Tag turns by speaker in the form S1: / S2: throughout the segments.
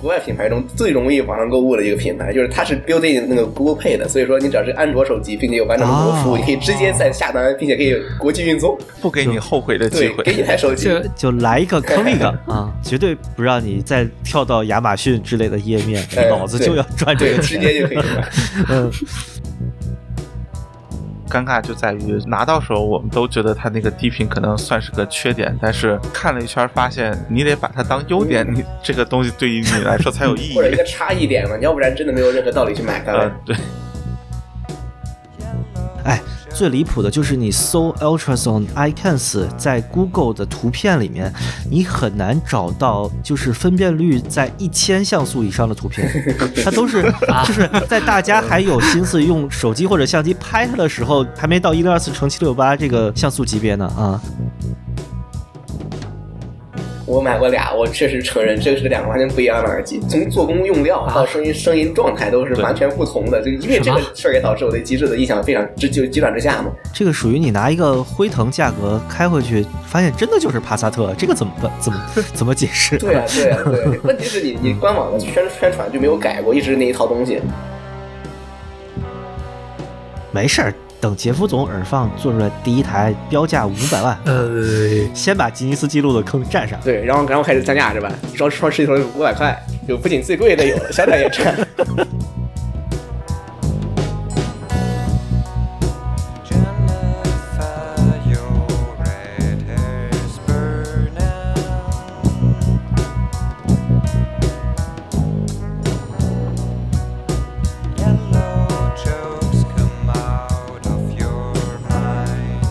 S1: 国外品牌中最容易网上购物的一个品牌，就是它是 built in 那个 Google Pay 的，所以说你只要是安卓手机，并且有完整的国服，
S2: 哦
S1: 你可以直接在下单，并且可以国际运送。
S3: 不给你后悔的机
S1: 对，
S3: 会
S1: 给。你台手机。
S2: 这就来一个坑一个啊，绝对不让你再跳到亚马逊之类的页面，
S1: 哎
S2: 老子就要赚这
S1: 对，
S2: 个
S1: 直
S2: 钱。
S1: 接就可以了。
S2: 嗯，
S3: 尴尬就在于 拿到手，我们都觉得它那个低频可能算是个缺点，但是看了一圈发现，你得把它当优点，你这个东西对于你来说才 有意义
S1: 或。者一个差异点嘛，你要不然真的没有任何道理去买它
S3: 呃
S1: 了。，
S3: 对，
S2: 哎，最离谱的就是你搜 ultrasound icons 在 Google 的图片里面，你很难找到就是分辨率在一千像素以上 的图片，它都是
S1: 啊
S2: 就是在大家还有心思用手机或者相机拍它的时候，还没到一六二四乘七六八这个像素级别呢啊。
S1: 我买过俩，我确实承认这个是两个完全不一样的耳机，从做工用料到声音声音状态都是完全不同的。就因为这个
S4: 什么
S1: 事儿也导致我对极致的印象非常之就急转直下嘛。
S2: 这个属于你拿一个辉腾价格开回去，发现真的就是帕萨特，这个怎么办？怎么怎么解释？
S1: 对啊，对啊，对啊。问题是你你官网的宣宣传就没有改过，一直是那一套东西。
S2: 没事儿，等杰夫总耳放做出来第一台标价五百万，
S4: 呃，
S2: 先把吉尼斯纪录的坑占上。
S1: 对，然后然后开始降价是吧？双双十一头五百块，就不仅最贵 的有，小点也占。
S5: Jennifer, your red hair's burning. Yellow jokes come out of your mind.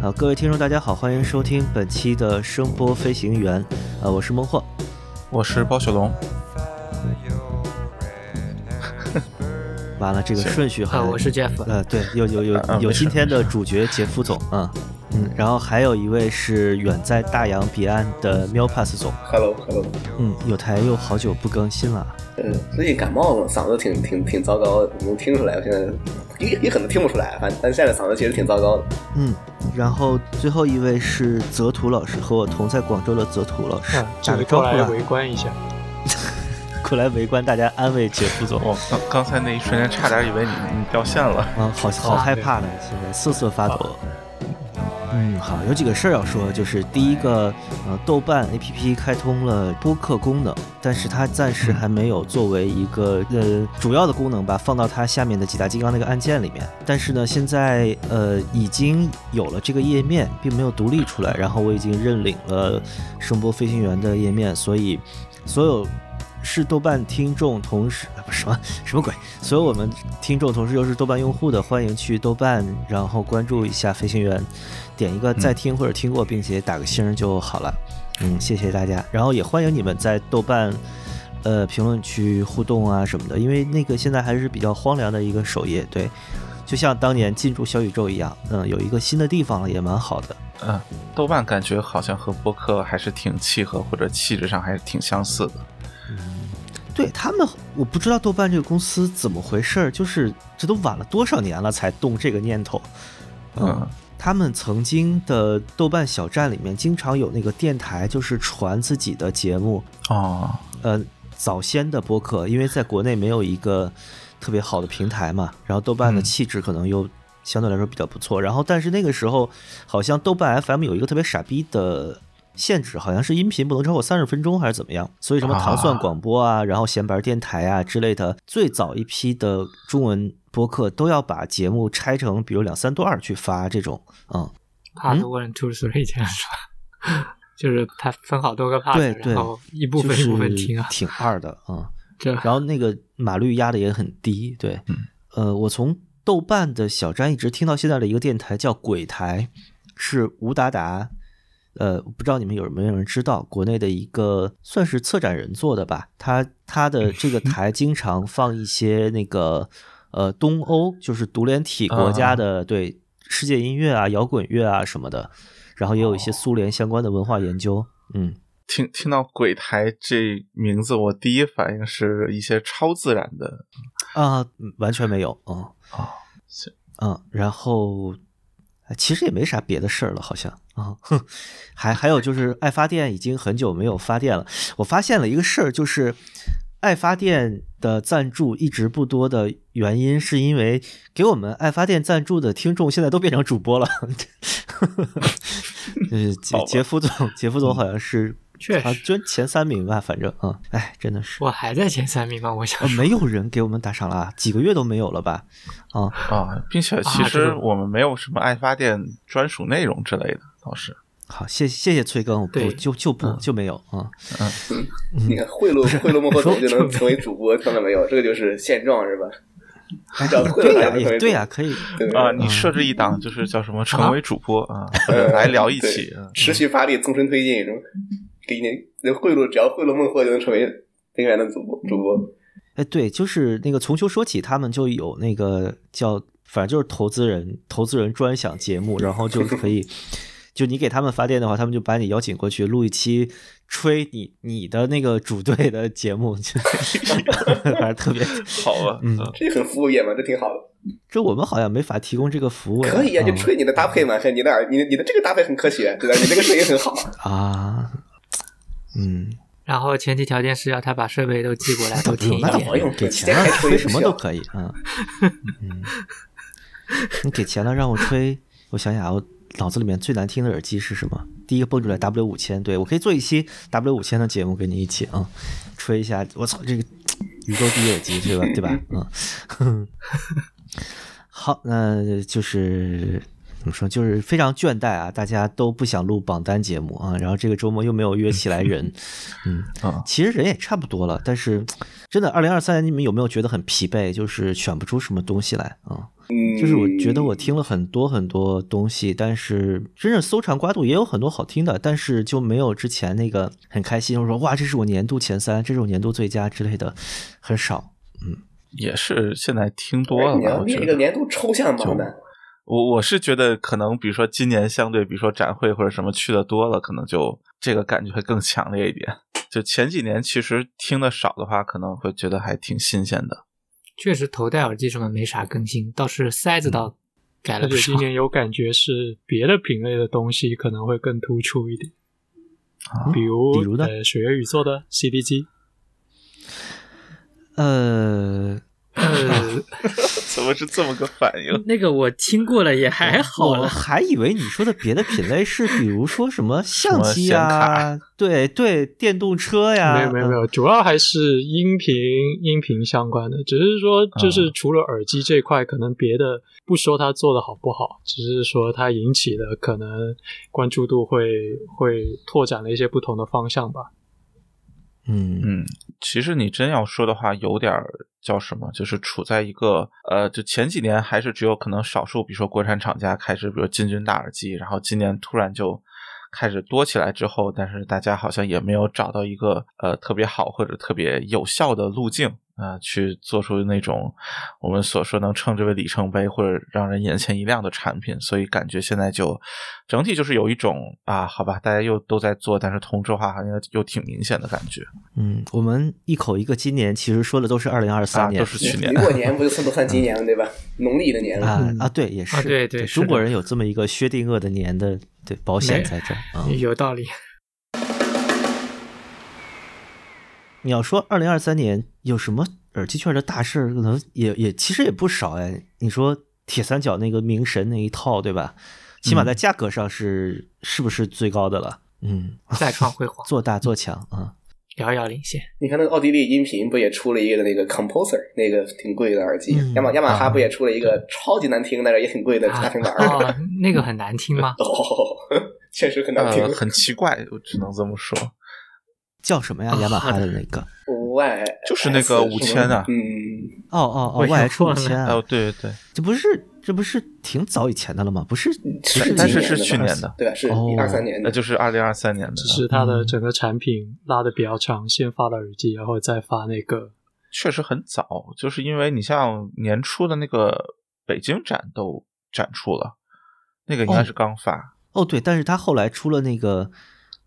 S2: 好，呃各位听众，大家好，欢迎收听本期的声波飞行员，呃，我是孟获。
S3: 我是包雪龙，
S2: 完了，这个顺序哈、
S4: 啊，我是 Jeff，
S2: 呃，对，有有有
S3: 啊啊
S2: 有
S3: 没事
S2: 今天的主角杰夫总啊，嗯，然后还有一位是远在大洋彼岸的喵 pass 总，
S1: Hello Hello，
S2: 嗯，有台又好久不更新了。
S1: 嗯，最近感冒了，嗓子挺挺挺糟糕的，能听出来。我现在也也可能听不出来，反正但现在嗓子其实挺糟糕的。
S2: 嗯，然后最后一位是泽图老师，和我同在广州的泽图老师，打
S4: 啊就
S2: 个
S4: 是
S2: 招
S4: 过
S2: 呼
S4: 来
S2: 吧，
S4: 围观一下。
S2: 过来围观大家安慰姐夫总。
S3: 我刚刚才那一瞬间差点以为你你掉线了。
S2: 啊，好好害怕呢，现在瑟瑟发抖。嗯，好，有几个事儿要说，就是第一个，呃，豆瓣 APP 开通了播客功能，但是它暂时还没有作为一个呃主要的功能吧，放到它下面的几大金刚那个按键里面。但是呢，现在呃已经有了这个页面，并没有独立出来。然后我已经认领了声波飞行员的页面，所以所有是豆瓣听众同时 啊不什么什么鬼，所有我们听众同时又是豆瓣用户的，欢迎去豆瓣然后关注一下飞行员，点一个再听或者听过，并且打个星儿就好了。嗯，谢谢大家，然后也欢迎你们在豆瓣。呃，评论区互动啊什么的，因为那个现在还是比较荒凉的一个首页，对，就像当年进驻小宇宙一样，嗯，有一个新的地方了，也蛮好的。
S3: 嗯，豆瓣感觉好像和播客还是挺契合，或者气质上还是挺相似的。
S2: 嗯对他们，我不知道豆瓣这个公司怎么回事儿，就是这都晚了多少年了才动这个念头。
S3: 嗯，
S2: 他们曾经的豆瓣小站里面经常有那个电台，就是传自己的节目，
S3: 哦，
S2: 呃，早先的播客，因为在国内没有一个特别好的平台嘛，然后豆瓣的
S3: 嗯
S2: 气质可能又相对来说比较不错。然后，但是那个时候好像豆瓣 FM 有一个特别傻逼的限制，好像是音频不能超过三十分钟还是怎么样，所以什么糖蒜
S3: 啊
S2: 广播啊，然后闲白电台啊之类的，最早一批的中文播客都要把节目拆成比如两三段儿去发这种，嗯。
S4: Part one, two, three 这样是吧？ 就是它分好多个 part，
S2: 对对
S4: 然后一部分
S2: 就
S4: 一
S2: 是
S4: 部分听啊。
S2: 挺二的啊、
S4: 这
S2: 嗯。然后那个码率压的也很低，对，呃，我从豆瓣的小站一直听到现在的一个电台叫鬼台，是吴达达，呃，不知道你们有没有人知道，国内的一个算是策展人做的吧，他他的这个台经常放一些那个呃东欧，就是独联体国家的、对世界音乐啊、摇滚乐啊什么的，然后也有一些苏联相关的文化研究，嗯。
S3: 听听到“鬼台”这名字，我第一反应是一些超自然的。
S2: 啊、嗯完全没有，嗯，
S3: 哦，是，
S2: 嗯，然后，哎其实也没啥别的事儿了，好像啊、哼，还还有就是爱发电已经很久没有发电了。我发现了一个事儿，就是爱发电的赞助一直不多的原因，是因为给我们爱发电赞助的听众现在都变成主播了。 就是杰杰夫总，杰夫总好像是
S4: 确
S2: 啊
S4: 实，
S2: 捐前三名吧，反正啊，哎，真的是。
S4: 我还在前三名吗？我想
S2: 啊，没有人给我们打赏了啊，几个月都没有了吧？啊，
S3: 啊，并且其
S4: 啊这
S3: 实
S4: 个
S3: 我们没有什么爱发电专属内容之类的，倒是
S2: 好，谢谢谢催更，我不
S4: 对
S2: 就就不就没有啊。
S1: 你看贿 赂贿赂幕后总就能成为主播，看到没有？这个就是现状是吧？只要贿赂
S2: 对呀、
S1: 才能成
S2: 也
S1: 为
S2: 对呀、可以。
S1: 主播
S3: 啊，
S1: 对
S3: 你设置一档就是叫什么成为主播 啊，或者
S1: 嗯
S3: 来聊一
S1: 对
S3: 起啊，
S1: 持续发力，纵深推进是吧？给你贿赂，只要贿赂孟获就能成为冰原的主播主播。
S2: 哎，对，就是那个从球说起，他们就有那个叫，反正就是投资人投资人专享节目，然后就 可以，就你给他们发电的话，他们就把你邀请过去录一期吹你你的那个主队的节目，就 反正特别。
S3: 好吧，
S2: 嗯
S3: 嗯
S1: 这很服务业嘛，这挺好的。
S2: 这我们好像没法提供这个服务呀。
S1: 可以呀、
S2: 啊
S1: 就吹你的搭配嘛，嘿你的耳，你的你的这个搭配很科学，对吧？你这个声音很好。
S2: 啊，嗯，
S4: 然后前提条件是要他把设备都寄过来，
S2: 倒
S4: 都
S2: 不用，
S4: 听 一
S2: 那倒
S4: 遍
S2: 不。用，给钱 了吹什么都可以啊。嗯，你给钱了让我吹，我想想啊，我脑子里面最难听的耳机是什么？第一个蹦出来 W 五千，对我可以做一期 W 五千的节目跟你一起啊，吹一下。我操，这个宇宙第一耳机对吧？对吧？嗯。 好，那就是怎么说，就是非常倦怠啊，大家都不想录榜单节目啊，然后这个周末又没有约起来人，嗯，
S3: 啊，
S2: 其实人也差不多了，但是真的，二零二三年你们有没有觉得很疲惫？就是选不出什么东西来啊、
S1: 嗯，
S2: 就是我觉得我听了很多很多东西，但是真正搜肠刮肚也有很多好听的，但是就没有之前那个很开心，我说哇，这是我年度前三，这是我年度最佳之类的，很少。
S3: 也是现在听多
S1: 哎
S3: 了
S1: 你
S3: 吧，
S1: 要
S3: 我
S1: 列
S3: 觉
S1: 一个
S3: 得。
S1: 年度抽象榜单，
S3: 我我是觉得可能，比如说今年相对，比如说展会或者什么去的多了，可能就这个感觉会更强烈一点。就前几年其实听的少的话，可能会觉得还挺新鲜的。
S4: 确实头戴耳机什么没啥更新，倒是塞
S2: 嗯
S4: 子倒改了
S6: 而
S4: 不
S6: 且
S4: 少
S6: 今。年有感觉是别的品类的东西可能会更突出一点，比
S2: 啊
S6: 如
S2: 比如呢
S6: 呃，水月宇宙的 CD 机，
S2: 呃，
S4: 呃，
S3: 怎么是这么个反应？
S4: 那个我听过了，也还
S6: 啊
S4: 好啊
S2: 我
S4: 了。
S2: 还以为你说的别的品类是，比如说什么相机
S3: 什
S2: 啊，对对，电动车呀，
S6: 没有没有没有，主要还是音频音频相关的，只是说
S2: 啊
S6: 就是除了耳机这块，可能别的不说它做的好不好，只是说它引起的可能关注度会会拓展了一些不同的方向吧。
S2: 嗯，嗯
S3: 嗯，其实你真要说的话，有点儿叫什么，就是处在一个呃，就前几年还是只有可能少数，比如说国产厂家开始，比如进军大耳机，然后今年突然就开始多起来之后，但是大家好像也没有找到一个呃特别好或者特别有效的路径啊、呃去做出那种我们所说能称之为里程碑或者让人眼前一亮的产品，所以感觉现在就整体就是有一种啊，好吧，大家又都在做，但是同质化好像又挺明显的感觉。
S2: 嗯，我们一口一个今年，其实说的都是二零二
S3: 啊，
S2: 三年
S3: 都是去年
S1: 你。过年不就算不算今年了对吧？农历的年了。
S2: 啊啊，对，也是，
S4: 啊对对是
S2: 中国
S4: 的
S2: 人有这么一个薛定谔的年的对保险
S4: 没
S2: 在这儿啊。
S4: 有道理，
S2: 你要说二零二三年有什么耳机圈的大事儿，可能也也其实也不少哎。你说铁三角那个冥神那一套对吧？起
S4: 嗯
S2: 码在价格上是、是不是最高的了？嗯，
S4: 再 创辉煌，
S2: 做大做强啊。
S4: 遥遥领先。
S1: 你看那个奥地利音频不也出了一个那个 Composer 那个挺贵的耳机，
S2: 嗯
S1: 亚马亚马哈
S2: 啊
S1: 不也出了一个超级难听但是也挺贵的大
S4: 啊
S1: 平板耳吗？
S4: 哦，那个很难听 吗？
S1: 哦， 确实很难听
S3: 呃，。很奇怪，我只能这么说，
S2: 叫什
S4: 啊
S2: 么呀？雅马哈的那个？
S1: 外
S3: 就是那个
S1: S
S3: 五千啊
S1: 嗯，
S2: 哦哦哦
S4: 我也
S2: ，YH 五
S4: 忘了
S2: 千
S3: 哦，
S2: 啊，
S3: 对对对，
S2: 这不是这不是挺早以前的了吗？不是，
S1: 是
S2: 几
S3: 但嗯是
S2: 年
S3: 是
S1: 的
S3: 去
S1: 吧
S3: 年的，
S1: 对吧？是
S2: 哦
S1: 一二三年
S3: 那
S1: 的，
S3: 就是二零二三年的，
S6: 只是它的
S2: 嗯
S6: 整个产品拉的比较长，先发了耳机，然后再发那个
S3: 确实很早，就是因为你像年初的那个北京展都展出了，那个应该是刚发，
S2: 哦，对，但是他后来出了那个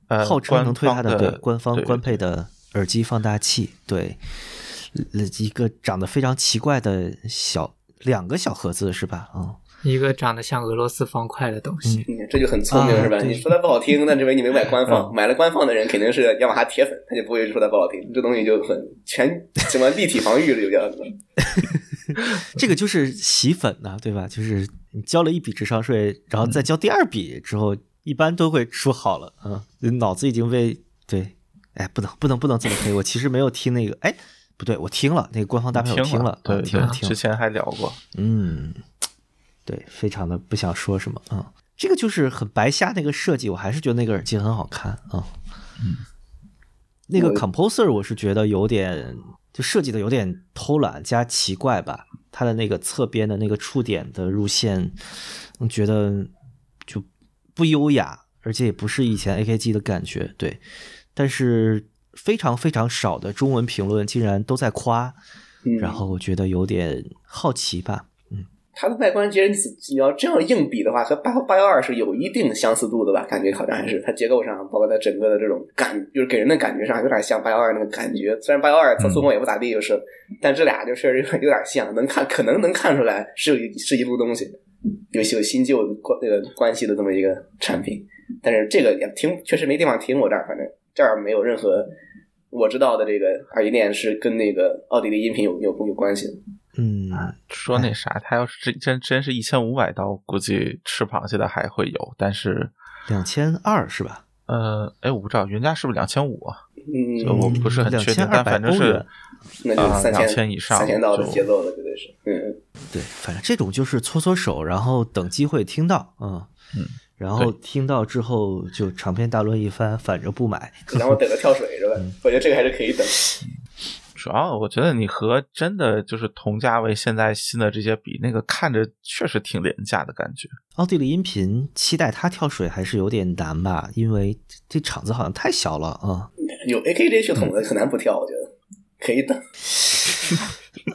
S3: 呃
S2: 号称能推它
S3: 官方
S2: 对
S3: 的
S2: 官方
S3: 对
S2: 官配的耳机放大器，对，呃一个长得非常奇怪的小两个小盒子是吧？啊、
S4: 一个长得像俄罗斯方块的东西。
S1: 嗯，这就很聪明
S2: 啊
S1: 是吧？
S2: 对
S1: 你说它不好听，那证明你没买官方。
S3: 嗯
S1: 买了官方的人肯定是要么他铁粉，他就不会说它不好听。这东西就很全什么立体防御就叫什么？
S2: 这个就是洗粉呐、对吧？就是你交了一笔智商税，然
S3: 嗯
S2: 后再交第二笔之后，一般都会说好了啊、嗯，脑子已经被对，哎，不能不能不能这么黑，我其实没有听那个，哎，不对，我听了那个官方大
S3: 你
S2: 片，我
S3: 听
S2: 听了，
S3: 对
S2: 啊听
S3: 对
S2: 了，听了
S3: 之，前还聊过，
S2: 嗯，对，非常的不想说什么啊、嗯这个就是很白瞎那个设计，我还是觉得那个耳机很好看啊。嗯，那个
S1: 我
S2: Composer 我是觉得有点就设计的有点偷懒加奇怪吧，它的那个侧边的那个触点的入线，我觉得就不优雅，而且也不是以前 AKG 的感觉，对。但是非常非常少的中文评论竟然都在夸，
S1: 嗯
S2: 然后我觉得有点好奇吧，
S1: 它的外观其实你你要这样硬比的话，和八八幺二是有一定相似度的吧？感觉好像还是它结构上，包括它整个的这种感，就是给人的感觉上有点像八幺二那个感觉。虽然八幺二它做工也不咋地，就是，但这俩就确实有点有点像，能看可能能看出来是有一是一路东西，有有新旧关呃关系的这么一个产品。但是这个也听确实没地方听，我这儿反正这儿没有任何我知道的这个耳机店是跟那个奥地利音频有有有关系的。
S2: 嗯，
S3: 说那啥，他要是真真真是一千五百刀，估计吃螃蟹的还会有，但是
S2: 两千二是吧？
S3: 呃，哎，我不知道原价是不是两千五啊？就
S1: 嗯，
S3: 我不是很确定，
S2: 2200
S3: 但反正
S2: 欧
S3: 是
S2: 元
S1: 那就
S3: 啊
S1: 三
S3: 两
S1: 千
S3: 千以上
S1: 三千到的
S3: 就
S1: 节奏了，绝对是。嗯，
S2: 对，反正这种就是搓搓手，然后等机会听到，嗯
S3: 嗯，
S2: 然后听到之后就长篇大论一番，反正不买。
S1: 然后等着跳水是吧？
S3: 嗯
S1: 我觉得这个还是可以等。
S3: 主要哦我觉得你和真的就是同价位现在新的这些比，那个看着确实挺廉价的感觉。
S2: 奥地利音频期待他跳水还是有点难吧，因为这场子好像太小了啊。
S1: 有 AKJ 血统的很难不跳，我觉得可以等。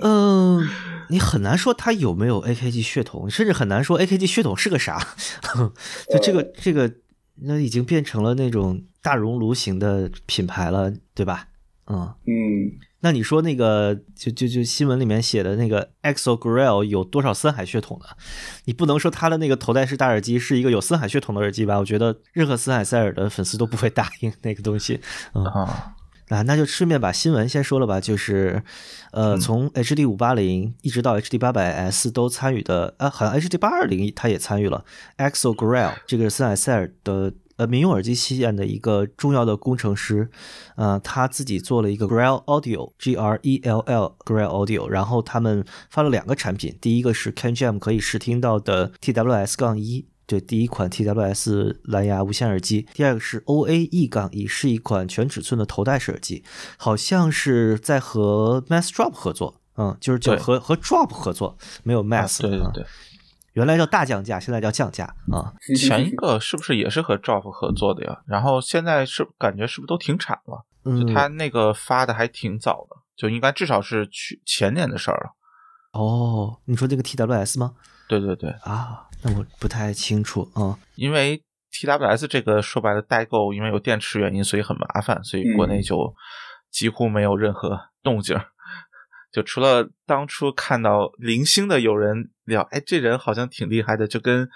S2: 嗯，你很难说他有没有 AKG 血统，甚至很难说 AKG 血统是个啥。 就这个这个，那已经变成了那种大熔炉型的品牌了，对吧？嗯，
S1: 嗯，
S2: 那你说那个就就就新闻里面写的那个 EXO Grell 有多少森海血统呢？你不能说他的那个头戴式大耳机是一个有森海血统的耳机吧？我觉得任何森海塞尔的粉丝都不会答应那个东西。嗯
S3: 啊，
S2: 啊，那就顺便把新闻先说了吧，就是，呃，从 HD 五八零一直到 HD 八百 S 都参与的，啊，好像 HD 八二零它也参与了 EXO Grell 这个是森海塞尔的呃民用耳机线的一个重要的工程师，呃，他自己做了一个 Grell Audio G R E L L Grell Audio，然后他们发了两个产品，第一个是 Can Jam 可以试听到的 TWS 杠一。对，第一款 TWS 蓝牙无线耳机，第二个是 OAE 杠一，是一款全尺寸的头戴式耳机，好像是在和 Mass Drop 合作，嗯，就是就
S3: 对
S2: 和和 Drop 合作，没有
S3: 啊
S2: Mass，、
S3: 对对
S2: 嗯
S3: 对，
S2: 原来叫大降价，现在叫降价啊、
S1: 嗯
S3: 前嗯一个是不是也是和 Drop 合作的呀？然后现在是感觉是不是都停产了？
S2: 嗯，
S3: 就他那个发的还挺早的，就应该至少是去前年的事儿了。
S2: 哦，你说那个 TWS 吗？
S3: 对对对，
S2: 啊，那我不太清楚啊、
S3: 因为 TWS 这个说白了代购，因为有电池原因，所以很麻烦，所以国
S2: 嗯
S3: 内就几乎没有任何动静儿。 就除了当初看到零星的有人聊，哎，这人好像挺厉害的，就跟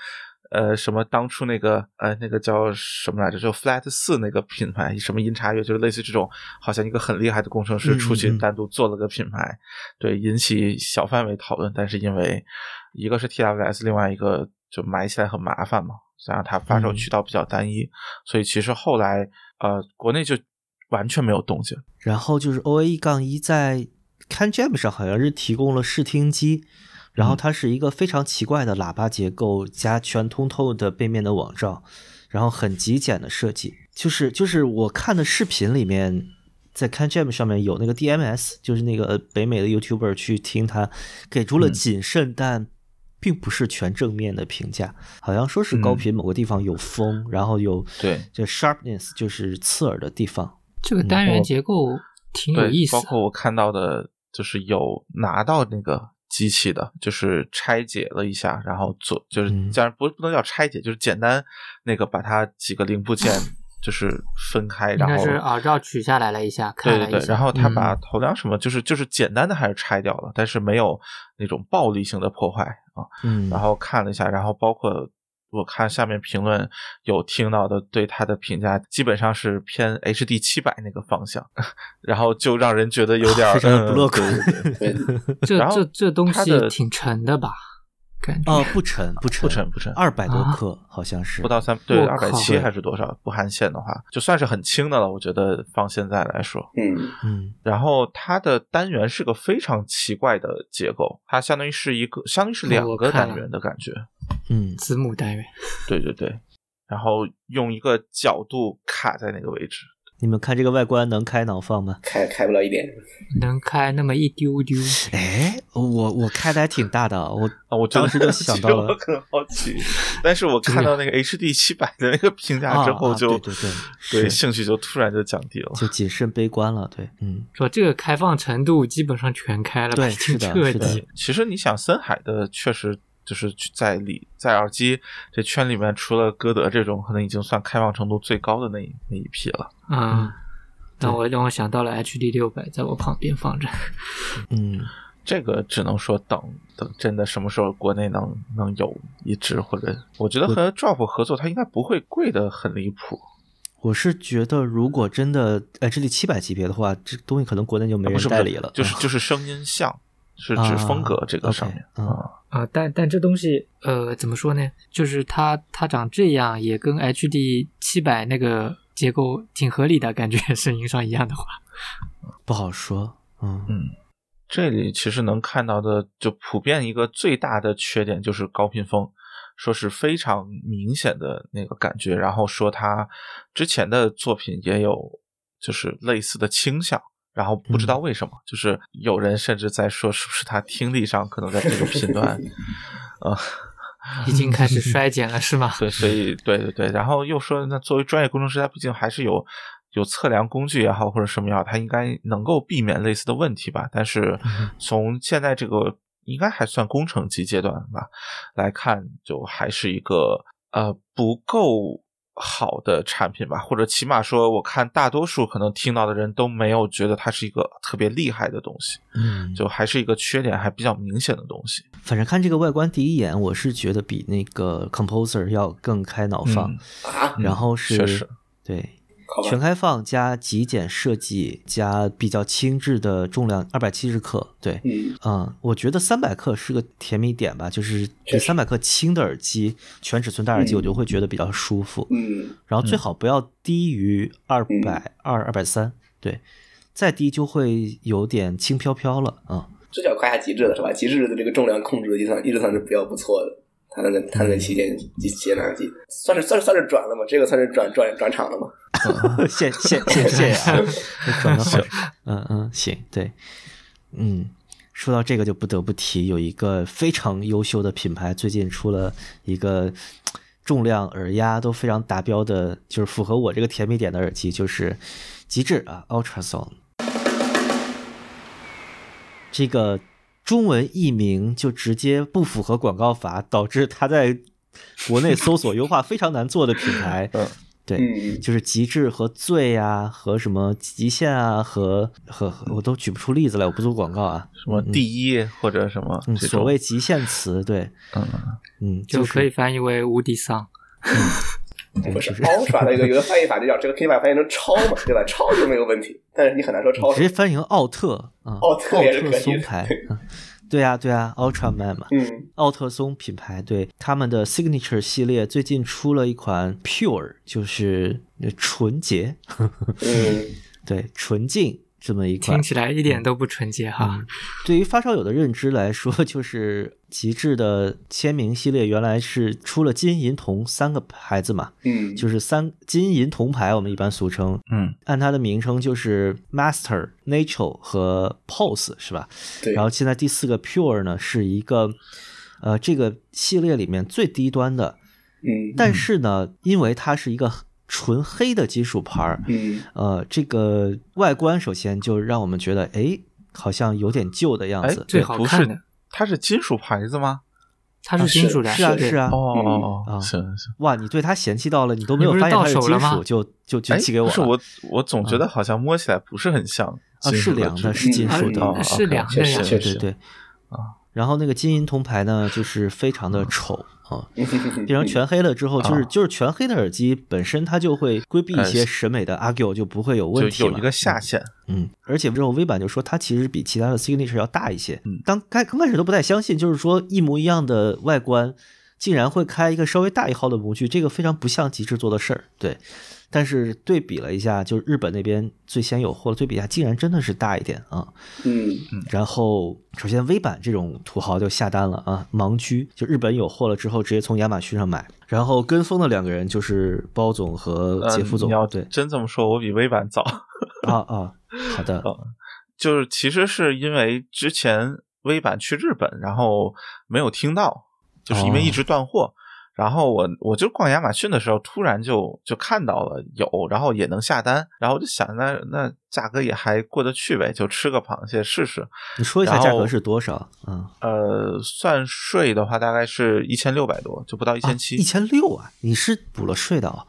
S3: 呃什么当初那个呃那个叫什么来着，就 Flat 四那个品牌，什么音叉乐，就是类似这种，好像一个很厉害的工程师
S2: 嗯
S3: 出去
S2: 嗯
S3: 单独做了个品牌，对，引起小范围讨论，但是因为一个是 TWS，另外一个就买起来很麻烦嘛，加上它发售
S2: 嗯
S3: 渠道比较单一，所以其实后来呃国内就完全没有动静。
S2: 然后就是 OAE 杠一在 Can Jam 上好像是提供了试听机，然
S3: 嗯
S2: 后它是一个非常奇怪的喇叭结构加全通透的背面的网罩，然后很极简的设计。就是就是我看的视频里面，在 Can Jam 上面有那个 DMS，就是那个呃北美的 YouTuber 去听他，给出
S3: 嗯
S2: 了谨慎但并不是全正面的评价，好像说是高频某个地方有风，然后有
S3: 嗯对
S2: 这 sharpness 就是刺耳的地方。
S4: 这个单元结构挺有
S3: 对
S4: 意，思啊
S3: 包
S4: 的，
S3: 括我看到的，就是有拿到那个机器的，就是拆解了一下，然后做就是
S2: 嗯
S3: 当然不不能叫拆解，就是简单那个把它几个零部件就是分开，
S4: 应
S3: 然
S4: 该
S3: 后
S4: 是耳罩取下来了一下，看
S3: 对
S4: 了
S3: 对
S4: 一
S3: 对，
S4: 下，
S3: 然后他把
S2: 嗯
S3: 头梁什么，就是就是简单的还是拆掉了，但是没有那种暴力性的破坏啊。
S2: 嗯，
S3: 然后看了一下，然后包括我看下面评论有听到的对他的评价，基本上是偏 HD 七百那个方向， 然后就让人觉得有点儿
S2: 非常的不乐
S3: 嗯
S2: 观
S3: 对对对
S1: 对，
S4: 这
S3: 然后
S4: 这这东
S3: 它
S4: 西
S3: 的
S4: 挺沉的吧？感觉
S2: 哦，不沉不沉
S3: 不沉不沉
S2: 二百多
S4: 啊
S2: 克好像是
S3: 不到三对
S4: 我
S3: 二百
S4: 靠
S3: 七还是多少，不含线的话，就算是很轻的了。我觉得放现在来说，
S1: 嗯，
S2: 嗯
S3: 然后它的单元是个非常奇怪的结构，它相当于是一个，相当于是两
S4: 我
S3: 个
S4: 看
S3: 单
S4: 了
S3: 元的感觉。
S2: 嗯
S4: 子母单元，
S3: 对对对，然后用一个角度卡在那个位置。
S2: 你们看这个外观能开脑放吗？
S1: 开开不了一点，
S4: 能开那么一丢丢，
S2: 哎，我我开的还挺大的，我
S3: 啊，我
S2: 当时就
S3: 其实
S2: 想到
S3: 我
S2: 了
S3: 很好奇，但是我看到那个 HD 七百的那个评价之
S2: 啊
S3: 后
S2: 啊
S3: 就，
S2: 对对对是
S3: 兴趣就突然就降低了。
S2: 就谨慎悲观了，对，嗯
S4: 说这个开放程度基本上全开了吧，
S2: 对
S4: 挺
S2: 是的
S4: 彻
S2: 是的
S4: 底。
S3: 其实你想，森海的确实就是在里在耳机这圈里面，除了歌德这种，可能已经算开放程度最高的那一那一批了。
S4: 嗯，
S2: 对
S4: 但我让我想到了 HD 六百，在我旁边放着。
S2: 嗯，
S3: 这个只能说等等，真的什么时候国内能能有一支，或者我觉得和 Drop 合作，它应该不会贵的很离谱，
S2: 我是觉得如果真的 HD 七百级别的话，这东西可能国内就没
S3: 啊不
S2: 人
S3: 是不
S2: 代
S3: 是
S2: 理了，
S3: 就是
S2: 啊
S3: 就是声音像，是指风格这个上面
S2: 啊，OK，
S3: 啊
S4: 啊、但但这东西，呃，怎么说呢？就是它它长这样，也跟 HD 七百那个结构挺合理的感觉， 声音上一样的话，
S2: 不好说，嗯
S3: 嗯，这里其实能看到的，就普遍一个最大的缺点就是高频峰，说是非常明显的那个感觉，然后说他之前的作品也有就是类似的倾向。然后不知道为什么，就是有人甚至在说，是不是他听力上可能在这个频段，呃，
S4: 已经开 始衰减了，是吗？
S3: 对，所以对对对，然后又说，那作为专业工程师，他毕竟还是有有测量工具也好，或者什么也好，他应该能够避免类似的问题吧。但是
S2: 嗯
S3: 从现在这个应该还算工程级阶段吧来看，就还是一个呃不够。好的产品吧，或者起码说，我看大多数可能听到的人都没有觉得它是一个特别厉害的东西，
S2: 嗯，
S3: 就还是一个缺点还比较明显的东西。
S2: 反正看这个外观第一眼，我是觉得比那个 Composer 要更开脑放，
S3: 嗯
S1: 啊，
S2: 然后是、
S3: 确实
S2: 对
S1: 好吧
S2: 全开放加极简设计加比较轻质的重量二百七十克，对，
S1: 嗯，
S2: 嗯，我觉得三百克是个甜蜜点吧，就是
S1: 确
S2: 比
S1: 实
S2: 三百克轻的耳机，全尺寸大耳机，
S1: 嗯
S2: 我就会觉得比较舒服。
S1: 嗯，
S2: 然后最好不要低于二百二、二百三，对，再低就会有点轻飘飘了啊、
S1: 这叫夸下极致了是吧？极致的这个重量控制一直算一直算是比较不错的。他那个他
S3: 嗯
S1: 那个旗舰旗舰耳机，算是算是算是转了嘛？这个算是转转转场了嘛？
S2: 嗯。谢谢谢谢啊，这转的好，嗯嗯，行，对，嗯。说到这个，就不得不提有一个非常优秀的品牌，最近出了一个嘖重量、耳压都非常达标的，就是符合我这个甜蜜点的耳机，就是极致啊，Ultrasound。这个中文译名就直接不符合广告法，导致它在国内搜索优化非常难做的品牌。
S3: 嗯
S2: 对，
S1: 嗯
S2: 就是极致和醉啊，和什么极限啊，和和和我都举不出例子来，我不做广告啊。
S3: 什么第一或者什么
S2: 嗯，
S3: 这
S2: 所
S3: 种
S2: 谓极限词，对，
S3: 嗯，
S2: 嗯，
S4: 就是可以翻译为无敌丧。
S1: 不是凹耍的一个有个翻译法就叫这个可以把它翻译成超嘛，对吧？超就没有问题，但是你很难说超
S2: 直接翻译成奥特啊，
S1: 奥特也是可以的
S2: 松牌，嗯对啊，对啊，Ultraman 嘛，
S1: 嗯
S2: 奥特松品牌对他们的 Signature 系列最近出了一款 Pure，就是呃纯洁，
S1: 嗯，
S2: 对，纯净这么一款
S4: 听。起来一点都不纯洁哈。
S2: 嗯对于发烧友的认知来说， 就是极致的签名系列原来是出了金银铜三个牌子嘛，
S1: 嗯，
S2: 就是三金银铜牌，我们一般俗称，
S3: 嗯，
S2: 按它的名称就是 Master、Nature 和 Pose 是吧？
S1: 对，
S2: 然后现在第四个 Pure 呢是一个，呃，这个系列里面最低端的，
S1: 嗯
S2: 但是呢，因为它是一个纯黑的金属牌儿，
S1: 嗯
S2: 呃，这个外观首先就让我们觉得，哎，好像有点旧的样
S3: 哎
S2: 子，。
S4: 最
S3: 也
S4: 好
S3: 不
S4: 看
S3: 是
S4: 的
S3: 它是金属牌子吗？
S4: 它是金属的，
S2: 是啊
S4: 对
S2: 是啊。
S3: 哦，
S2: 嗯啊
S3: 行行。
S2: 哇，你对它嫌弃到了，你都没有
S4: 你不是
S2: 发现它
S4: 到手
S2: 金
S4: 了吗
S2: 属，就就就
S3: 哎，
S2: 寄给我
S3: 不是
S2: 了
S3: 我，我总觉得好像摸起来不是很像
S2: 啊，
S3: 金
S2: 是
S3: 属哦
S2: 凉的，
S3: 质
S2: 是哦金
S1: 嗯
S2: 属
S1: 啊
S2: 的，
S1: 啊
S4: 是凉
S1: 确
S4: 的
S1: 实
S4: 呀。
S1: 确
S2: 对
S1: 实
S2: 对对
S4: 啊
S2: 然后那个金银铜牌呢，就是非常的丑啊，
S1: 嗯
S2: 变成全黑了之后，就是
S3: 啊
S2: 就是全黑的耳机本身它就会规避一些
S3: 呃
S2: 审美的 argue，就不会有问题
S3: 就
S2: 了。
S3: 有一个下限，
S2: 嗯，而且之后微版就说它其实比其他的 Signature 要大一些。
S3: 嗯
S2: 当开刚开始都不太相信，就是说一模一样的外观，竟然会开一个稍微大一号的模具，这个非常不像极致做的事儿。对，但是对比了一下，就是日本那边最先有货的，对比一下，竟然真的是大一点啊。
S1: 嗯
S2: 然后，首先微版这种土豪就下单了啊，盲区就日本有货了之后，直接从亚马逊上买。然后跟风的两个人就是包总和杰夫
S3: 嗯
S2: 总，
S3: 你要
S2: 对
S3: 真这么说，我比微版早。
S2: 啊啊，好的，
S3: 就是其实是因为之前微版去日本，然后没有听到，就是因为一直断货。
S2: 哦
S3: 然后我我就逛亚马逊的时候，突然就就看到了有，然后也能下单，然后我就想那那价格也还过得去呗，就吃个螃蟹试试。
S2: 你说一下价
S3: 然
S2: 格
S3: 后
S2: 是多少？嗯。
S3: 呃，算税的话大概是一千六百多，就不到一千七
S2: 一。千六啊！你是补了税的哦。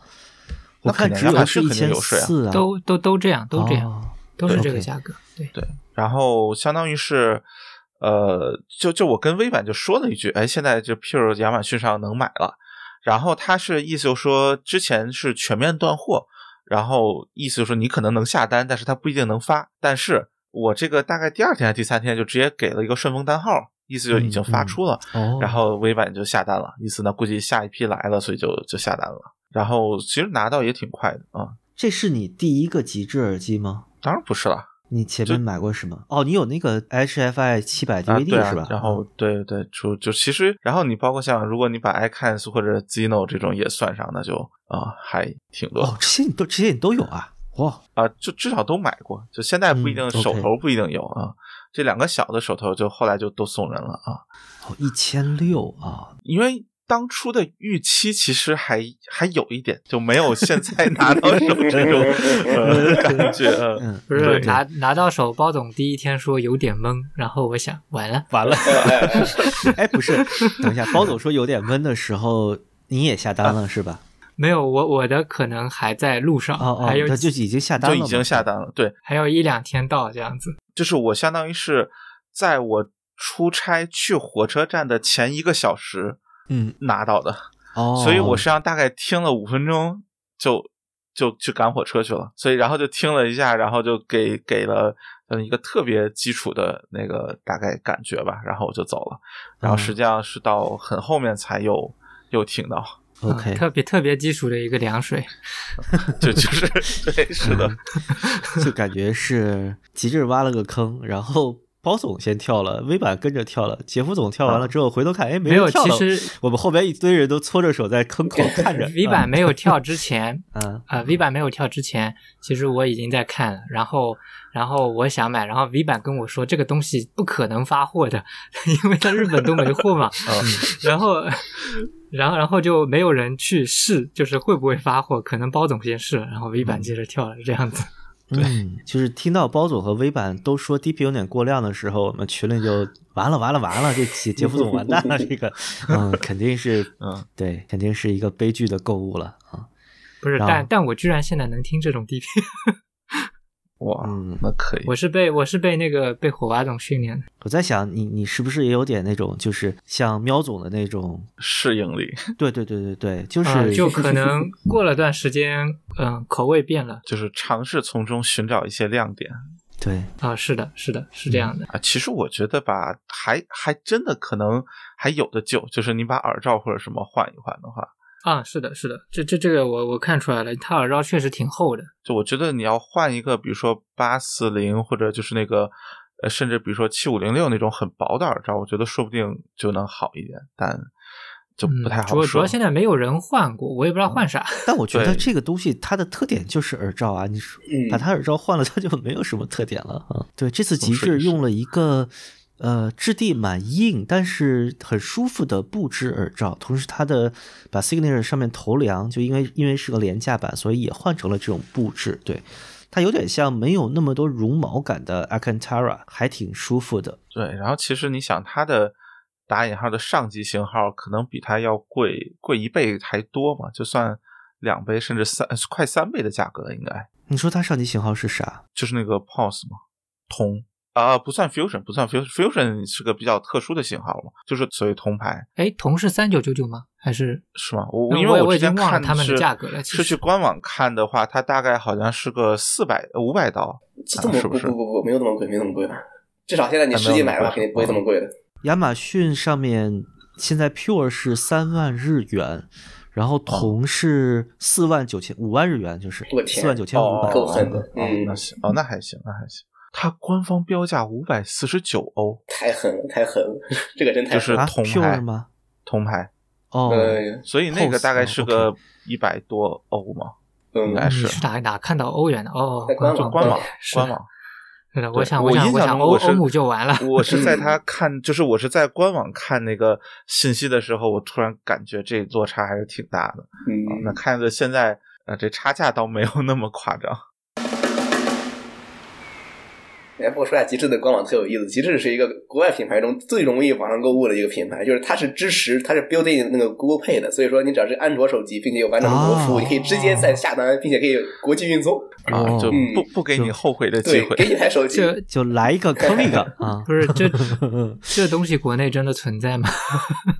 S2: 我
S3: 那
S2: 看
S3: 肯定
S2: 直
S3: 亚马
S2: 邮是
S3: 逊
S2: 一
S3: 肯定
S2: 千
S3: 有税啊
S2: 四啊，
S4: 都都都这样，都这样，
S2: 哦
S4: 都是这
S2: OK
S4: 个价格。对，
S3: 然后相当于是，呃，就就我跟微版就说了一句，哎，现在就 Pure 亚马逊上能买了。然后他是意思就说，之前是全面断货，然后意思就说你可能能下单，但是他不一定能发。但是我这个大概第二天还是第三天就直接给了一个顺丰单号，意思就已经发出了。
S2: 嗯哦，
S3: 然后微版就下单了，意思呢估计下一批来了，所以就就下单了。然后其实拿到也挺快的啊、
S2: 这是你第一个极致耳机吗？
S3: 当然不是了。
S2: 你前面买过什么？哦，你有那个 HFI 七百
S3: 啊，对
S2: DVD、
S3: 啊
S2: 是吧？嗯
S3: 然后对对，就就其实，然后你包括像如果你把 iCans 或者 Zeno 这种也算上，那就啊、还挺多
S2: 哦
S3: 啊、，
S2: 这些你都这些你都有啊？哇，
S3: 就至少都买过。就现在不一定、
S2: 嗯
S3: 手
S2: OK
S3: 头不一定有啊，这两个小的手头就后来就都送人了啊，
S2: 哦，一千六啊！
S3: 因为。当初的预期其实还还有一点，就没有现在拿到手哦这 种、 呃、感觉。呃
S2: 嗯，
S4: 不是拿 拿到手，包总第一天说有点懵，然后我想完了，
S2: 完了。哎，不是，等一下，包总说有点闷的时候，你也下单了是吧？
S4: 没有我我的可能还在路上，
S2: 哦哦
S4: 啊还有，
S2: 他就已经下单
S3: 就
S2: 了
S3: 已
S2: 嘛，
S3: 经下单了，对，
S4: 还有一两天到这样子。
S3: 就是我相当于是在我出差去火车站的前一个小时
S2: 嗯，
S3: 拿到的，
S2: 哦，
S3: 所以我实际上大概听了五分钟就就去赶火车去了，所以然后就听了一下，然后就给给了嗯一个特别基础的那个大概感觉吧，然后我就走了，然后实
S2: 嗯
S3: 际上是到很后面才有有听到，
S2: OK，
S4: 嗯特别特别基础的一个凉水，
S3: 就就是 对是
S2: 嗯
S3: 的，
S2: 就感觉是极致挖了个坑，然后包总先跳了，微版跟着跳了，杰夫总跳完了之后回头看，哎，
S4: 啊没有，
S2: 人跳
S4: 其
S2: 了。
S4: 实
S2: 我们后边一堆人都搓着手在坑 口看着。啊
S4: V 版没有跳之前，
S2: 嗯，
S4: 呃，V 版没有跳之前，其实我已经在看了，然后，然后我想买，然后 V 版跟我说这个东西不可能发货的， 因为在日本都没 货嘛，
S2: 哦
S4: 然后，然后，然后就没有人去试，就是会不会发货，可能包总先试了，然后 V 版接着跳了，这样子，
S2: 嗯，嗯，就是听到包总和微版都说 DP 有点过量的时候，我们群里 就完了完了完了，这杰杰夫总完蛋了，这个，嗯，肯定是，
S3: 嗯，
S2: 对，肯定是一个悲剧的购物了啊。
S4: 不是，
S2: 然后
S4: 但但我居然现在能听这种 DP，
S3: 哇
S4: 啊
S2: 嗯，
S3: 那可以，
S4: 我是被我是被那个被火娃总训练的，
S2: 我在想，你你是不是也有点那种，就是像喵总的那种？
S3: 适应力
S2: 对对对对对，就是、
S4: 呃就可能过了段时间，嗯、口味变了，
S3: 就是尝试从中寻找一些亮点。
S2: 对，
S4: 啊、是的，是的，是这样的。
S3: 啊，其实我觉得吧，还还真的可能还有的救，就是你把耳罩或者什么换一换的话，
S4: 啊，是的，是的，这这这个我我看出来了，它耳罩确实挺厚的。
S3: 就我觉得你要换一个，比如说八四零或者就是那个呃，甚至比如说七五零六那种很薄的耳罩，我觉得说不定就能好一点，但就不太
S4: 嗯主
S3: 好
S4: 要主
S3: 说。嗯
S4: 要现在没有人换过，我也不知道换啥。
S2: 但我觉得
S3: 对
S2: 这个东西它的特点就是耳罩啊，你说
S1: 嗯
S2: 把它耳罩换了，它就没有什么特点了啊。对，这次极
S3: 是
S2: 致
S3: 的是
S2: 用了一个呃质地蛮硬但是很舒服的布质耳罩，同时它的把 Signature 上面头梁就因为因为是个廉价版，所以也换成了这种布质。对，它有点像没有那么多绒毛感的 Alcantara，还挺舒服的。
S3: 对，然后其实你想它的打引号的上级型号可能比它要贵贵一倍还多嘛，就算两倍甚至三呃快三倍的价格应该
S2: 你说它上级型号是啥？
S3: 就是那个 POS 嘛，铜啊不算 Fusion 不算 Fusion，Fusion 是个比较特殊的型号嘛，就是所谓铜牌
S4: 哎，铜是三九九九吗？还是
S3: 是吗？我
S4: 那
S3: 因
S4: 我
S3: 为
S4: 也
S3: 之
S4: 已经
S3: 前
S4: 忘了
S3: 看
S4: 他们的
S3: 是
S4: 价格了其
S3: 是
S4: 实
S3: 去官网看的话，它大概好像是个四百五百刀，
S1: 这这么
S3: 啊是不
S1: 不
S3: 是
S1: 不不不没有那么贵，没有那么贵吧？啊至少现在你实际买的话，
S3: 还
S1: 肯
S3: 没有那么贵啊
S1: 定不会这么贵的。
S2: 亚马逊上面现在 Pure 是三万日元，然
S1: 哦
S2: 后铜是四万九千五万日元，就是
S1: 我
S2: 四
S1: 天
S2: 万九千五百，
S1: 哦够狠的
S3: 哦，
S1: 嗯
S3: 那行，哦，那还行，那还行。它官方标价五百四十九欧，
S1: 太狠了，太狠了，这个真太
S3: 就是
S1: 狠了。
S2: 啊
S3: 铜牌
S2: ，Pure 吗？
S3: 铜牌，
S2: 哦，
S1: 嗯
S3: 所以那个
S2: Pulse，
S4: 啊
S3: 大概
S2: 哦
S3: 是
S2: ，OK
S3: 个一百多欧嘛，应该
S1: 嗯，
S3: 是
S4: 你是哪哪看到欧元的？哦，
S1: 在官网
S4: 网
S3: 官网
S4: 是
S3: 官网。
S4: 是的，
S3: 对
S4: 我想
S3: 我
S4: 想
S3: 印
S4: 我
S3: 象
S4: 想
S3: 中
S4: 欧
S3: 我是
S4: 欧姆就完了。 嗯
S3: 我是在他看，就是我是在官网看那个信息的时候，我突然感觉这落差还是挺大的。啊那
S1: 嗯，
S3: 看着现在，呃，这差价倒没有那么夸张。
S1: 哎，不过说下极致的官网特有意思，极致是一个国外品牌中最容易网上购物的一个品牌，就是它是支持它是 built in 那个 Google Pay 的，所以说你只要是安卓手机，并且有完整的国服务，
S2: 哦
S1: 你可以直接在下单，并且可以国际运送，
S3: 啊
S2: 哦，
S3: 就
S1: 嗯
S3: 不不给你后悔的机
S1: 对，
S3: 会。
S1: 给你台手机。
S4: 这
S2: 就来一个坑 一个啊！嗯
S4: 不是这 这东西国内真的存在吗？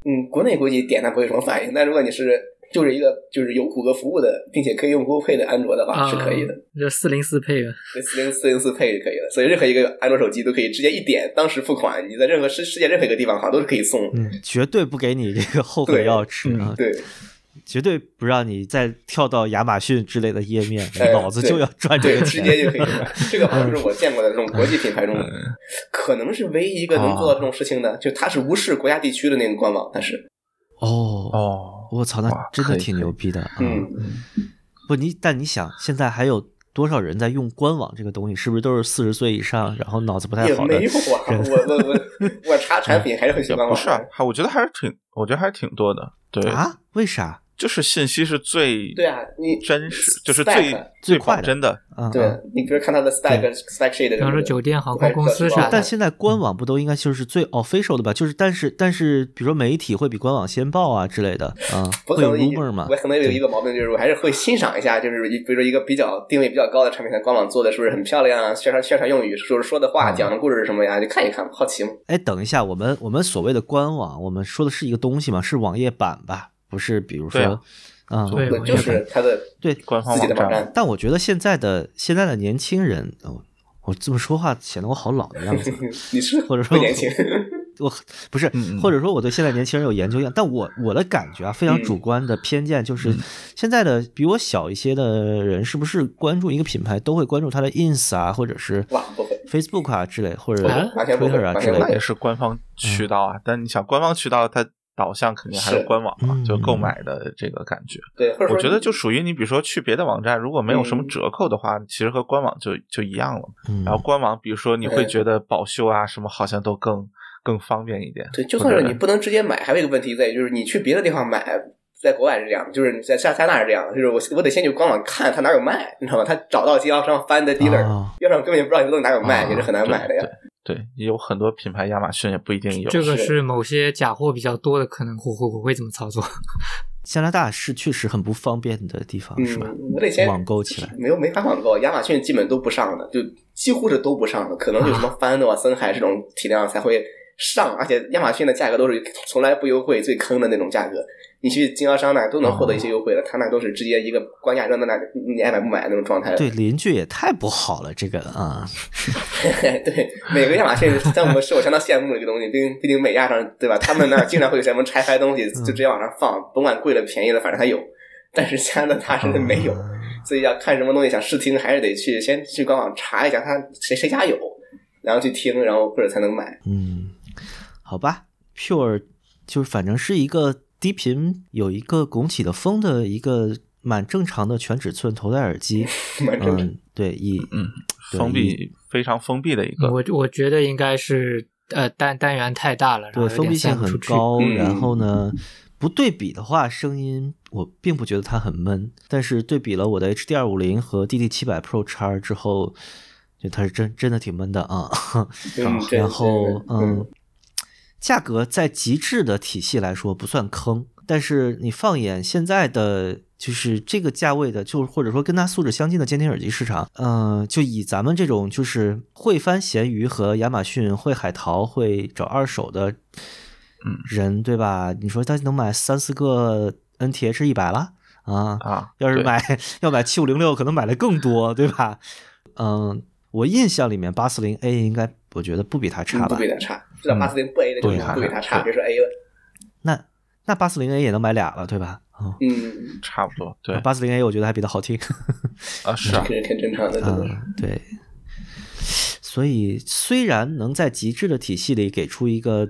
S1: 嗯，国内估计点它不会有什么反应，但如果你是就是一个就是有谷歌服务的，并且可以用 Google Pay 的安卓的话，是可以的。
S4: 啊。这四零四配的，
S1: 四零四零四配就可以了，所以任何一个安卓手机都可以直接一点，当时付款，你在任何世世界任何一个地方好像都是可以送。
S2: 嗯，绝对不给你这个后悔药吃啊！
S1: 对，
S2: 绝对不让你再跳到亚马逊之类的页面，
S1: 哎
S2: 老子就要赚这
S1: 对，
S2: 个
S1: 直
S2: 钱。
S1: 接就可以买。这个好像是我见过的这种国际品牌中，可能是唯一一个能做到这种事情的，就它是无视国家地区的那个官网，但是，
S2: 哦，
S3: 哦，
S2: 我操，那
S3: 哇
S2: 真的
S3: 可以
S2: 挺
S3: 可以
S2: 牛逼的啊！
S1: 嗯，
S2: 不，你但你想，现在还有多少人在用官网这个东西？是不是都是四十岁以上，然后脑子不太
S1: 也
S2: 好的
S1: 没？有啊，我我我我查产品还是会去
S3: 也
S1: 官网。
S3: 不是啊，还我觉得还是挺，我觉得还是挺多的。对，
S2: 啊？为啥？
S3: 就是信息是最
S1: 对啊你
S3: 真实，就是
S1: spec
S3: 最
S2: 最快
S3: 保
S2: 的
S3: 真的。
S2: 啊，
S1: 对
S2: 啊
S1: 你比如看它的 stack stack shade，
S4: 比方说酒店、航空公司啥
S2: 但
S4: 的，
S2: 现在官网不都应该就是最
S1: 嗯
S2: official 的吧？就是，但是但是，比如说媒体会比官网先报啊之类的啊，
S1: 我
S2: 会
S1: 可
S2: 有
S1: 能一
S2: rumor 嘛
S1: 我？可能有
S2: 对
S1: 一个毛病，就是我还是会欣赏一下，就是一比如说一个比较定位比较高的产品，它官网做的是不是很漂亮啊？宣传宣传用语，就是说的话、
S2: 嗯
S1: 讲的故事是什么呀？就看一看，好奇嘛。
S2: 哎，等一下，我们我们所谓的官网，我们说的是一个东西嘛？是网页版吧？不是，比如
S3: 对啊
S2: 说，啊，
S4: 对
S1: 对，就是它的
S2: 对，
S3: 官方
S1: 自己的网
S3: 网
S1: 站。，
S2: 但我觉得现在的现在的年轻人，哦我这么说话显得我好老的样子
S1: 你是
S2: 或
S1: 不
S2: 者说
S1: 年轻，
S2: 我不是
S3: 嗯嗯，
S2: 或者说我对现在年轻人有研究一样，但我我的感觉啊，非
S1: 嗯
S2: 常主观的偏见就是，
S3: 嗯
S2: 现在的比我小一些的人，是不是关注一个品牌都会关注它的 ins 啊，或者是
S1: 哇不会
S2: Facebook 啊之类，或者
S4: 啊
S1: 完全不会
S2: Twitter 啊
S1: 完
S2: 之
S1: 全不
S2: 类
S3: 那
S1: 会
S2: 的
S3: 也。是官方
S4: 嗯
S3: 渠道啊，但你想，官方渠道它导向肯定还是
S1: 是
S3: 官网嘛
S2: 嗯，
S3: 就购买的这个感觉。
S1: 对，或者说嗯
S3: 我觉得就属于你，比如说去别的网站，如果没有什么折扣的话，其实和官网就就一样了。
S2: 嗯
S3: 然后官网，比如说你会
S1: 嗯
S3: 觉得保修啊什么，好像都更更方便一点。
S1: 对，就算
S3: 或
S1: 是
S3: 者
S1: 你不能直接买，还有一个问题在于，就是你去别的地方买，在国外是这样，就是你在加加拿大是这样，就是我我得先去官网看它哪有卖，你知道吗？他找到经销商翻的 dealer，
S2: 啊
S1: 要不然根本就不知道这东西哪有卖，
S2: 啊
S1: 也是很难
S3: 对
S1: 买的呀。
S3: 对，对有很多品牌亚马逊也不一定有。
S4: 这个
S1: 是
S4: 是某些假货比较多的，可能我我我会怎么操作？
S2: 加拿大是确实很不方便的地方，是吧？
S1: 嗯，我得先
S2: 网购起来。
S1: 没有没法网购，亚马逊基本都不上的，就几乎是都不上的，可能有什么翻诺、啊、森海这种体量才会上，而且亚马逊的价格都是从来不优惠、最坑的那种价格。你去经销商那儿都能获得一些优惠
S2: 哦
S1: 了，他那都是直接一个官价扔在那里，你爱买不买那种状态。
S2: 对邻居也太不好了，这个啊，
S1: 对，每个亚马逊项目是我相当羡慕的一个东西，毕竟毕竟美亚上对吧？他们那儿经常会有什么拆开东西
S2: 嗯
S1: 就直接往上放，甭管贵了便宜了，反正它有。但是加拿
S2: 哦
S1: 大真的没有，所以要看什么东西想试听，还是得去先去官网查一下，看谁谁家有，然后去听，然后或者才能买。
S2: 嗯，好吧，Pure 就是反正是一个低频有一个拱起的风的一个蛮正常的全尺寸头戴 耳机，
S1: 蛮正常
S2: 嗯，对，以
S3: 嗯，
S2: 对
S3: 封
S2: 以
S3: 闭非常封闭的一个。
S4: 我我觉得应该是呃单单元太大了，然后
S2: 对
S4: 有
S2: 封
S4: 点
S2: 闭性
S4: 散不
S2: 很
S4: 出去。
S2: 高，
S1: 嗯
S2: 然后呢，不对比的话，声音我并不觉得它很闷，但是对比了我的 HD 二五零和 DD 七百 Pro 叉之后，就它是真真的挺闷的啊。
S1: 嗯，对
S2: 然后
S1: 对对
S2: 嗯，价格在极致的体系来说不算坑，但是你放眼现在的。就是这个价位的，就或者说跟它素质相近的监听耳机市场，嗯、就以咱们这种就是会翻闲鱼和亚马逊、会海淘、会找二手的
S1: 嗯
S2: 人，对吧？你说他能买三四个 NTH 一百了啊？
S3: 啊，
S2: 要是
S3: 对
S2: 买要买七五零六，可能买的更多，对吧？嗯，我印象里面八四零 A 应该我觉觉得不比它差
S1: 嗯不
S2: 吧
S1: 比？它差，至少八四零不 A 的就
S2: 对
S1: 是
S2: 啊
S1: 不比它差，
S3: 对
S1: 别说哎 A 了。
S2: 那那八四零 A 也能买俩了，对吧？啊、
S1: 嗯，
S3: 差不多，对
S2: 八四零 A 我觉得还比它 好听。
S3: 啊，是啊，
S1: 这是挺正常的，真的是。
S2: 嗯，对。所以虽然能在极致的体系里给出一个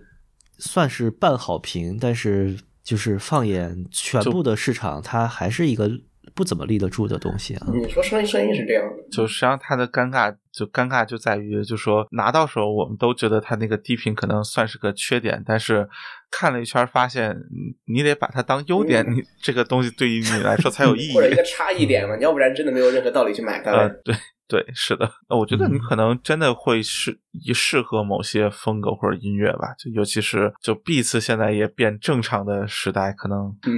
S2: 算是半好评，但是就是放眼全部的市场，它还是一个不怎么立得住的东西啊。
S1: 你说声音声音是这样的，
S3: 就实际上它的尴尬就尴尬就在于，就说拿到手我们都觉得它那个低频可能算是个缺点，但是看了一圈儿发现，嗯你得把它当优点，你这个东西对于你来说才有意义
S1: 嗯或。者一个差异点嘛，要不然真的没有任何道理去买它了。，
S3: 呃对对，是的，呃我觉得你
S2: 嗯
S3: 可能真的会适适合某些风格或者音乐吧，就尤其是就 beats 现在也变正常的时代，可能
S1: 嗯，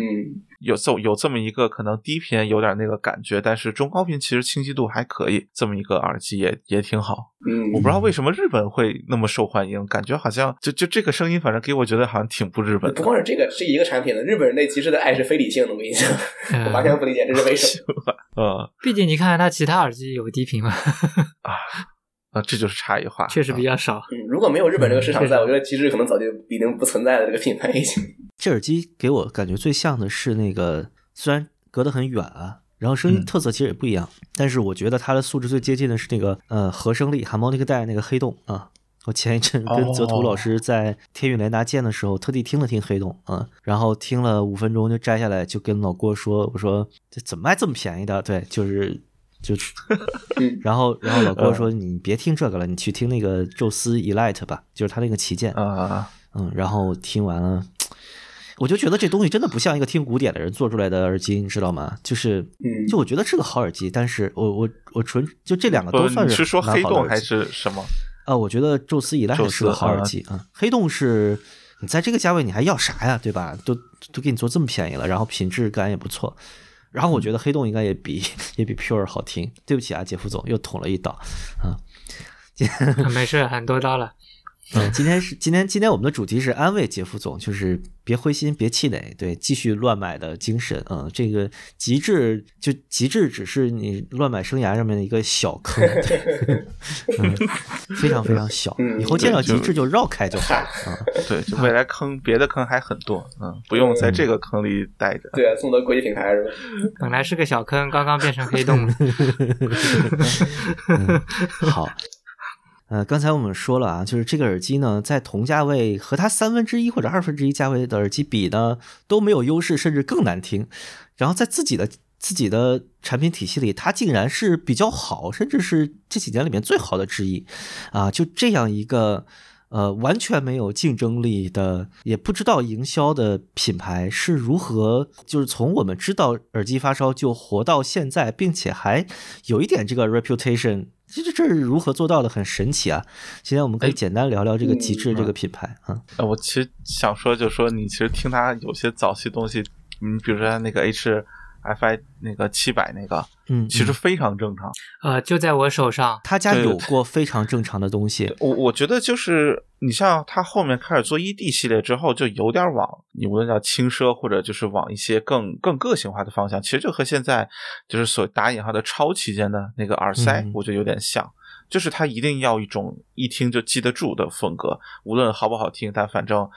S3: 有这有这么一个可能低频有点那个感觉，但是中高频其实清晰度还可以，这么一个耳机也也挺好。
S1: 嗯，
S3: 我不知道为什么日本会那么受欢迎，感觉好像就就这个声音，反正给我觉得好像挺不日本
S1: 不
S3: 的。
S1: 光是这个是一个产品的，日本人对极致的爱是非理性的，我跟你讲，我完全不理解这是为什么。
S3: 呃
S4: 嗯毕竟你看看它其他耳机有低频嘛，
S3: 啊，这就是差异化，啊
S4: 确实比
S6: 啊
S4: 较 少。
S1: 嗯，如果没有日本这个市场在，我觉得极致可能早就已经不存在了，这个品牌已经。
S2: 这耳机给我感觉最像的是那个，虽然隔得很远啊，然后声音
S3: 嗯
S2: 特色其实也不一样，但是我觉得它的素质最接近的是那个呃和声力 harmonic 带那个黑洞啊。我前一阵跟泽图老师在天韵联达见的时候，特地听了听黑洞啊，然后听了五分钟就摘下来，就跟老郭说：“我说这怎么卖这么便宜的？”对，就是就
S1: 嗯，
S2: 然后然后老郭说：“你别听这个了，你去听那个宙斯 Elite 吧，就是他那个旗舰。”
S3: 啊，
S2: 嗯，然后听完了，我就觉得这东西真的不像一个听古典的人做出来的耳机，你知道吗？就是，
S1: 嗯
S2: 就我觉得是个好耳机，但是我我我纯就这两个
S3: 不
S2: 都，算
S3: 呃你是说
S2: 蛮
S3: 黑
S2: 好的
S3: 洞
S2: 耳
S3: 还
S2: 机
S3: 是什么？
S2: 啊？我觉得宙斯依赖
S3: 宙
S2: 还是个
S3: 斯
S2: 好耳
S3: 啊
S2: 机啊。黑洞是你在这个价位你还要啥呀？对吧？都都给你做这么便宜了，然后品质感也不错。然
S3: 嗯
S2: 后我觉得黑洞应该也比 也比 Pure 好听。对不起啊，杰夫总又捅了一刀啊。
S4: 没事，很多刀了。
S2: 嗯，今天是今天今天我们的主题是安慰杰夫总，就是别灰心，别气馁，对，继续乱买的精神啊、嗯这个极致就极致只是你乱买生涯上面的一个小坑，嗯，非常非常小，
S1: 嗯
S2: 以后见到
S3: 对就
S2: 极致就绕开就好了啊。
S3: 对，就未来坑别的坑还很多，嗯，不用在这个坑里待着。
S1: 对啊，送到国际品牌是吧？
S4: 本来是个小坑，刚刚变成黑 洞了。
S2: 嗯，好。呃，刚才我们说了啊，就是这个耳机呢，在同价位和它三分之一或者二分之一价位的耳机比呢，都没有优势，甚至更难听。然后在自己的自己的产品体系里，它竟然是比较好，甚至是这几年里面最好的之一啊！就这样一个呃完全没有竞争力的，也不知道呃营销的品牌是如何，就是从我们知道呃耳机发烧就活到现在，并且还有一点这个 reputation。这这这是如何做到的？很神奇啊！今天我
S3: 哎
S2: 们可以简单聊聊这个极致这个品牌啊。
S3: 呃，我其实想说，就说你其实听他有些早期东西，你比如说他那个 H。F I 那个七百那个，
S2: 嗯
S3: 哎其实
S2: 嗯
S3: 非常正常。
S4: 呃，就在我手上，
S2: 他家
S3: 对
S2: 有过非常正常的东西，
S3: 我我觉得就是你像他后面开始做 ED 系列之后，就有点往你无论叫轻奢或者就是往一些更更个性化的方向，其实就和现在就是所打引号的超旗舰的那个耳塞
S2: 嗯，
S3: 我觉得有点像。就是它一定要一种一听就记得住的风格，无论好不好听，但反正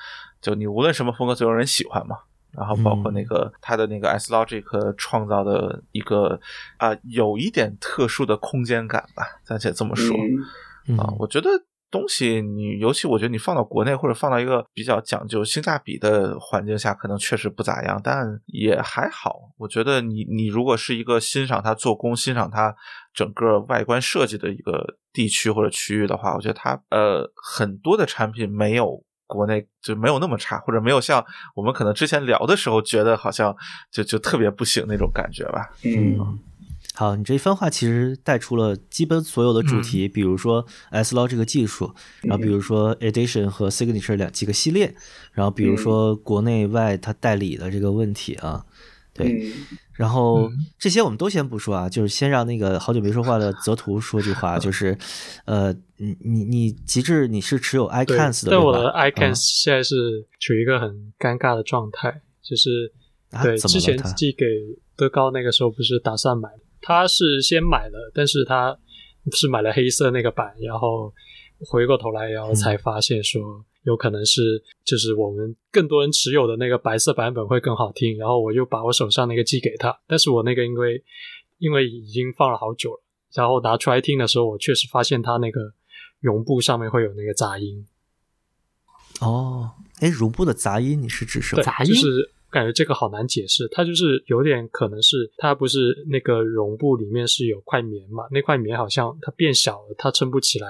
S3: 就你无论什么风格，总有人喜欢嘛。然后包括那个、它的那个 S Logic 创造的一个啊、有一点特殊的空间感吧，暂且这么说。
S1: 嗯
S2: 嗯
S3: 啊，我觉得东西你，尤其我觉得你放到国内或者放到一个比较讲究性价比的环境下，可能确实不咋样，但也还好。我觉得你你如果是一个欣赏它做工、欣赏它整个外观设计的一个地区或者区域的话，我觉得它呃很多的产品没有。国内就没有那么差，或者没有像我们
S2: 嗯
S3: 可能之前聊的时候觉得好像就就特别不行那种感觉吧。
S1: 嗯，
S2: 好，你这一番话其实带出了基本所有的主题，
S6: 嗯
S2: 比如说 S l o 这个技术，
S1: 嗯
S2: 然后比如说 Edition 和 Signature 两几个系列，然后比如
S6: 嗯
S2: 说国内外它代理的这个问题啊，对，
S1: 嗯，
S2: 然后这些我们都先不说啊，就是先让那个好久没说话的泽图说句 话，就是，呃，你你你极致你是持有
S6: 对
S2: iCans 的，
S6: 但我
S2: 对
S6: 的
S2: 吧啊
S6: iCans 现在是处于一个很尴尬的状态，就是、
S2: 啊
S6: 对
S2: 怎么
S6: 之
S2: 了
S6: 前
S2: 他
S6: 寄给德高那个时候不是打算买，他是先买了，但是他是买了黑色那个版，然后回过头来，然
S2: 嗯
S6: 后才发现说。有可能是就是我们更多人持有的那个白色版本会更好听，然后我就把我手上那个寄给他，但是我那个因为因为已经放了好久了，然后拿出来听的时候，我确实发现它那个绒布上面会有那个杂音，
S2: 哦，哎，绒布的杂音你是指什么
S6: 对，？
S4: 杂
S6: 就
S4: 音
S6: 是感觉这个好难解释。它就是有点可能是它不是那个绒布里面是有块棉嘛，那块棉好像它变小了，它撑不起来，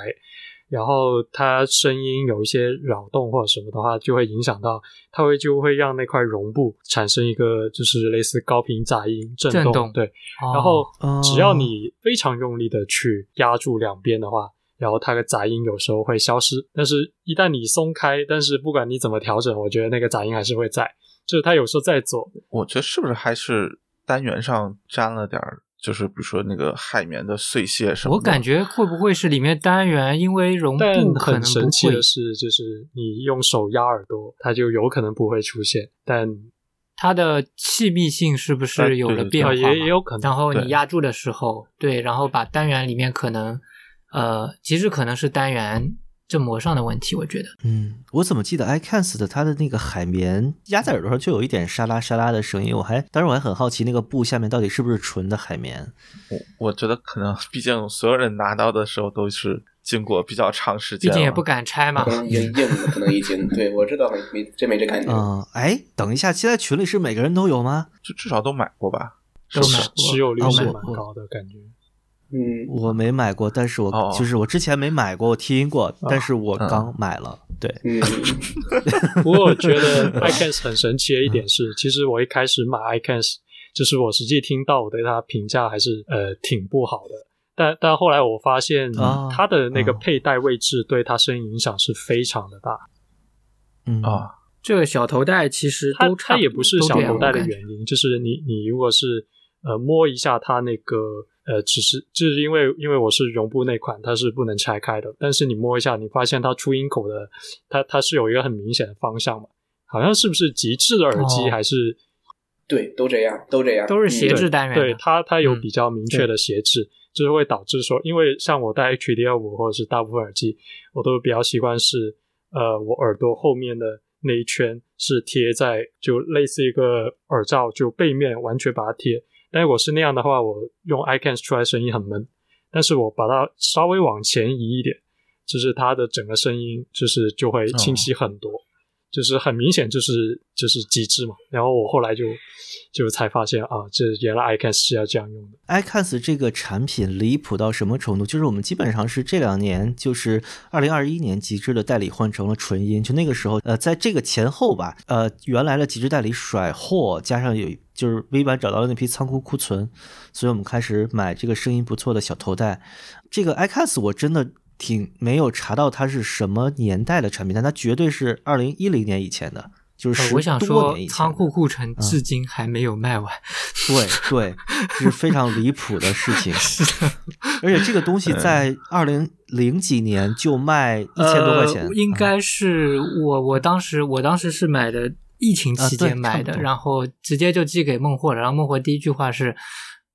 S6: 然后它声音有一些扰动或者什么的话，就会影响到它会就会让那块绒布产生一个就是类似高频杂音震
S4: 震
S6: 动，
S4: 动
S6: 对。然后
S2: 哦
S6: 只要你非常用力的去压住两边的话，然后它的杂音有时候会消失，但是一旦你松开，但是不管你怎么调整，我觉得那个杂音还是会在，就是它有时候在走，
S3: 我觉得是不是还是单元上沾了点儿，就是比如说那个海绵的碎屑什么的。
S4: 我感觉会不会是里面单元因为绒
S6: 但
S4: 布可能
S6: 很
S4: 不
S6: 神奇
S4: 会
S6: 的，是，就是你用手压耳朵，它就有可能不会出现，但
S4: 它的气密性是不是有了变化
S6: 呃
S4: 嘛？
S6: 也也有可能
S4: 然后
S3: 对
S4: 你压住的时候，对，然后把单元里面可能，呃，其实可能是单元振膜上的问题，我觉得。
S2: 嗯，我怎么记得 iCans 的它的那个海绵压在耳朵上就有一点沙拉沙拉的声音，我还当时我还很好奇那个布下面到底是不是纯的海绵。
S3: 我我觉得可能，毕竟所有人拿到的时候都是经过比较长时
S4: 毕
S3: 间
S2: 啊
S3: 了，
S4: 竟也不敢拆嘛
S1: 可。
S6: 嗯
S1: 能硬硬的，可能已经对我知道没没真没这感觉。
S2: 嗯，哎，等一下，现在群里是每个人都有吗？
S3: 就至少都买过吧。
S4: 都买过
S6: 持有率是
S2: 哦
S6: 蛮
S2: 我
S6: 高的感觉。
S1: 嗯，
S2: 我没买过，但是我、
S3: 哦
S2: 就是我之前没买过，我听过，但是我刚买了。对，
S1: 嗯，
S6: 不过我觉得 iCans 很神奇的一点
S4: 嗯
S6: 是，其实我一开始买 iCans，就是 E 我实际听到我对它评价还是呃挺不好的。但但后来我发现
S2: 啊，
S6: 它的那个
S2: 啊
S6: 佩戴位置对它声音影响是非常的大。
S2: 嗯
S3: 啊，
S4: 这个小头戴其实
S6: 它
S4: 都差
S6: 它
S4: 多
S6: 也不是
S4: 都
S6: 小
S4: 这样
S6: 头戴
S4: 我
S6: 的
S4: 感觉
S6: 原因，就是你你如果是呃摸一下它那个呃，只是就是因为因为我是绒布那款，它是不能拆开的，但是你摸一下，你发现它出音口的，它它是有一个很明显的方向嘛，好像是不是极致的耳机、
S4: 哦
S6: 还是
S1: 对，都这样，都这样，
S4: 都是斜
S1: 嗯
S4: 置单元的。
S6: 对它它有
S4: 嗯
S6: 比较明确的斜置，就是会导致说，因为像我戴 HDL 五或者是大部分耳机，我都比较习惯是呃我耳朵后面的那一圈是贴在就类似一个耳罩就背面完全把它贴，但是我是那样的话，我用 iCans 出来声音很闷，但是我把它稍微往前移一点，就是它的整个声音就是就会
S4: 哦
S6: 清晰很多。就是很明显就是就是极致嘛。然后我后来就就才发现啊，这原来 iCan 是要这样用的。
S2: iCans 这个产品离谱到什么程度？就是我们基本上是这两年，就是二零二一年极致的代理换成了纯音，就那个时候，呃，在这个前后吧，呃，原来的极致代理甩货，加上有就是 V 版找到了那批仓库库存，所以我们开始买这个声音不错的小头戴。这个 iCans 我真的挺没有查到它是什么年代的产品，但它绝对是二零一零年以前的。就是
S4: 呃
S2: 十
S4: 我想
S2: 多
S4: 说
S2: 年以，前嗯
S4: 仓
S2: 的
S4: 库库存至今还没有卖完。
S2: 对对，这是非常离谱的事 情。 而且这个东西
S4: 嗯
S2: 在二零零几年就卖一千多块钱，
S4: 呃、应
S2: 啊
S4: 该是我我当时我当时是买的疫情期
S2: 啊对
S4: 间买
S2: 差
S4: 的，
S2: 不多
S4: 然后直接就寄给孟获了。然后孟获第一句话是，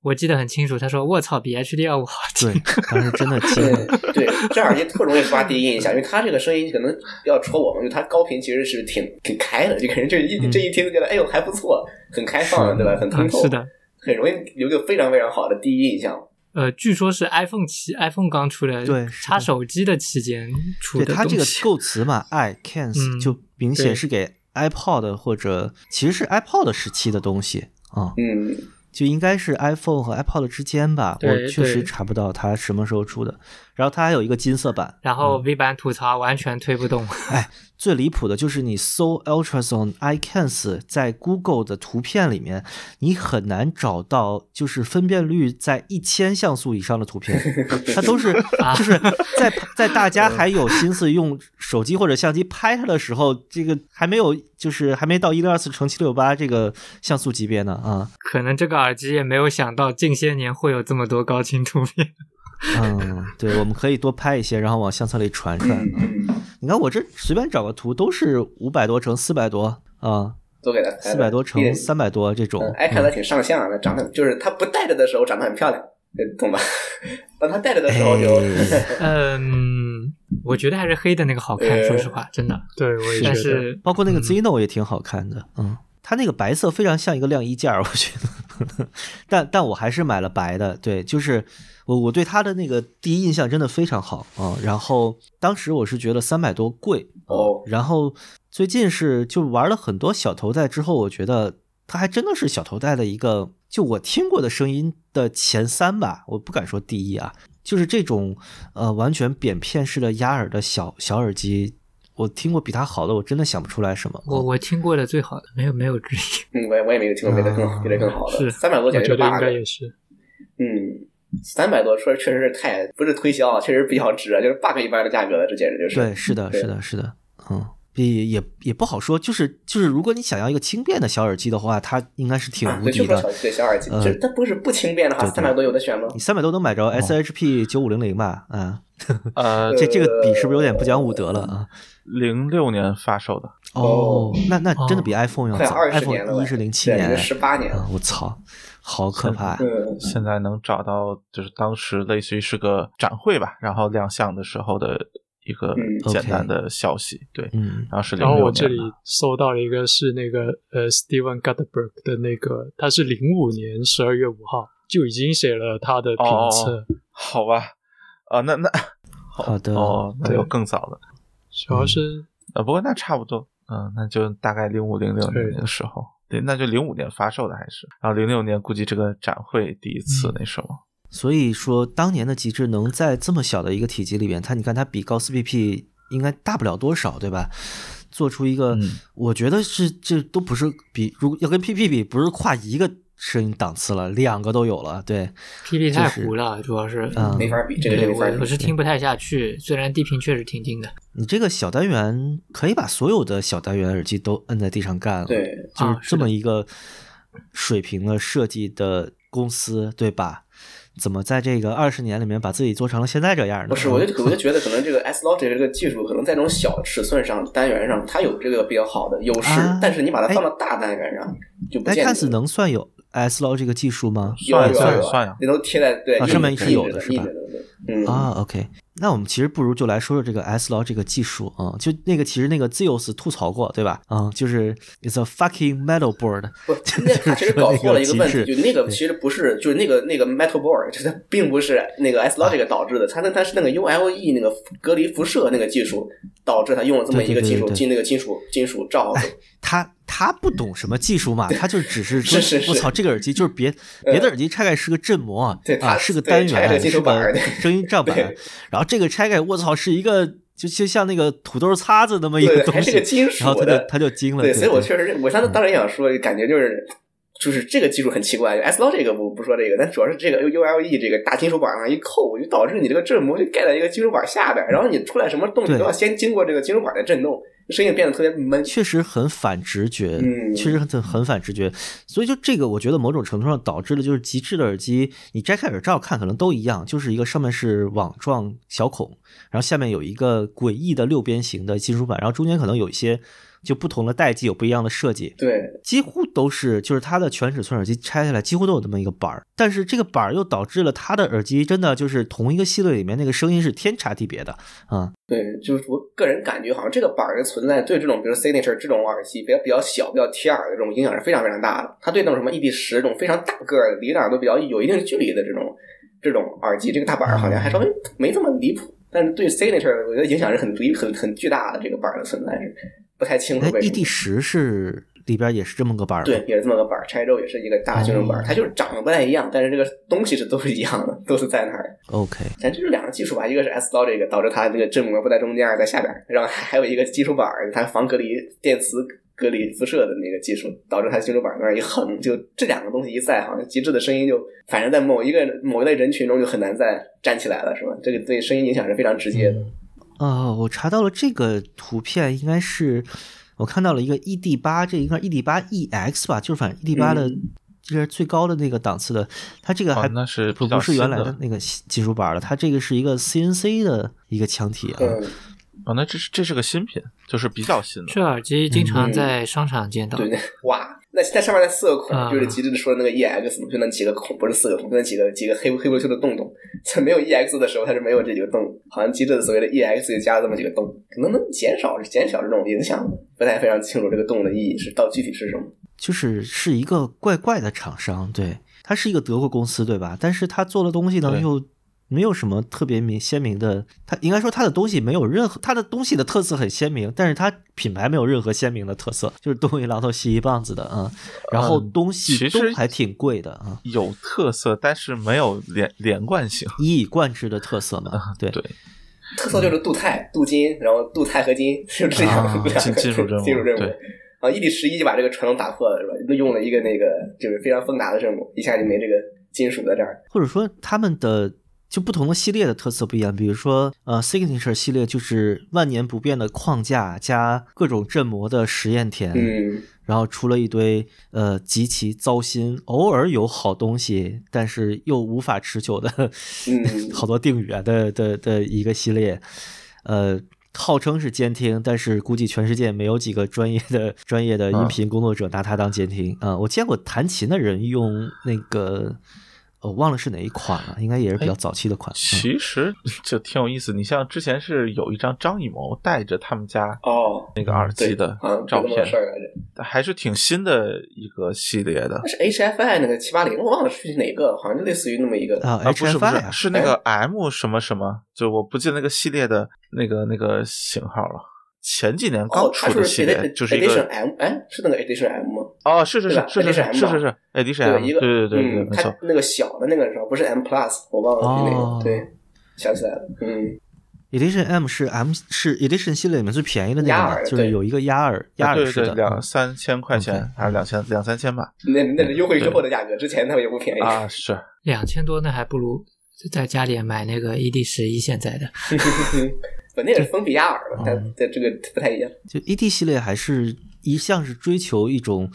S4: 我记得很清楚，他说：“我操，比 HDL 五好听。
S2: 对，当时真的惊
S1: 对
S2: 了。
S1: 对，这耳机特容易刷第一印象，因为它这个声音可能要戳我们，就它高频其实是挺挺开的，就给人这一
S2: 嗯
S1: 这一听就觉得，哎呦还不错，很开放的，对吧？很通
S4: 嗯，
S1: 透，
S4: 是的，，
S1: 很容易有一个非常非常好的第一印象。
S4: 呃，据说是 iPhone 七 iPhone 刚出的，
S2: 对是的
S4: 插手机的期间出
S2: 对
S4: 的
S2: 它这个
S4: 东西
S2: 构词嘛，i cans
S4: 嗯
S2: 就明
S6: 对
S2: 显是给 iPod 或者其实是 iPod 时期的东西啊、
S1: 嗯，
S2: 就应该是 iPhone 和 iPod 之间吧，
S4: 对
S2: 我确实
S4: 对
S2: 查不到它什么时候出的。然后它还有一个金色版，
S4: 然后 V 版吐槽完全推不动，
S2: 最离谱的就是你搜 ultrasound icons 在 Google 的图片里面，你很难找到就是分辨率在一千像素以上的图片， 它都是就是在在大家还有心思用手机或者相机拍它的时候，这个还没有就是还没到一六二四乘七六八这个像素级别呢啊，
S4: 可能这个耳机也没有想到近些年会有这么多高清图片。
S2: 嗯，对，我们可以多拍一些，然后往相册里传传啊。你看我这随便找个图都是五百多乘四百多啊。
S1: 都给它拍
S2: 四百多乘
S1: 也
S2: 三百多这种
S1: 呃嗯，，icon 它挺上相的，长得很就是它不戴着的时候长得很漂亮，呃懂吧？ 当它戴着的时候就，
S2: 嗯哎
S4: 嗯，我觉得还是黑的那个好看，
S1: 呃
S4: 说实话，真的。
S6: 对，我也觉
S4: 但
S6: 得。
S4: 是
S2: 包括那个 Zeno 也挺好看的，嗯，它那个白色非常像一个晾衣架儿，我觉得， 但但我还是买了白的，对，就是我我对它的那个第一印象真的非常好啊、然后当时我是觉得三百多贵嗯
S1: 哦
S2: 然后最近是就玩了很多小头戴之后，我觉得它还真的是小头戴的一个，就我听过的声音的前三吧，我不敢说第一啊，就是这种呃完全扁片式的压耳的小小耳机，我听过比它好的，我真的想不出来什么。
S4: 我我听过的最好的，没有没有之一。
S1: 嗯，我也我也没有听过比它更
S2: 啊
S1: 好，比它更好的，
S4: 是
S1: 三百多
S6: 我
S1: 简直
S6: 觉
S1: 是
S6: 得应
S1: bug
S6: 该。也是，
S1: 嗯，三百多说确实是太不是推销啊，确实比较值啊，就是 bug 一般的价格了，这简直就是。
S2: 对，是的，
S1: 对
S2: 是的，是的，嗯，也也也不好说，就是就是，如果你想要一个轻便的小耳机的话，它应该是挺
S1: 啊，
S2: 无
S1: 对，就
S2: 敌
S1: 说
S2: 的
S1: 小。对小耳机，哦
S2: 呃
S1: 这它不是不轻便的话，
S2: 对对
S1: 三百多有的选吗？
S2: 你三百多能买着 SHP 九五零零吧？啊，
S3: 呃，
S2: 这这个比是不是有点不讲武德了啊？
S3: 零六年发售的，
S2: 哦
S1: 哦，
S2: 那那真的比 iPhone 要
S1: 快
S2: 早
S1: 二十年了
S2: ，iPhone
S1: 吧，
S2: 一是零七
S1: 对已
S2: 年
S1: 经十八年
S2: 啊
S1: 了。！
S2: 我操，好可怕！
S1: 嗯，
S3: 现在能找到就是当时类似于是个展会吧，然后亮相的时候的一个
S1: 嗯
S3: 简单的消息，对，
S2: 嗯，
S3: 然后是零
S6: 然后
S3: 六
S6: 我这里
S3: 年的，
S6: 搜到了一个是那个呃 Steven Gutberg 的那个，他是零五年十二月五号就已经写了他的评测，
S3: 好吧，啊，那那
S2: 好
S4: 嗯
S2: 的，
S3: 哦，那
S6: 对
S3: 有更早的，
S6: 主要是
S3: 呃，不过那差不多，嗯，那就大概零五零六年
S6: 对
S3: 那个时候，对，那就零五年发售的还是，然后零六年估计这个展会第一次
S6: 嗯
S3: 那什么，
S2: 所以说当年的极致能在这么小的一个体积里面，它你看它比高斯 BP 应该大不了多少，对吧？做出一个，
S3: 嗯
S2: 我觉得是这都不是比，如果要跟 PP 比，不是跨一个声音档次了，两个都有了，对，
S4: P P 太
S2: 就是
S4: 糊了，主要是
S2: 嗯
S1: 没法比，这个
S4: 对
S1: 真没
S4: 我
S1: 法比
S4: 我。是听不太下去，虽然地平确实挺近的
S2: 你这个小单元可以把所有的小单元耳机都摁在地上干了，
S1: 对，
S2: 就
S4: 啊
S2: 是这么一个水平的设计的公司，对吧？怎么在这个二十年里面把自己做成了现在这样呢？
S1: 不是，我就我就觉得可能这个 S Logic 这个技术，可能在这种小尺寸上、单元上，它有这个比较好的优势
S2: 啊，
S1: 但是你把它
S2: 哎
S1: 放到大单元上，就不
S2: 哎，
S1: 见
S2: 看
S1: 得
S2: 似能算有 S Log 这个技术吗？
S1: 有
S3: 算
S1: 有
S3: 算
S1: 有
S3: 算呀
S1: 那都贴在对
S2: 啊上面是
S1: 是
S2: 有的
S1: 的，
S2: 是吧
S1: 印着的对嗯
S2: 啊，OK，那我们其实不如就来说说这个 S Log 这个技术啊、就那个其实那个 Zeus 吐槽过，对吧？啊、就是 It's a fucking metal board，
S1: 不，那他其实搞错了一个问题，
S2: 就是
S1: 就
S2: 说那
S1: 那个
S2: 个极致
S1: 其实不是，就是那个那个 metal board，就是它并不是那个 S
S2: 啊
S1: Logic 导致的，它那它是那个 ULE 那个隔离辐射那个技术导致它用了这么一
S2: 对
S1: 个
S2: 对对
S1: 金属
S2: 对对哎
S1: 金那个金属金属罩子，
S2: 他他不懂什么技术嘛，他就只是说，
S1: 是是是呃
S2: 我操，这个耳机就是别别的耳机拆开是个振膜啊，
S1: 对
S2: 啊
S1: 它
S2: 是个
S1: 对
S2: 单
S1: 拆开是
S2: 元，
S1: 个金
S2: 是
S1: 属板儿
S2: 个
S1: 对
S2: 声音障板
S1: 对，
S2: 然后这个拆开，我操，是一个就就像那个土豆擦子那么一个
S1: 对
S2: 东西，
S1: 还是个金属
S2: 然后他
S1: 的
S2: 就他就惊了，
S1: 对，
S2: 对，
S1: 所以我
S2: 对嗯
S1: 确实，我当时当时也想说，感觉就是就是这个技术很奇怪。S Log 这个不不说这个，但主要是这个 U L E 这个大金属板上一扣，就导致你这个振膜就盖在一个金属板下边，然后你出来什么动
S2: 对
S1: 力都要先经过这个金属板的震动，声音变得特别 闷。
S2: 确实很反直觉，
S1: 嗯
S2: 确实很很反直觉，所以就这个，我觉得某种程度上导致了就是极致的耳机，你摘开耳罩看可能都一样，就是一个上面是网状小孔，然后下面有一个诡异的六边形的金属板，然后中间可能有一些就不同的代际有不一样的设计，
S1: 对，
S2: 几乎都是，就是它的全尺寸耳机拆下来，几乎都有这么一个板儿。但是这个板儿又导致了它的耳机真的就是同一个系列里面那个声音是天差地别的啊、
S1: 对，就是我个人感觉，好像这个板儿的存在对这种，比如 signature 这种耳机，比较比较小、比较贴耳的这种影响是非常非常大的。它对那种什么 ED 十这种非常大个儿的、离耳朵比较有一定距离的这种这种耳机，这个大板儿好像还稍微没这么离谱，但是对 signature 我觉得影响是很离很很巨大的。这个板儿的存在是不太清
S2: 哎
S1: 楚为什么。
S2: ，ED 十是里边也是这么个板儿。
S1: 对，，也是这么个板儿，拆之后也是一个大修正板儿，它就是长得不太一样，但是这个东西是都是一样的，都是在那儿。
S2: OK，
S1: 咱就是两个技术吧，一个是 S 刀这个导致它这个振膜不在中间，在下边儿，然后还有一个技术板儿，它防隔离电磁隔离辐射的那个技术，导致它金属板儿那儿一横，就这两个东西一在，好像极致的声音就，反正在某一个某一类人群中就很难再站起来了，是吧？这个对声音影响是非常直接的。
S2: 啊、我查到了这个图片，应该是我看到了一个 ED 八，这应该 ED 八 EX 吧，就是反正 ED 八的，这是最高的那个档次的。它这个还
S3: 嗯哦那是
S2: 不
S3: 比较
S2: 不是原来
S3: 新的
S2: 的那个技术板了，它这个是一个 CNC 的一个腔体啊。
S1: 嗯，
S3: 哦，那这是这是个新品，就是比较新的。
S4: 这耳机经常
S1: 嗯
S4: 在商场见到，
S1: 对，那哇，那在上面那四个孔，
S4: 啊
S1: 就是极致的说的那个 EX 嘛，就那几个孔，不是四个孔，就那几个几个黑不黑不溜秋的洞 洞。在没有 EX 的时候，它是没有这几个洞，好像极致的所谓的 EX 就加了这么几个洞，可能能减少减少这种影响，不太非常清楚这个洞的意义是到底具体是什么。
S2: 就是是一个怪怪的厂商，对，它是一个德国公司，对吧？但是它做的东西呢，
S3: 对
S2: 又没有什么特别明鲜明的，它应该说它的东西没有任何，它的东西的特色很鲜明，但是它品牌没有任何鲜明的特色，就是东一榔头西一棒子的啊、然后
S3: 嗯
S2: 东西
S3: 其
S2: 都
S3: 实
S2: 还挺贵的啊、
S3: 有特色，但是没有连连贯性。
S2: 一以贯之的特色嘛，对，嗯
S3: 嗯对，
S1: 特色就是镀钛、镀金，然后镀钛合金，就这样
S2: 啊
S1: 两个
S3: 金金属 振膜
S1: 金属振膜
S3: 对。
S1: 啊，ED 十一就把这个传统打破了，是吧？用了一个那个就是非常丰达的振膜，一下就没这个金属在这儿。
S2: 或者说他们的。就不同的系列的特色不一样，比如说，呃，signature 系列就是万年不变的框架加各种振膜的实验田，
S1: 嗯，
S2: 然后出了一堆呃极其糟心，偶尔有好东西，但是又无法持久的，
S1: 嗯
S2: 好多定语啊的的的一个系列，呃。号称是监听，但是估计全世界没有几个专业的专业的音频工作者拿它当监听啊、我见过弹琴的人用那个，我、忘了是哪一款了、应该也是
S3: 哎
S2: 比较早期的款。嗯
S3: 其实就挺有意思。你像之前是有一张张艺谋带着他们家
S1: 哦，
S3: 那个耳机的
S1: 好像
S3: 照
S1: 啊有这么个
S3: 片，
S1: 事儿来着。
S3: 还是挺新的一个系列的
S1: 那。是 HFI 那个七八零，我忘了是哪个，好像就类似于那么一个。
S2: 啊
S3: 啊，不是不
S2: HFI
S3: 是，
S2: 啊，
S3: 是那个
S1: 哎
S3: M 什么什么，就我不记得那个系列的那个那个型号了。前几年刚
S1: 哦，它是
S3: 出的
S1: 不
S3: 系
S1: 是
S3: 列
S1: Edition
S3: 就是一
S1: Edition
S3: 个
S1: M？哎，是那个 Edition M 吗？
S3: 哦，是是
S1: 对
S3: 是
S1: 吧
S3: 是是
S1: Edition M
S3: 是是是 Edition M，
S1: 一
S3: 对
S1: 个
S3: 对对对，
S1: 嗯，
S3: 没
S1: 它
S3: 错。
S1: 那个小的那个时候不是 M Plus，我忘了是哪
S2: 哦
S1: 个。对，想起来了，嗯，
S2: Edition M 是 M 是 Edition 系列里面最便宜的那
S1: 鸭
S2: 个嘛，
S1: 耳
S2: 就是
S1: 对
S2: 有一个鸭耳鸭
S3: 啊嗯对
S2: 耳
S3: 对
S2: 式
S3: 对，
S2: 的，
S3: 两
S2: 嗯
S3: 三千块钱
S2: OK
S3: 还是两千两三千吧？
S1: 那那是优惠之后的价格，之前它也不便宜。
S3: 啊，是
S4: 两千多那还不如在家里买那个 ED 十一现在的。
S1: 本来也是封闭压
S3: 哦
S1: 耳嘛，但但这个不太一样。
S2: 就 ED 系列还是一向是追求一种，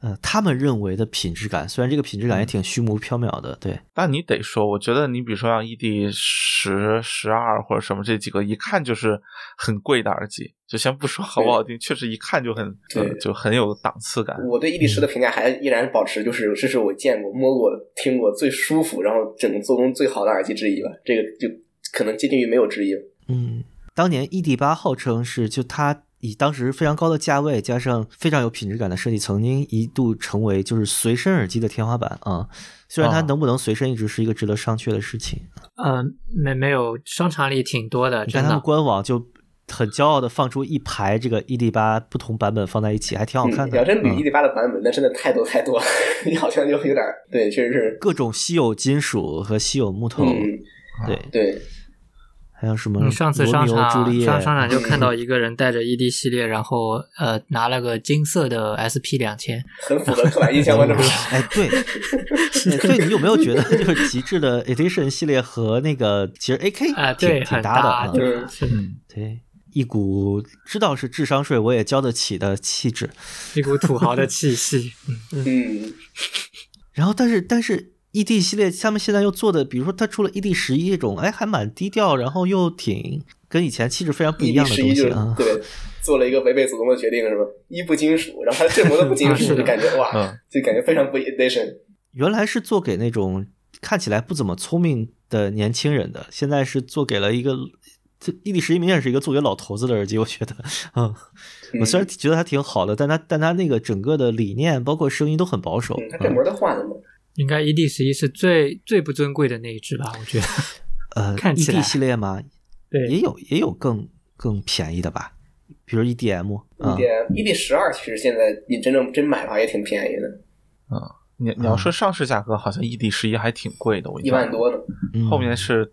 S2: 呃，他们认为的品质感，虽然这个品质感也挺虚无缥缈的，对，
S3: 但你得说，我觉得你比如说像 ED 十、十二或者什么这几个，一看就是很贵的耳机。就先不说好不好听，确实一看就很、呃
S1: 对
S3: 就很有档次感。
S1: 我对伊力士的评价还依然保持，就是这是我见过、摸过、听过最舒服，然后整个做工最好的耳机之一吧。这个就可能接近于没有之一了。
S2: 嗯，当年 ED 八号称是就它以当时非常高的价位加上非常有品质感的设计，曾经一度成为就是随身耳机的天花板啊。虽然它
S3: 啊
S2: 能不能随身一直是一个值得商榷的事情，
S4: 嗯，没没有，商场里挺多的，
S2: 你
S4: 真
S2: 看他们
S4: 的。
S2: 官网就很骄傲的放出一排这个 ED 八不同版本放在一起，还挺好看
S1: 嗯、
S2: 的。
S1: 要真捋
S2: 嗯
S1: 一比八的版本，那真的太多太多了，你好像就有点儿对，确实是，
S2: 各种稀有金属和稀有木头，
S1: 嗯，
S2: 对，
S1: 对，
S2: 还有什么
S4: 嗯，上次
S2: 罗
S4: 商
S2: 密欧
S4: 场
S2: 朱丽叶，嗯
S4: 上商场就看到一个人带着 ED 系列，然后呃拿了个金色的 SP 两千，
S1: 很符合刻板印象嘛，这不是？
S2: 哎，对，哎对，你有没有觉得就是极致的 Edition 系列和那个其实 AK
S4: 啊
S2: 挺
S4: 对
S2: 挺
S4: 很
S2: 搭的
S4: 搭
S2: 啊？
S4: 对
S1: 嗯，
S3: 嗯，
S2: 对，一股知道是智商税我也交得起的气质。
S4: 一股土豪的气息。
S1: 嗯，
S2: 然后，但是但是 ED 系列他们现在又做的，比如说它出了 ED 十一这种，哎，还蛮低调，然后又挺跟以前气质非常不一
S1: 一
S2: 样的
S1: E 十一
S2: 东
S1: 就
S2: 西
S1: 是
S2: 啊。
S1: 对，做了一个违背祖宗的决定，是吧？一不金属，然后它振膜都不金
S4: 啊
S1: 属，
S4: 是的
S1: 就感觉哇，
S3: 嗯
S1: 就感觉非常不 edition。
S2: 原来是做给那种看起来不怎么聪明的年轻人的，现在是做给了一个。这 ED 十一明显是一个做给老头子的耳机，我觉得，嗯，我虽然觉得它挺好的，但它但它那个整个的理念，包括声音都很保守。
S1: 嗯，它振膜都换了嘛，
S4: 应该 ED 十一是最最不尊贵的那一只吧？我 觉得。
S2: 呃
S4: 看起来
S2: ，ED 系列嘛，
S4: 对
S2: 也有也有更更便宜的吧。比如
S3: E
S2: EDM
S1: 一
S2: 啊，
S1: 点一比十二，其实现在你真正真买的话也挺便宜的，
S3: 你你要说上市价格，好像 ED 十一还挺贵的，我
S1: 一
S3: 印象
S1: 万多呢。
S2: 嗯
S3: 后面是，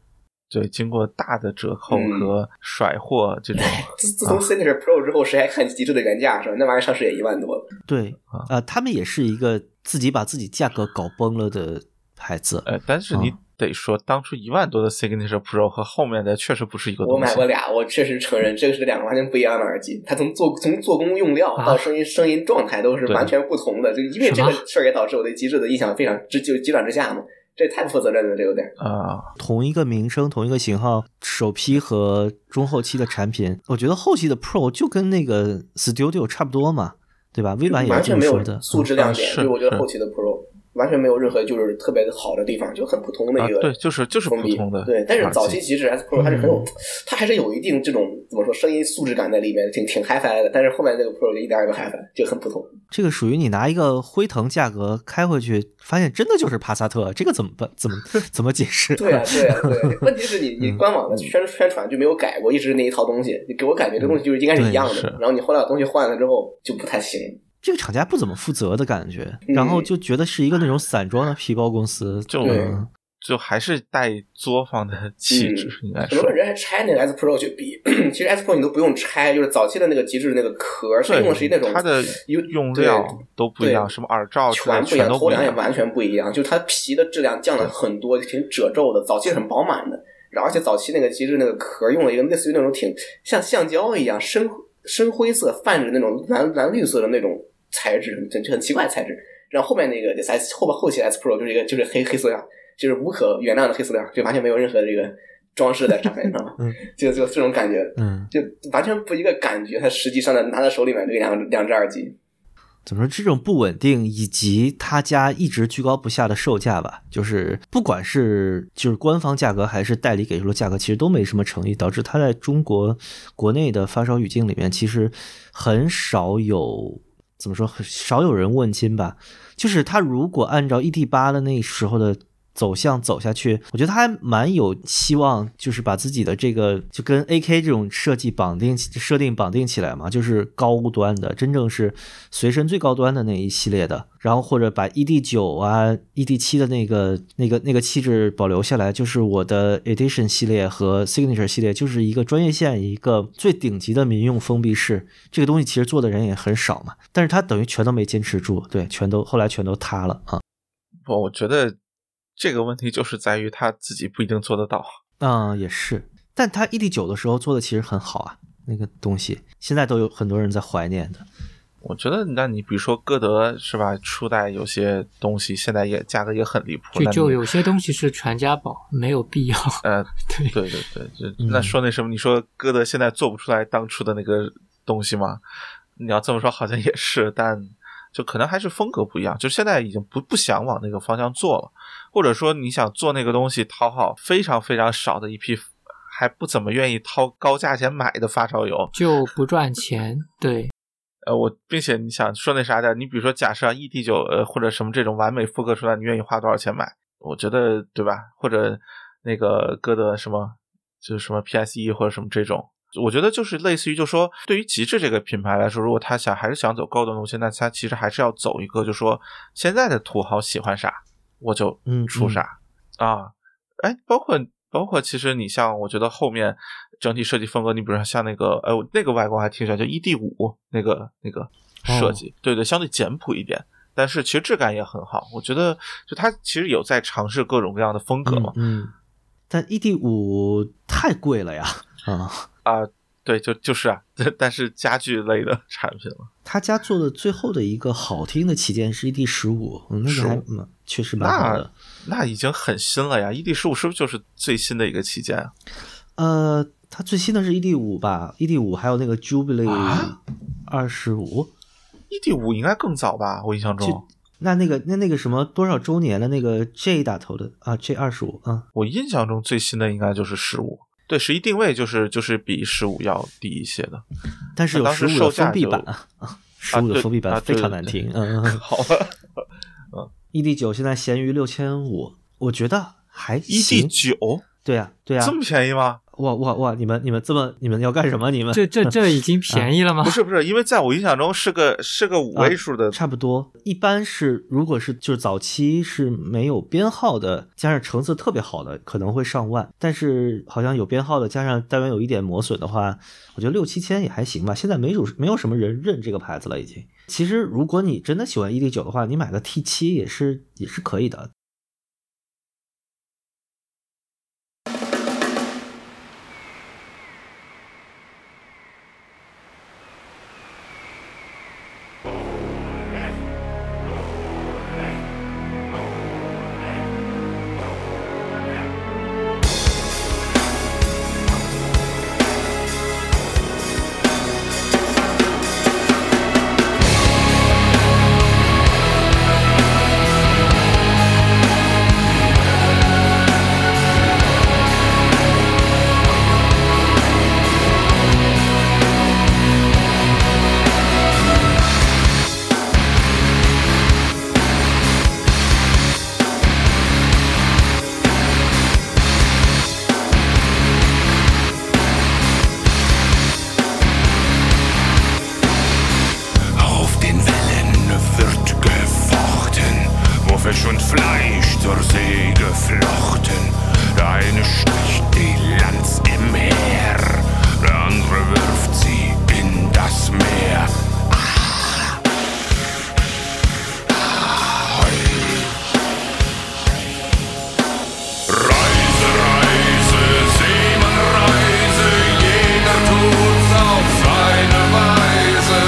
S3: 对，经过大的折扣
S1: 嗯
S3: 和甩货这种，
S1: 自自从 Signature Pro 之后，谁还看极致的原价是吧？那玩意儿上市也一万多了。
S2: 对
S3: 啊
S2: 啊，他们也是一个自己把自己价格搞崩了的牌子。
S3: 呃，但是你
S2: 嗯
S3: 得说，当初一万多的 Signature Pro 和后面的确实不是一个
S1: 我
S3: 东西
S1: 买。过俩，我确实承认这个是两个完全不一样的耳机，它从做从做工用料到
S4: 啊
S1: 声音、声音状态都是
S3: 对
S1: 完全不同的。就因为这个
S4: 什么
S1: 事儿也导致我对极致的印象非常直就急转直下嘛，这也太不负责任了，这有点。
S3: 啊，
S2: 同一个名声、同一个型号，首批和中后期的产品，我觉得后期的 Pro 就跟那个 Studio 差不多嘛，对吧？微软也
S1: 完
S2: 是这
S1: 全
S2: 么
S1: 没有
S2: 说的。
S1: 素质亮点，
S3: 嗯是
S1: 所以我觉得
S3: 是
S1: 后期的 Pro 完全没有任何就是特别好的地方，就很普通的
S3: 啊
S1: 一个、
S3: 对就是就是
S1: 封闭
S3: 普通的
S1: 对，但是
S3: 耳机嗯
S1: 早期极致 S Pro 还是很有，它还是有一定这种怎么说声音素质感在里面，挺挺 HiFi 的。但是后面那个 Pro 就一点儿也不 HiFi，就很普通。
S2: 这个属于你拿一个辉腾价格开回去，发现真的就是帕萨特，这个怎么 办？怎么怎么解释？
S1: 对啊，对啊，对 啊。问题是你你
S3: 嗯
S1: 官网的宣宣传就没有改过，一直是那一套东西，你给我感觉这东西就是应该是一样
S3: 对是
S1: 的。然后你后来把东西换了之后就不太行。
S2: 这个厂家不怎么负责的感觉，
S1: 嗯
S2: 然后就觉得是一个那种散装的皮包公司，
S3: 就
S1: 对
S2: 嗯
S3: 就还是带作坊的气质，应该
S1: 嗯很多
S3: 说。
S1: 人还拆那个 S Pro 去比， 其实 S Pro 你都不用拆，就是早期的那个极致那个壳是用的是那种
S3: 它的
S1: 有
S3: 用料
S1: 对
S3: 都不一样，
S1: 对
S3: 什么耳罩之类
S1: 全
S3: 的
S1: 不一样，
S3: 哦全都
S1: 头
S3: 不一
S1: 梁也
S3: 样。
S1: 完全不一样，就是它皮的质量降了很多，挺褶皱的，早期很饱满的，然后而且早期那个极致那个壳用了一个类似于那种挺像橡胶一样深深灰色泛着那种蓝蓝绿色的那种材质，很很奇怪的材质。然后后面那个 S 后边后期 S Pro 就是一个就是黑黑塑料，就是无可原谅的黑塑料，就完全没有任何这个装饰在上面，你知道吗？
S2: 嗯
S1: 就就这种感觉，
S2: 嗯，
S1: 就完全不一个感觉。它实际上的拿在手里面这两个两只耳机，
S2: 怎么说这种不稳定以及他家一直居高不下的售价吧，就是不管是就是官方价格还是代理给出的价格，其实都没什么诚意，导致它在中国国内的发烧语境里面，其实很少有怎么说，很少有人问津吧。就是它如果按照 ET 八的那时候的走向走下去，我觉得它还蛮有希望，就是把自己的这个就跟 AK 这种设计绑定设定绑定起来嘛，就是高端的，真正是随身最高端的那一系列的，然后或者把 ED 九啊、ED 七的那个那个那个气质保留下来，就是我的 Edition 系列和 Signature 系列，就是一个专业线，一个最顶级的民用封闭式。这个东西其实做的人也很少嘛，但是它等于全都没坚持住，对，全都后来全都塌了啊。
S3: 不，我觉得这个问题就是在于他自己不一定做得到。
S2: 嗯，也是，但它 ED 九的时候做的其实很好啊，那个东西现在都有很多人在怀念的。
S3: 我觉得，那你比如说歌德是吧？初代有些东西现在也价格也很离谱，
S4: 就
S3: 那
S4: 就
S3: 你
S4: 有些东西是传家宝，没有必要。
S3: 呃， 对
S4: 对
S3: 对对，就
S2: 嗯
S3: 那说那什么，你说歌德现在做不出来当初的那个东西吗？你要这么说好像也是，但就可能还是风格不一样，就现在已经不不想往那个方向做了，或者说你想做那个东西讨好非常非常少的一批还不怎么愿意掏高价钱买的发烧友，
S4: 就不赚钱， 对，
S3: 呃，我并且你想说那啥的，你比如说假设 ED 九呃或者什么这种完美复刻出来，你愿意花多少钱买？我觉得对吧？或者那个歌德什么就是什么 PSE 或者什么这种，我觉得就是类似于就说对于极致这个品牌来说，如果他想还是想走高端路线，那他其实还是要走一个就说现在的土豪喜欢啥我就
S2: 嗯
S3: 出
S2: 嗯
S3: 啥、啊，哎，包括包括其实你像我觉得后面整体设计风格，你比如说像那个，哎，我那个外观还挺喜欢，就 ED 五那个那个设计，对对，相对简朴一点，但是其实质感也很好。我觉得就它其实有在尝试各种各样的风格嘛，
S2: 嗯，嗯但 ED 五太贵了呀，啊、
S3: 对，就就是啊， 但是家具类的产品嘛，
S2: 他家做的最后的一个好听的旗舰是 ED 十五，嗯那个还
S3: 15
S2: 蛮确实蛮好的。
S3: 那已经很新了呀。ED 十五是不是就是最新的一个旗舰啊？
S2: 呃，他最新的是 ED 五吧，ED 五还有那个 Jubilee
S3: 啊
S2: 二十五，
S3: ？ED 五应该更早吧？我印象中，
S2: 那那个那那个什么多少周年的那个 J 打头的啊，J 二十五啊，
S3: 我印象中最新的应该就是十五。对，十一定位就是就是比十五要低一些的，
S2: 但是有
S3: 那当
S2: 十
S3: 时
S2: 五的
S3: 售价
S2: 封闭版
S3: 就
S2: 啊， 十五的
S3: 对
S2: 封闭
S3: 啊
S2: 版非
S3: 对
S2: 常
S3: 对
S2: 难
S3: 对
S2: 听，嗯嗯。 嗯
S3: 好吧？
S2: ，ED 九现在闲鱼六千五，我觉得还行。
S3: ED 九
S2: 对呀、对呀、
S3: E
S2: 啊
S3: 这么便宜吗？
S2: 哇哇哇！你们你们这么你们要干什么？你们
S4: 这这这已经便宜了
S2: 嗯
S4: 吗
S3: 不？是不是，因为在我印象中是个是个五位数的，
S2: 差不多，一般是如果是就是早期是没有编号的，加上成色特别好的，可能会上万。但是好像有编号的，加上单元有一点磨损的话，我觉得六七千也还行吧。现在没有没有什么人认这个牌子了，已经。其实如果你真的喜欢 ED 九的话，你买个 T 七也是也是可以的。
S7: Auf den Wellen wird gefochten, Muffig und Fleisch zur See geflochten. Der eine sticht die Lanz im Heer, der andere wirft sie in das Meer. Reise, Reise, Seemann, Reise, jeder tut's auf seine Weise.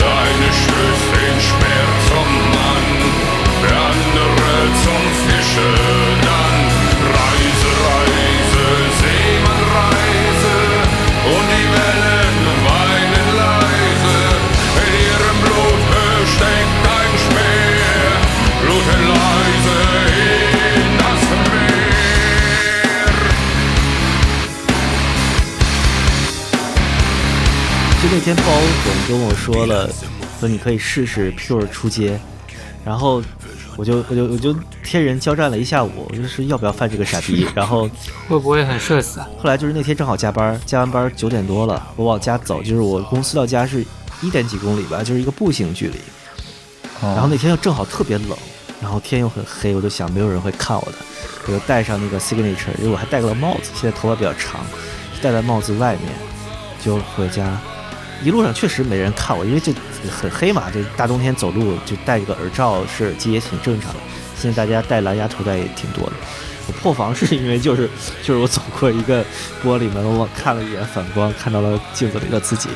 S7: Der eine stößt den Speer zum Mann, der andere zum Fische dann. Reise, Reise, Seemann, Reise, und die Wellen weinen leise. In ihrem Blut besteckt ein Speer, bluten leise in das Meer.
S2: 就那天包总跟我说了，说你可以试试 Pure 出街，然后我就我就我就天人交战了一下午，我就是要不要犯这个傻逼。然后
S4: 会不会很社死啊？
S2: 后来就是那天正好加班，加完班九点多了，我往家走，就是我公司到家是一点几公里吧，就是一个步行距离。然后那天又正好特别冷，然后天又很黑，我就想没有人会看我的，我就戴上那个 signature，因为我还戴个帽子，现在头发比较长，戴在帽子外面，就回家。一路上确实没人看我，因为这很黑嘛，这大冬天走路就戴一个耳罩、是耳机也挺正常的。现在大家戴蓝牙头戴也挺多的。我破防是因为就是 就是我走过一个玻璃门，我往看了一眼反光，看到了镜子里的自己，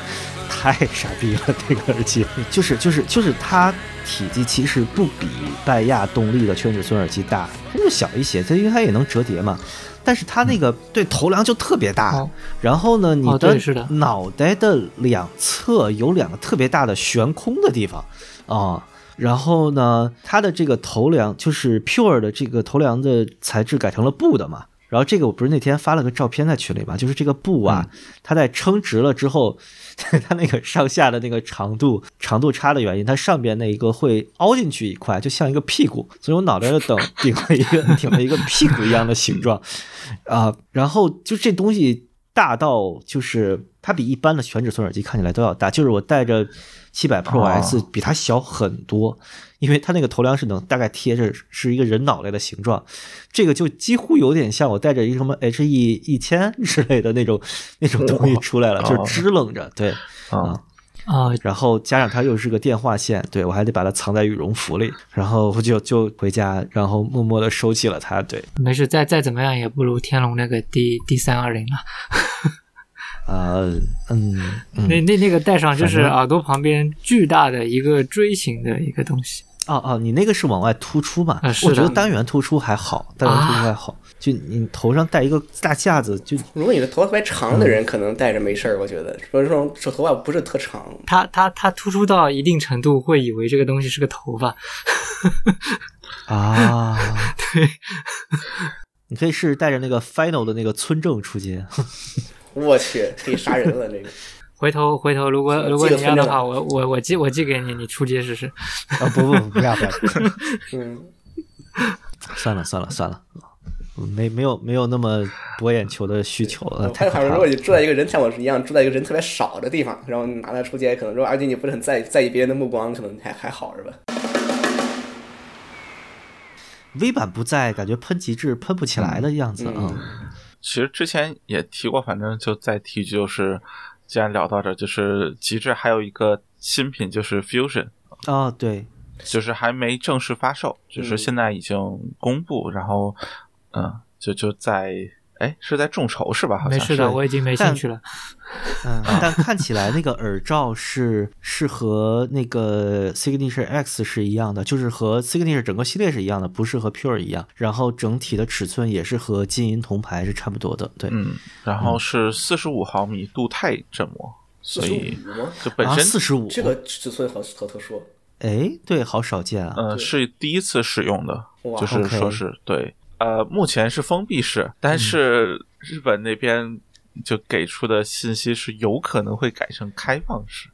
S2: 太傻逼了！这个耳机就是就是就是它体积其实不比拜亚动力的圈尺寸耳机大，它就小一些，它因为它也能折叠嘛。但是它那个对头梁就特别大，
S4: 哦
S2: 然后呢，你
S4: 哦
S2: 的
S4: 对是的
S2: 脑袋的两侧有两个特别大的悬空的地方啊。然后呢，它的这个头梁就是 Pure 的这个头梁的材质改成了布的嘛。然后这个我不是那天发了个照片在群里嘛，就是这个布啊，它在撑直了之后， 它那个上下的那个长度长度差的原因，它上边那一个会凹进去一块，就像一个屁股，所以我脑袋的顶顶了一个顶了一个屁股一样的形状。 啊，然后就这东西大到就是它比一般的全尺寸耳机看起来都要大，就是我戴着七百 Pro
S3: 哦
S2: S 比它小很多，因为它那个头梁是能大概贴着是一个人脑袋的形状，这个就几乎有点像我戴着一个什么 HE 一千 之类的那种那种东西出来了，
S3: 哦
S2: 就是支棱着，对，啊、
S3: 啊
S4: 啊
S2: 然后加上它又是个电话线，对我还得把它藏在羽绒服里，然后我就就回家，然后默默的收起了它，对。
S4: 没事，再再怎么样也不如天龙那个 D D 三二零了。
S2: 呃，嗯，嗯
S4: 那那那个戴上就是
S2: 反正
S4: 耳朵旁边巨大的一个锥形的一个东西。
S2: 哦哦，你那个是往外突出嘛？
S4: 啊是
S2: 我觉得
S4: 的啊
S2: 单元突出还好，单元突出还好。就你头上戴一个大架子，就
S1: 如果你的头发特别长的人，可能戴着没事儿。我觉得，说这种手头发不是特长，
S4: 它它它突出到一定程度，会以为这个东西是个头发。
S2: 啊，对， 你可以试试带着那个 final 的那个村正出街。
S1: 我去，可以杀人了。这个
S4: 回头回头，如果
S1: 是
S4: 如果
S1: 这个
S4: 你要的
S1: 分量
S4: 话，我我我寄我寄给你，你出街试试。
S2: 啊，不不不，不要不要，
S1: 嗯，
S2: 算了算了算了，没没有没有那么博眼球的需求了。
S1: 他嗯好像
S2: 怕
S1: 如果你住在一个人像我一样住在一个人特别少的地方，然后你拿它出街，可能说，而且你不是很在意在意别人的目光，可能还还好是吧？
S2: V 版不在，感觉喷极致喷不起来的样子啊、
S1: 嗯
S3: 其实之前也提过，反正就再提一句，就是既然聊到这儿，就是极致还有一个新品就是 Fusion，
S2: 哦，对，
S3: 就是还没正式发售，只是现在已经公布，然后嗯，就就在哎是在众筹是吧？好像
S4: 没事的，我已经没兴趣了。
S2: 嗯，但看起来那个耳罩是 是和那个 Signature X 是一样的，就是和 Signature 整个系列是一样的，不是和 Pure 一样。然后整体的尺寸也是和金银铜牌是差不多的，对。
S3: 嗯，然后是四十五毫米镀钛振膜，
S1: 四
S3: 所
S1: 十
S3: 以
S1: 五吗？
S3: 就本
S2: 啊，
S3: 身
S2: 四十五，
S1: 这个尺寸好好特殊，
S2: 哎，对，好少见啊。
S3: 呃，是第一次使用的，
S1: 哇
S3: 就是说是对，呃，目前是封闭式，但是日本那边就给出的信息是有可能会改成开放式，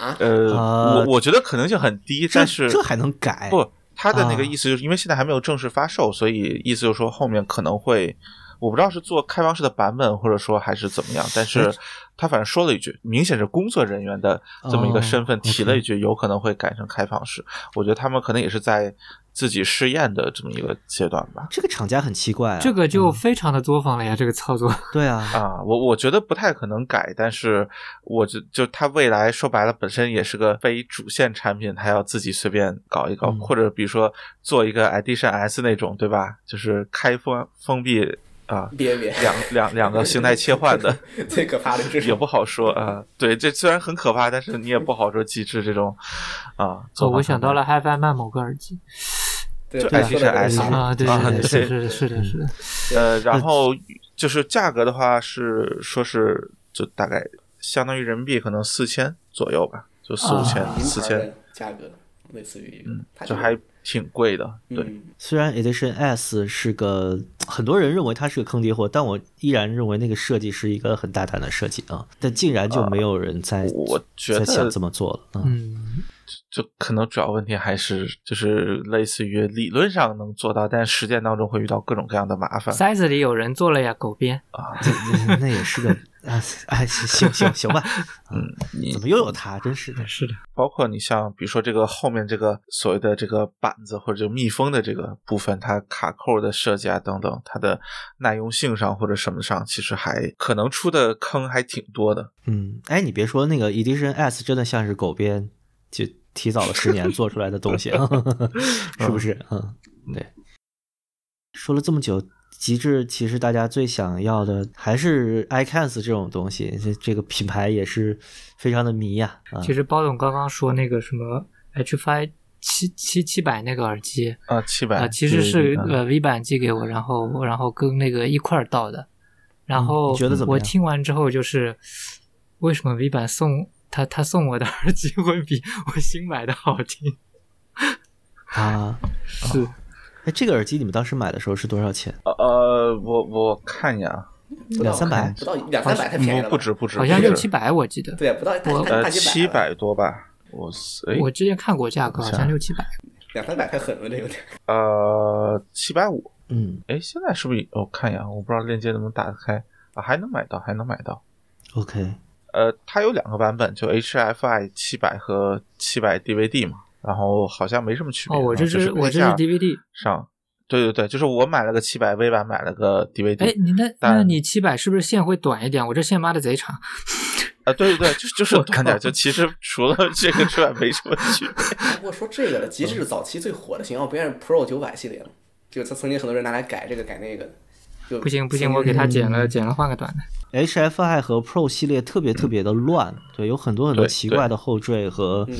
S1: 啊
S3: 呃，
S2: 啊
S3: 我我觉得可能性很低，
S2: 这
S3: 但是
S2: 这还能改？
S3: 不，他的那
S2: 啊
S3: 个意思就是因为现在还没有正式发售，所以意思就是说后面可能会。我不知道是做开放式的版本，或者说还是怎么样，但是他反正说了一句，明显是工作人员的这么一个身份，
S2: 哦
S3: 提了一句有可能会改成开放式。我觉得他们可能也是在自己试验的这么一个阶段吧。
S2: 这个厂家很奇怪啊。
S4: 这个就非常的作坊了呀，这个操作。
S2: 对啊，
S3: 啊，我我觉得不太可能改，但是我就就他未来说白了，本身也是个非主线产品，他要自己随便搞一搞，
S2: 嗯
S3: 或者比如说做一个 Edition S 那种，对吧？就是开封封闭啊，
S1: 别别，
S3: 两两两个形态切换 的，
S1: 最可怕的是
S3: 也不好说啊。对，这虽然很可怕，但是你也不好说极致这种啊。
S4: 哦
S3: 做法
S4: 我想
S3: 很难
S4: 到了 HiFi 慢某个耳机
S1: 对
S3: 就
S1: 对
S3: IC
S1: 说的
S3: 是 IC
S1: 对
S4: 啊，对
S3: 啊
S4: 对对，
S3: 对
S4: 是是是的，是的。
S3: 呃，
S4: 嗯
S3: 然后就是价格的话是说是就大概相当于人民币可能四千左右吧，就四
S4: 啊
S3: 五千、
S1: 银
S3: 四
S1: 牌
S3: 千，嗯
S1: 的价格类似于一个，它
S3: 就是还挺贵的。对，
S1: 嗯
S2: 虽然 Edition S 是个很多人认为它是个坑爹货，但我依然认为那个设计是一个很大胆的设计啊。但竟然就没有人在、
S3: 我觉
S2: 在
S3: 得
S2: 想这么做了。嗯，
S4: 嗯，
S3: 就可能主要问题还是就是类似于理论上能做到，但实践当中会遇到各种各样的麻烦。
S4: 塞子里有人做了呀，狗鞭。
S2: 那那也是个 啊，哎，行行行吧。
S3: 嗯，你
S2: 怎么又有它？真嗯是的。
S4: 是的，
S3: 包括你像比如说这个后面这个所谓的这个板子或者就密封的这个部分，它卡扣的设计啊等等，它的耐用性上或者什么上，其实还可能出的坑还挺多的。
S2: 嗯，哎，你别说那个 Edition S 真的像是狗鞭就提早了十年做出来的东西，啊 是不是？嗯，对。说了这么久，极致其实大家最想要的还是 iCans 这种东西，这这个品牌也是非常的迷呀、啊。
S4: 其实包总刚刚说那个什么 HiFi 七七七百那个耳机，
S3: 啊，七百
S4: 啊，其实是
S3: 嗯
S4: 呃 V 版寄给我，然后然后跟那个一块儿到的，然后
S2: 你觉得怎么
S4: 我
S2: 样
S4: 听完之后就是，为什么 V 版送他他送我的 耳机会比我新买的好听？
S2: 啊，
S4: 是
S2: 哎，这个耳机你们当时买的时候是多少钱？
S3: 呃，我我看一眼啊，嗯
S1: 不到
S2: 两三百
S1: 不到两三百太便宜了吧，
S3: 不不止不止，
S4: 好像
S3: 不止
S4: 六七百我记得，
S1: 对，不到
S4: 我
S1: 大
S3: 呃
S1: 大
S3: 七
S1: 几百了，
S3: 百多吧，我哎
S4: 我之前看过价格，
S3: 好
S4: 好
S3: 像
S4: 像六七百。
S1: 两三百太狠了，这有点。
S3: 呃七百五，
S2: 嗯
S3: 哎现在是不是我看一眼啊，我不知道链接能不能打得开啊，还能买到还能买到。
S2: ，OK，
S3: 呃，它有两个版本，就 HFI 七百和七百 DVD 嘛，然后好像没什么区别。
S4: 哦，我这
S3: 然后啊就是
S4: 我这是
S3: 配件
S4: DVD。
S3: 上，对对对，就是我买了个七百 V 版，买了个 DVD。
S4: 哎，你那
S3: 但
S4: 那你七百是不是线会短一点？我这线妈的贼长。
S3: 啊，对对对，就就是
S4: 我靠
S3: 短点儿，就其实除了这个之外没什么区别。
S1: 哎不过说这个了，极致早期最火的型号不应该是 Pro 九百系列了，就他曾经很多人拿来改这个改那个的。就
S4: 不行不行，
S1: 曾经
S4: 我给他剪了剪了，换个短的。
S2: HFI 和 Pro 系列特别特别的乱，对，有很多很多
S3: 嗯对
S2: 奇怪的后缀和
S1: 嗯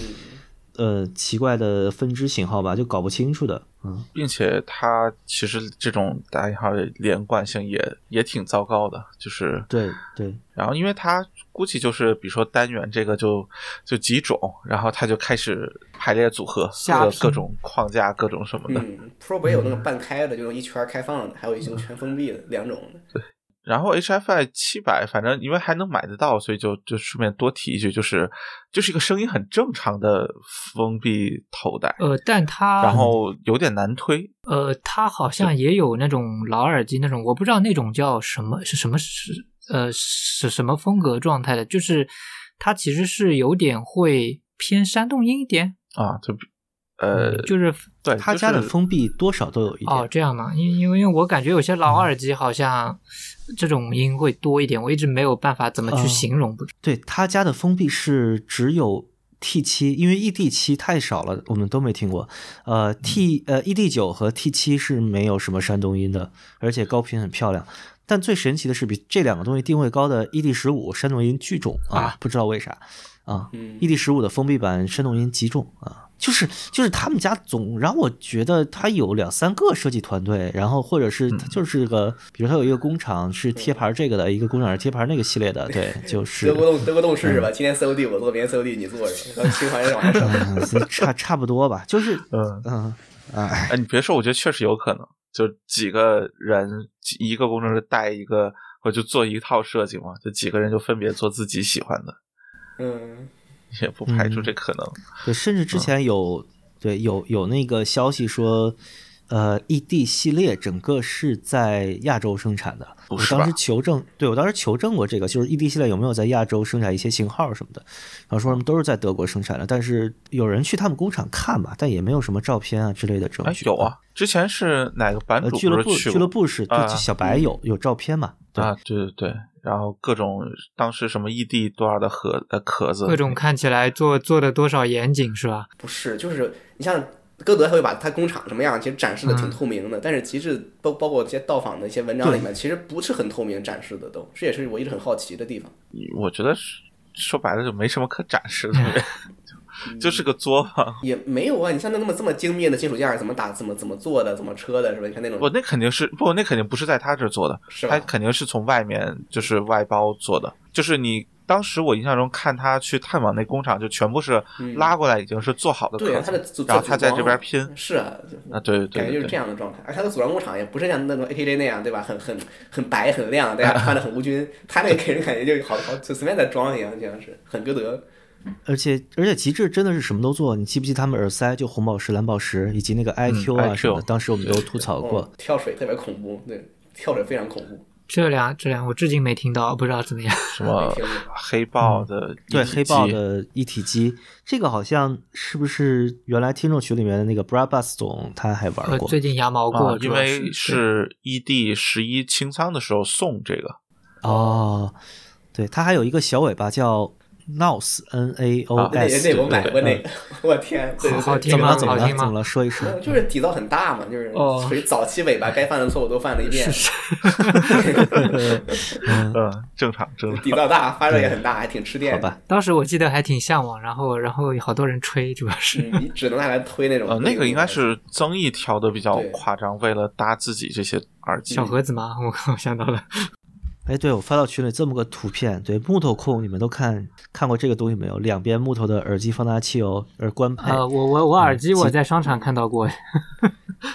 S2: 呃奇怪的分支型号吧，就搞不清楚的。嗯，
S3: 并且它其实这种打引号的连贯性也也挺糟糕的，就是
S2: 对对，
S3: 然后因为它估计就是比如说单元这个就就几种，然后它就开始排列组合，
S4: 瞎
S3: 各
S4: 拼
S3: 各种框架各种
S2: 嗯
S3: 什么的。
S1: 嗯，Pro 不也有那种半开的，就那种一圈开放的，还有一种全封闭的两种的。
S3: 然后 HFI 七百，反正因为还能买得到，所以就就顺便多提一句，就是就是一个声音很正常的封闭头戴，
S4: 呃，但
S2: 啊
S4: 它
S3: 然后有点难推，
S4: 呃，它好像也有那种老耳机那种，我不知道那种叫什么是什么是呃是什么风格状态的，就是它其实是有点会偏山洞音一点，
S3: 啊，就比呃，
S4: 就是
S3: 对
S2: 嗯他
S3: 就
S2: 家的
S3: 是
S2: 封闭多少都有一
S4: 哦
S2: 点。
S4: 这样吗？因因为因为我感觉有些
S3: 嗯
S4: 老耳机好像这种音会多一点，我一直没有办法怎么
S2: 哦
S4: 去
S3: 嗯
S4: 形容，不知
S2: 对，他家的封闭是只有 T 七，因为 ED 七太少了，我们都没听过。呃，T
S3: 嗯
S2: 呃 ED 九和 T 七是没有什么山东音的，而且高频很漂亮。但最神奇的是，比这两个东西定位高的 ED 十五山东音巨重啊
S4: 啊，
S2: 不知道为啥啊。
S1: 嗯
S2: ED 十五的封闭版山东音极重啊。就是就是他们家总让我觉得他有两三个设计团队，然后或者是他就是个，比如他有一个工厂是贴牌这个的，一个工厂是贴牌那个系列的， 对，就是
S1: 德国动德国动势是
S4: 嗯
S1: 吧？今天 COD 我做，明天 COD 你做是吧？ 然后循环着往上升。
S2: 嗯，是差差不多吧，就是
S3: 嗯，
S2: 嗯哎，
S3: 哎，你别说，我觉得确实有可能，就几个人，几一个工程师带一个，或者就做一套设计嘛，就几个人就分别做自己喜欢的，
S1: 嗯，
S3: 也不排除
S2: 嗯
S3: 这可能。
S2: 对，甚至
S3: 嗯
S2: 之前有、对有有那个消息说，呃，ED 系列整个是在亚洲生产的，
S3: 不
S2: 我
S3: 哦是
S2: 当时
S3: 吧
S2: 求证，对我当时求证过这个，就是 ED 系列有没有在亚洲生产一些型号什么的，然后说什么都是在德国生产的，但是有人去他们工厂看吧，但也没有什么照片啊之类的证
S3: 哎，
S2: 据。
S3: 有啊，之前是哪个版
S2: 呃，
S3: 主
S2: 俱乐部
S3: 不是去
S2: 俱
S3: 过
S2: 乐部是
S3: 啊
S2: 对小白有有照片嘛？对
S3: 啊？对对对，然后各种当时什么异地多少的盒呃壳子，
S4: 道，各种看起来做做的多少严谨是吧？
S1: 不是，就是你像歌德，他会把他工厂什么样，其实展示的挺透明的。但是其实包包括一些到访的一些文章里面，其实不是很透明展示的都，这也是我一直很好奇的地方。
S3: 我觉得是说白了就没什么可展 示的，就就是个作坊。
S1: 也没有啊，你像那那么这么精密的金属件儿，怎么打，怎么怎么做的，怎么车的，是吧？你看那种
S3: 不，那肯定是不，那肯定不是在他这儿做的，
S1: 是
S3: 他
S1: 吧？
S3: 肯定是从外面就是外包做的。就是你当时我印象中看他去探访那工厂，就全部是
S1: 嗯
S3: 拉过来已经是做好的
S1: 对
S3: 壳
S1: 啊，他的
S3: 子，
S1: 组
S3: 然后他在这边拼
S1: 是啊，就
S3: 啊，对对
S1: 感觉
S3: 对
S1: 就是
S3: 对
S1: 这
S3: 对，
S1: 样的状态，而他的组装工厂也不是像那种 AKJ 那样，对吧？很很很白很亮，大家穿的很无菌，他那个给人感觉就是好好就随便在装一样，就像是很歌德。
S2: 而且而且极致真的是什么都做，你记不记他们耳塞就红宝石、蓝宝石以及
S3: 嗯
S2: 那个 IQ 啊
S3: IQ
S2: 什么的，当时我们都吐槽过
S3: 嗯
S1: 哦。跳水特别恐怖，对，跳水非常恐怖，
S4: 这俩这俩我至今没听到，不知道怎么样。
S3: 什么
S1: 没听过
S3: 黑豹的
S2: 对
S3: 一体
S2: 黑豹
S3: 机
S2: 的一体机，这个好像是不是原来听众群里面的那个 Brabus 总他还
S4: 呃
S2: 玩过？
S4: 最近羊毛过，
S3: 啊，因
S4: 主要
S3: 为
S4: 对
S3: 是 ED 十一清仓的时候送这个，
S2: 哦，对，他还有一个小尾巴叫 Naus N A O
S3: 啊
S1: 那
S2: S，
S1: 那我
S3: 对
S1: 买过那
S2: 嗯
S1: 个，我天，对对
S4: 好
S1: 对，
S4: 听
S1: 这
S2: 怎
S1: 个
S2: 么
S1: 东西
S2: 了？怎么
S4: 好
S2: 了？
S4: 听吗
S2: 怎么了？说一说。
S1: 就是底噪很大嘛，就是
S4: 哦
S1: 属于早期尾巴该犯的错误都犯了一遍，
S3: 嗯，正常正常。
S1: 底噪大，发热也很大，还挺吃电。
S2: 好吧，
S4: 当时我记得还挺向往，然后然后有好多人吹，主要是。
S1: 嗯，你只能拿来推那种。
S3: 呃，那个应该是增益调的比较
S1: 对
S3: 夸张，为了搭自己这些耳机
S4: 小。盒子吗？我我想到了，
S2: 哎，对我发到群里这么个图片，对木头控，你们都看看过这个东西没有？两边木头的耳机放大器哦，耳关牌。
S4: 呃，我我我耳机我在商场看到过，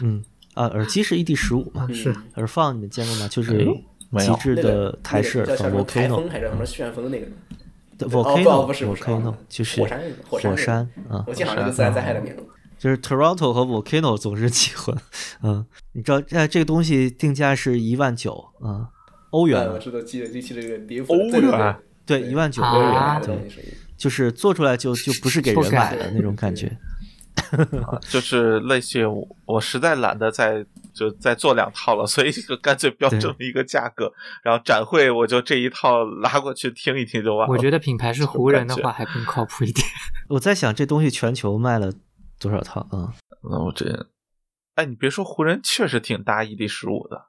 S2: 嗯，啊，耳机是 ED 十五嘛，
S4: 嗯
S1: 是
S2: 耳放你们见过吗？就是
S3: 哎呦没有
S2: 极致
S1: 那个
S2: 的台式
S1: 那个
S2: 耳
S1: 叫
S2: 放
S1: 叫什么台风
S2: Volcano，
S1: 还是什么旋风那个？
S2: 对
S1: 哦不
S2: Volcano
S1: 不是不是哦
S2: Volcano 就是
S1: 火山火
S2: 火
S1: 山
S2: 山啊
S1: 我，记得好像是自然灾害的名字。
S2: 就是 Toronto 和 Volcano 总是起混，嗯，你知道这这个东西定价是一万九啊欧元
S1: 嗯我
S2: 啊，
S1: 知道，记得记记这个离谱
S3: 欧
S1: 的，对对
S3: 元，
S2: 对，一万九
S1: 对
S2: 欧
S1: 欧元
S2: 元
S1: 买
S4: 啊
S1: 的
S2: 对
S1: 东西，是一
S2: 就是做出来就就不是给人买的那种感觉。
S3: 就是类似于我我实在懒得再就再做两套了，所以就干脆标这么一个价格，然后展会我就这一套拉过去听一听就完了。
S4: 我觉得品牌是湖人的话还更靠谱一点。
S2: 我在想这东西全球卖了多少套啊？
S3: 那我这，哎，你别说，湖人确实挺搭 ED 十五的，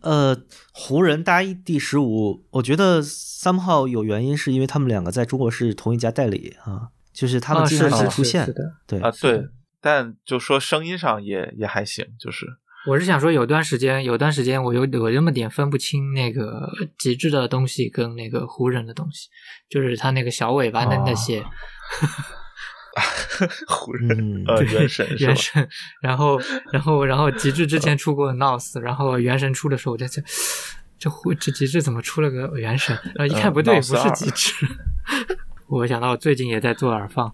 S2: 呃，湖人搭 ED 十五，我觉得 somehow 有原因，是因为他们两个在中国是同一家代理啊，就是他们
S4: 啊
S2: 经
S4: 是
S2: 常一起
S4: 是
S2: 出
S4: 是
S2: 现
S4: 是。的，
S2: 对
S3: 啊，对，但就说声音上也也还行，就是
S4: 我是想说有段时间有段时间我有有那么点分不清那个极致的东西跟那个湖人的东西，就是它那个小尾巴的
S3: 哦
S4: 那些。
S3: 湖人、
S2: 嗯
S3: 呃
S4: 对
S3: 原神是吧
S4: 原？神，
S1: 嗯
S4: 然后然后然后极致之前出过 NOS，然后原神出的时候我在想，这忽这极致怎么出了个原神？呃，一
S1: 嗯
S4: 看不对，
S3: 呃
S4: 不
S3: 闹骚
S4: 是极致。 我想到我最近也在做耳放，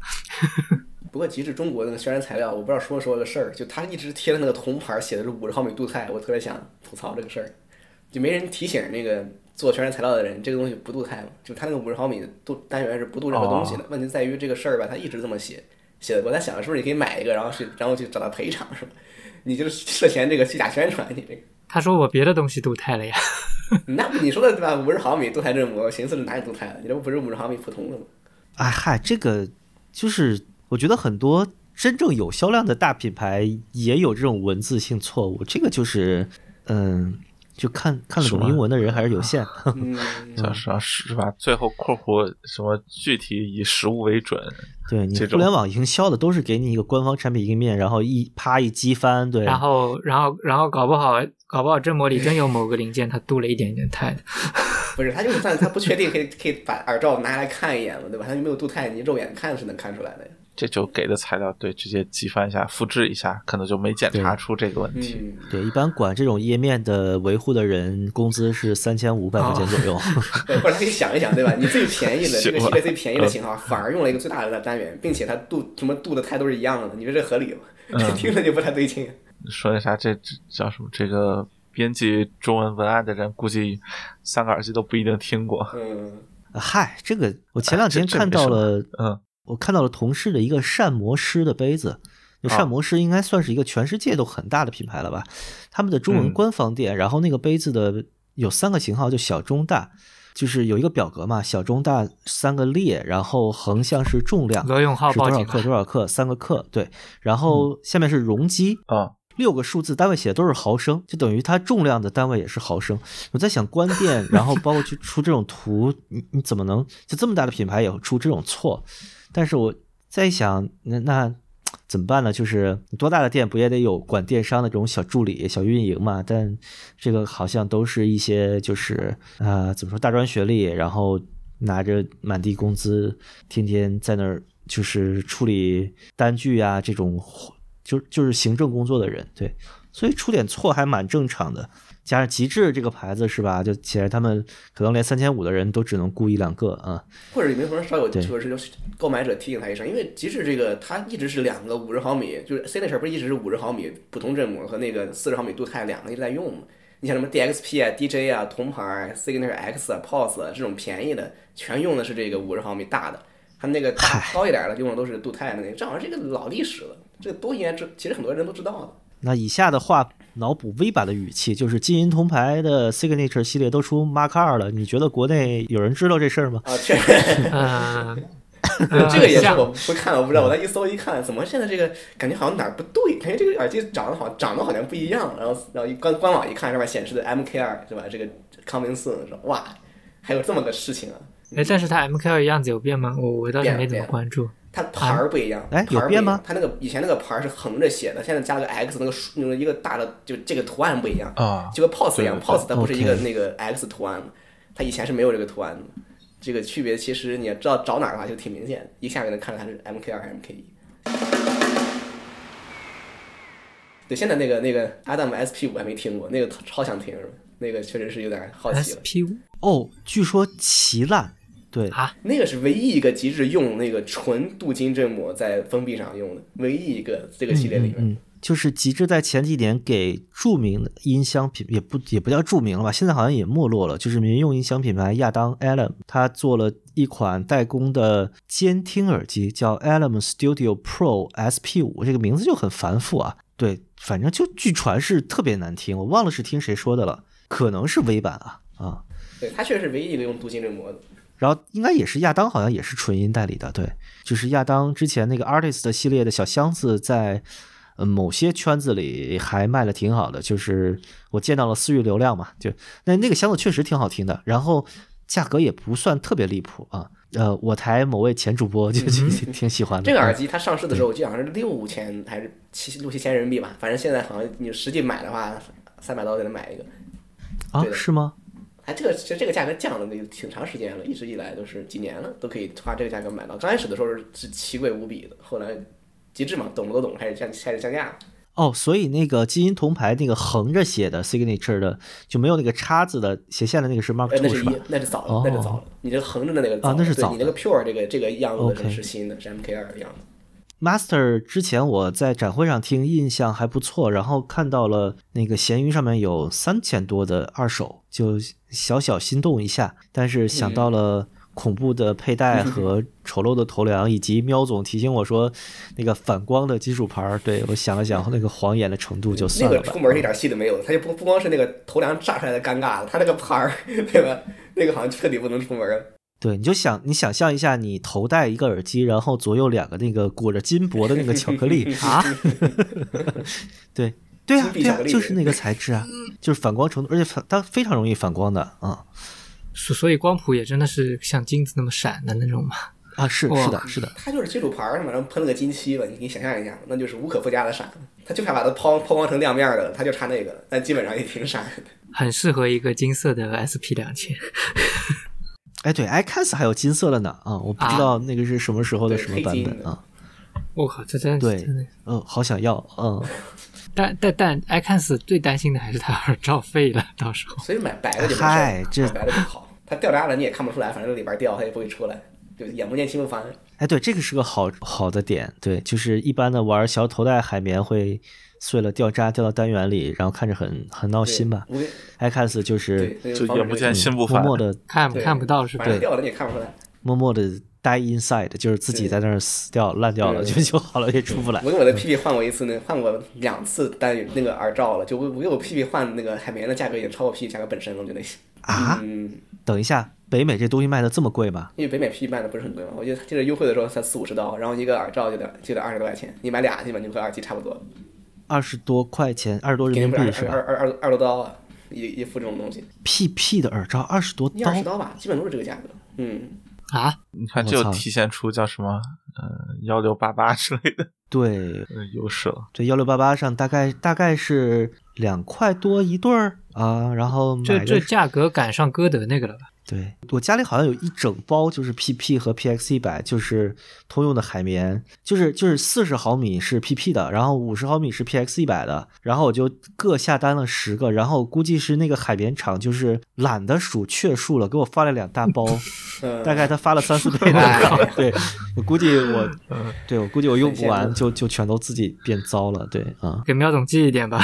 S1: 不过极致中国那个宣传材料，我不知道说没说这事儿，就他一直贴的那个铜牌写的是五十毫米镀钛，我特别想吐槽这个事儿，就没人提醒那个做宣传材料的人，这个东西不镀钛嘛，就他那个五十毫米镀单元是不镀任何东西的。问题在于这个事儿吧，他一直这么写，写的我在想是不是你可以买一个，然后去然后去找他赔偿是吧？你就是涉嫌这个虚假宣传，你 这个。
S4: 他说我别的东西镀钛了呀。
S1: 那你说的对吧？五十毫米镀钛振膜，我寻思是哪里镀钛了？你这不是五十毫米普通 的吗？
S2: 哎嗨，这个就是我觉得很多真正有销量的大品牌也有这种文字性错误，这个就是嗯，就看看得
S3: 是
S2: 懂
S3: 吗啊
S2: 英文的人还是有限。
S1: 嗯，
S3: 叫啥是吧？最后括弧什么具体以实物为准，
S2: 对你
S3: 这
S2: 互
S3: 种
S2: 联网营销的都是给你一个官方产品页面，然后一啪一击翻，对，
S4: 然后，然后，然后搞不好，搞不好振膜里真有某个零件它镀了一点点钛的。
S1: 不是，他就是但他不确定，可以可以把耳罩拿来看一眼嘛，对吧？他有没有镀钛，你肉眼看是能看出来的。
S3: 这就给的材料对直接击翻一下，复制一下，可能就没检查出这个问题。
S1: 嗯，
S2: 对，一般管这种页面的维护的人工资是三千五百块钱左
S3: 哦
S2: 右。
S1: 对，或者他可以想一想，对吧？你最便宜的这
S3: 行
S1: 个
S3: 吧
S1: 系列最便宜的型号，反而用了一个最大的单元，并且它镀什么镀的钛都是一样的，你说这合理吗？这 听着就不太对劲。
S3: 说那啥，这这叫什么？这个编辑中文文案的人估计三个耳机都不一定听过。
S1: 嗯，
S2: 嗨，这个我前两
S3: 哎这
S2: 天
S3: 这
S2: 看
S3: 没
S2: 到
S3: 什么
S2: 了，
S3: 嗯，
S2: 我看到了同事的一个膳魔师的杯子。就
S4: 哦
S3: 啊
S2: 膳魔师应该算是一个全世界都很大的品牌了吧？他们的中文
S3: 嗯
S2: 官方店，然后那个杯子的有三个型号，就小、中、大，就是有一个表格嘛，小、中、大三个列，然后横向是重量，
S4: 罗永浩
S2: 是多
S4: 报
S2: 少
S4: 警啊嗯
S2: 克
S4: 了，
S2: 多少克三个克，对，然后下面是容积，
S3: 啊，
S2: 六个数字单位写的都是毫升，就等于它重量的单位也是毫升。我在想，关店然后包括去出这种图，你你怎么能就这么大的品牌也出这种错？但是我在想，那那怎么办呢？就是你多大的店不也得有管电商的这种小助理、小运营嘛？但这个好像都是一些就是呃怎么说大专学历，然后拿着满地工资，天天在那儿就是处理单据啊这种活，就就是行政工作的人，对，所以出点错还蛮正常的。加上极致这个牌子是吧？就显然他们可能连三千五的人都只能雇一两个啊、
S1: 或者有没有可能稍有
S2: 对
S1: 就是有购买者提醒他一声，因为极致这个它一直是两个五十毫米，就是 C 那事儿不是一直是五十毫米普通振膜和那个四十毫米镀钛两个一直在用嘛？你像什么 DXP 啊、DJ 啊、铜牌啊、Signature X 啊、Pulse 啊这种便宜的，全用的是这个五十毫米大的，它那个大高一点的用的都是镀钛的那个，这好像是一个老历史了，这个都应该知，其实很多人都知道的。
S2: 那以下的话脑补 V 版的语气，就是金银铜牌的 Signature 系列都出 Mark 二了，你觉得国内有人知道这事儿吗？
S1: 啊，确实。
S4: 嗯，
S1: 这
S2: 啊
S1: 个也是
S4: 像
S1: 我不看，我不知
S2: 嗯
S1: 道。我再一搜一看，怎么现在这个感觉好像哪儿不对？感觉这个耳机长得好，长得好像不一样。然后，然后一官官网一看，上面显示的 MKR 是吧？这个 coming soon 是吧哇，还有这么个事情啊！
S4: 哎，但是它 MKL 样子有变吗？我我倒是
S1: 变了
S4: 没怎
S1: 变
S4: 么
S1: 了
S4: 关注。
S1: 它牌儿不一样，
S2: 哎
S1: 牌儿
S2: 有
S1: 不一
S2: 变
S1: 样
S2: 吗？
S1: 它那个以前那个牌儿是横着写的，现在加了个 X，那个竖那个一个大的，就这个图案不一样
S3: 啊
S1: 就跟 POS 一样
S3: 对对对
S1: ，POS 它不是一个
S2: OK
S1: 那个 X 图案嘛，它以前是没有这个图案的。这个区别其实你要知道找哪儿的话就挺明显的，一下就能看出它是 MK 二还是 MK 一。对，现在那个那个 Adam SP 五还没听过，那个超想听，那个确实是有点好奇了。
S4: SP 五
S2: 哦，据说奇烂，对，
S4: 啊，
S1: 那个是唯一一个极致用那个纯镀金振膜在封闭上用的，唯一一个这个系列里面。
S2: 嗯，就是极致在前几年给著名的音箱品也不也不叫著名了吧，现在好像也没落了，就是民用音箱品牌亚当 Allen，他做了一款代工的监听耳机，叫 Allen Studio Pro SP 五，这个名字就很繁复啊。对，反正就据传是特别难听，我忘了是听谁说的了，可能是微版啊啊，
S1: 对，它确实是唯一一个用镀金振膜的。
S2: 然后应该也是亚当，好像也是纯音代理的，对，就是亚当之前那个 Artist 系列的小箱子在。呃，某些圈子里还卖的挺好的，就是我见到了私域流量嘛，就那那个箱子确实挺好听的，然后价格也不算特别离谱啊。呃，我台某位前主播就就就挺喜欢的
S1: 嗯这个耳机它上市的时候，我记得好像是六千还是七六七千人民币吧，反正现在好像你实际买的话，三百刀就能买一个。
S2: 啊
S1: 对，的
S2: 是吗？
S1: 哎，这个其实这个价格降了有挺长时间了，一直以来都是几年了，都可以花这个价格买到。刚开始的时候是奇贵无比的，后来极致嘛，懂不都懂，开始降开始降价了。
S2: 哦，所以那个基因铜牌那个横着写的 signature 的就没有那个叉子的斜线的那个是 Mark
S1: 哎，那
S2: Two
S1: 是
S2: 是
S1: 一
S2: 吧？，
S1: 那是早
S2: 哦
S1: 了，那是早了。你这横着的那个
S2: 啊那是
S1: 对
S2: 早的
S1: 你那个 pure 这个这个样子
S2: OK
S1: 的是新的，是 MK 二的样子。
S2: Master 之前我在展会上听，印象还不错，然后看到了那个闲鱼上面有三千多的二手，就小小心动一下，但是想到了。恐怖的佩戴和丑陋的头梁，以及喵总提醒我说那个反光的金属牌儿，对我想了想，那个晃眼的程度就
S1: 那
S2: 算
S1: 个
S2: 了 吧。
S1: 出门一点戏都没有，他就不不光是那个头梁炸出来的尴尬了，他那个牌儿， 对吧？那个好像彻底不能出门了。
S2: 对，你就想你想象一下，你头戴一个耳机，然后左右两个那个裹着金箔的那个巧克 力
S4: 啊，
S2: 对对啊
S1: 金币
S2: 对
S1: 巧
S2: 啊，
S1: 克力
S2: 就是那个材质啊，就是反光程度，而且反它非常容易反光的啊
S4: 所所以光谱也真的是像金子那么闪的那种嘛。
S2: 啊是
S4: 哇
S2: 是的是的，
S1: 它就是金属牌儿嘛，然后喷了个金漆吧，你你想象一下， 那就是无可附加的闪，它就差把它抛抛光成亮面儿的了，它就差那个 了，但基本上也挺闪的。
S4: 很适合一个金色的 SP 两千，
S2: 哎对，iCas 还有金色的呢啊，我不知
S4: 啊
S2: 道那个是什么时候的
S1: 对
S2: 什么
S1: 黑
S2: 版
S1: 金
S2: 本
S1: 的
S2: 啊，
S4: 我靠，这真
S2: 对
S4: 真的。
S2: 嗯好想要嗯，
S4: 但但但 iCans 最担心的还是它耳罩废了， 到时候
S1: 所以买白的就没事
S2: 嗨
S1: 儿，
S2: 这
S1: 买白的就好，它掉渣了你也看不出来，反正里边儿掉它也不会出来，就眼不见心不烦。
S2: 哎对，这个是个好好的点，对，就是一般的玩小头戴海绵会碎了掉渣掉到单元里，然后看着很很闹
S1: 对
S2: 心吧
S1: 无非
S2: ，iCas 就是嗯
S1: 对，那
S3: 就
S1: 防
S3: 眼
S1: 止
S3: 不
S1: 这
S3: 见
S1: 个
S3: 心不
S2: 默
S3: 烦。
S2: 默的
S4: 看
S1: 对
S4: 看不到是吧
S1: 反？正掉了你也看不出来，
S2: 默默的 die inside，就是自己在那儿死掉、烂掉了
S1: 对
S2: 就就好了，也出不来
S1: 我。给我的屁屁换过一次那换过两次单元那个耳罩了，就我我给我屁屁换那个海绵的价格已经超过屁屁价格本身了，我觉得。
S2: 啊
S1: 嗯，
S2: 等一下，北美这东西卖的这么贵吗？
S1: 因为北美屁卖的不是很贵嘛，我记得记得优惠的时候才四五十刀，然后一个耳罩就得就得二十多块钱，你买俩基本就和耳机差不多，
S2: 二十多块钱，二十多人
S1: 肯定
S2: 民
S1: 不是二十
S2: 币是吧
S1: 二二二二十多刀啊，一一副这种东西，
S2: ？PP 的耳罩二十多
S1: 一
S2: 刀
S1: 二十，刀吧，基本都是这个价格。嗯，
S4: 啊，
S3: 你看，
S2: 我
S3: 这
S2: 操
S3: 就体现出叫什么呃幺六八八之类的
S2: 对
S3: 呃优势了。
S2: 这幺六八八上大概大概是两块多一对儿啊，然后买
S4: 这
S2: 个
S4: 这价格赶上歌德那个了吧？
S2: 对我家里好像有一整包，就是 PP 和 PX 一百，就是通用的海绵，就是就是四十毫米是 PP 的，然后五十毫米是 PX 一百的，然后我就各下单了十个，然后估计是那个海绵厂就是懒得数确数了，给我发了两大包，
S1: 呃
S2: 大概他发了三四倍的，对我估计我，对我估计我用不
S1: 很羡
S2: 完
S1: 慕
S2: 就就全都自己变糟了，对啊、
S4: 给苗总寄一 点吧。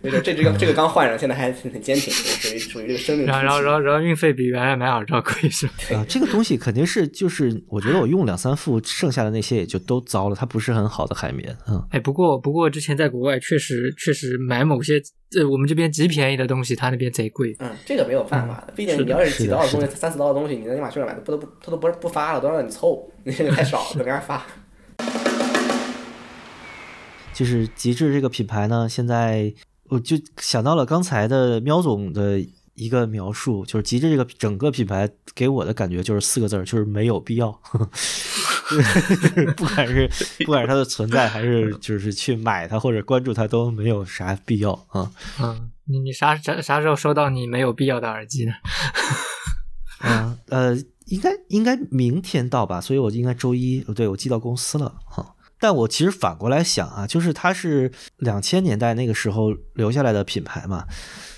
S1: 没事，这这个这个刚换上，现在还挺挺坚挺，属于属于这个生命。
S4: 然后然后然后然后运费比原来买耳罩贵 是吧？
S2: 啊，这个东西肯定是就是我觉得我用两三副，剩下的那些也就都糟了，它不是很好的海绵，嗯。
S4: 哎，不过不过之前在国外确实确实买某些呃我们这边极便宜的东西，他那边贼贵。
S1: 嗯，这个没有办法的，毕竟你要是几刀的东西，三四刀的东西，你在亚马逊上买的，不都不他都不不发了，都让你凑， 你这个太少了，没法发。
S2: 就是极致这个品牌呢，现在我就想到了刚才的喵总的一个描述，就是极致这个整个品牌给我的感觉就是四个字儿，就是没有必要。 不管是不管是它的存在，还是就是去买它或者关注它，都没有啥必要啊。
S4: 嗯，你你啥啥啥时候收到你没有必要的耳机呢？
S2: 啊呃，应该应该明天到吧，所以我应该周一，哦对我寄到公司了哈。但我其实反过来想啊，就是它是两千年代那个时候留下来的品牌嘛，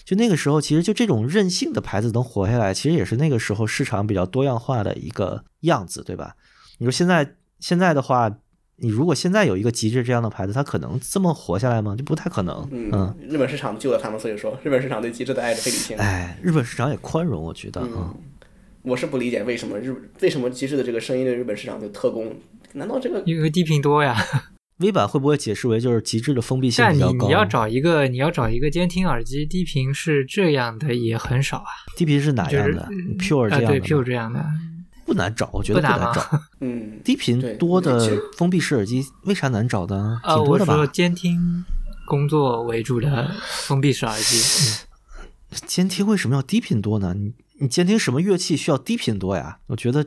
S2: 就那个时候其实就这种任性的牌子能活下来，其实也是那个时候市场比较多样化的一个样子，对吧？你说现在现在的话，你如果现在有一个极致这样的牌子，它可能这么活下来吗？就不太可能，
S1: 嗯，日本市场救了他们，所以说日本市场对极致的爱是非理性的。
S2: 哎，日本市场也宽容，我觉得啊，
S1: 嗯我是不理解为什么日为什么极致的这个声音对日本市场就特供？难道这个
S4: 因为低频多呀。
S2: 微版会不会解释为就是极致的封闭性
S4: 但
S2: 比
S4: 你
S2: 较高？
S4: 你要找一个你要找一个监听耳机，低频是这样的也很少啊。
S2: 低频是哪
S4: 就
S2: 样
S4: 是
S2: 的？Pure
S4: 啊、
S2: 这样的
S4: 对
S2: 吗
S4: ，Pure 这样的，
S2: 不难找，我觉得
S4: 不难
S2: 难
S4: 吗
S2: 找。
S1: 嗯，
S2: 低频
S1: 对
S2: 多的
S1: 其实
S2: 封闭式耳机为啥难找呢？
S4: 呃，
S2: 挺多
S4: 我
S2: 的
S4: 说
S2: 吧？
S4: 监听工作为主的封闭式耳机，嗯
S2: 监听为什么要低频多呢？你你监听什么乐器需要低频多呀？我觉得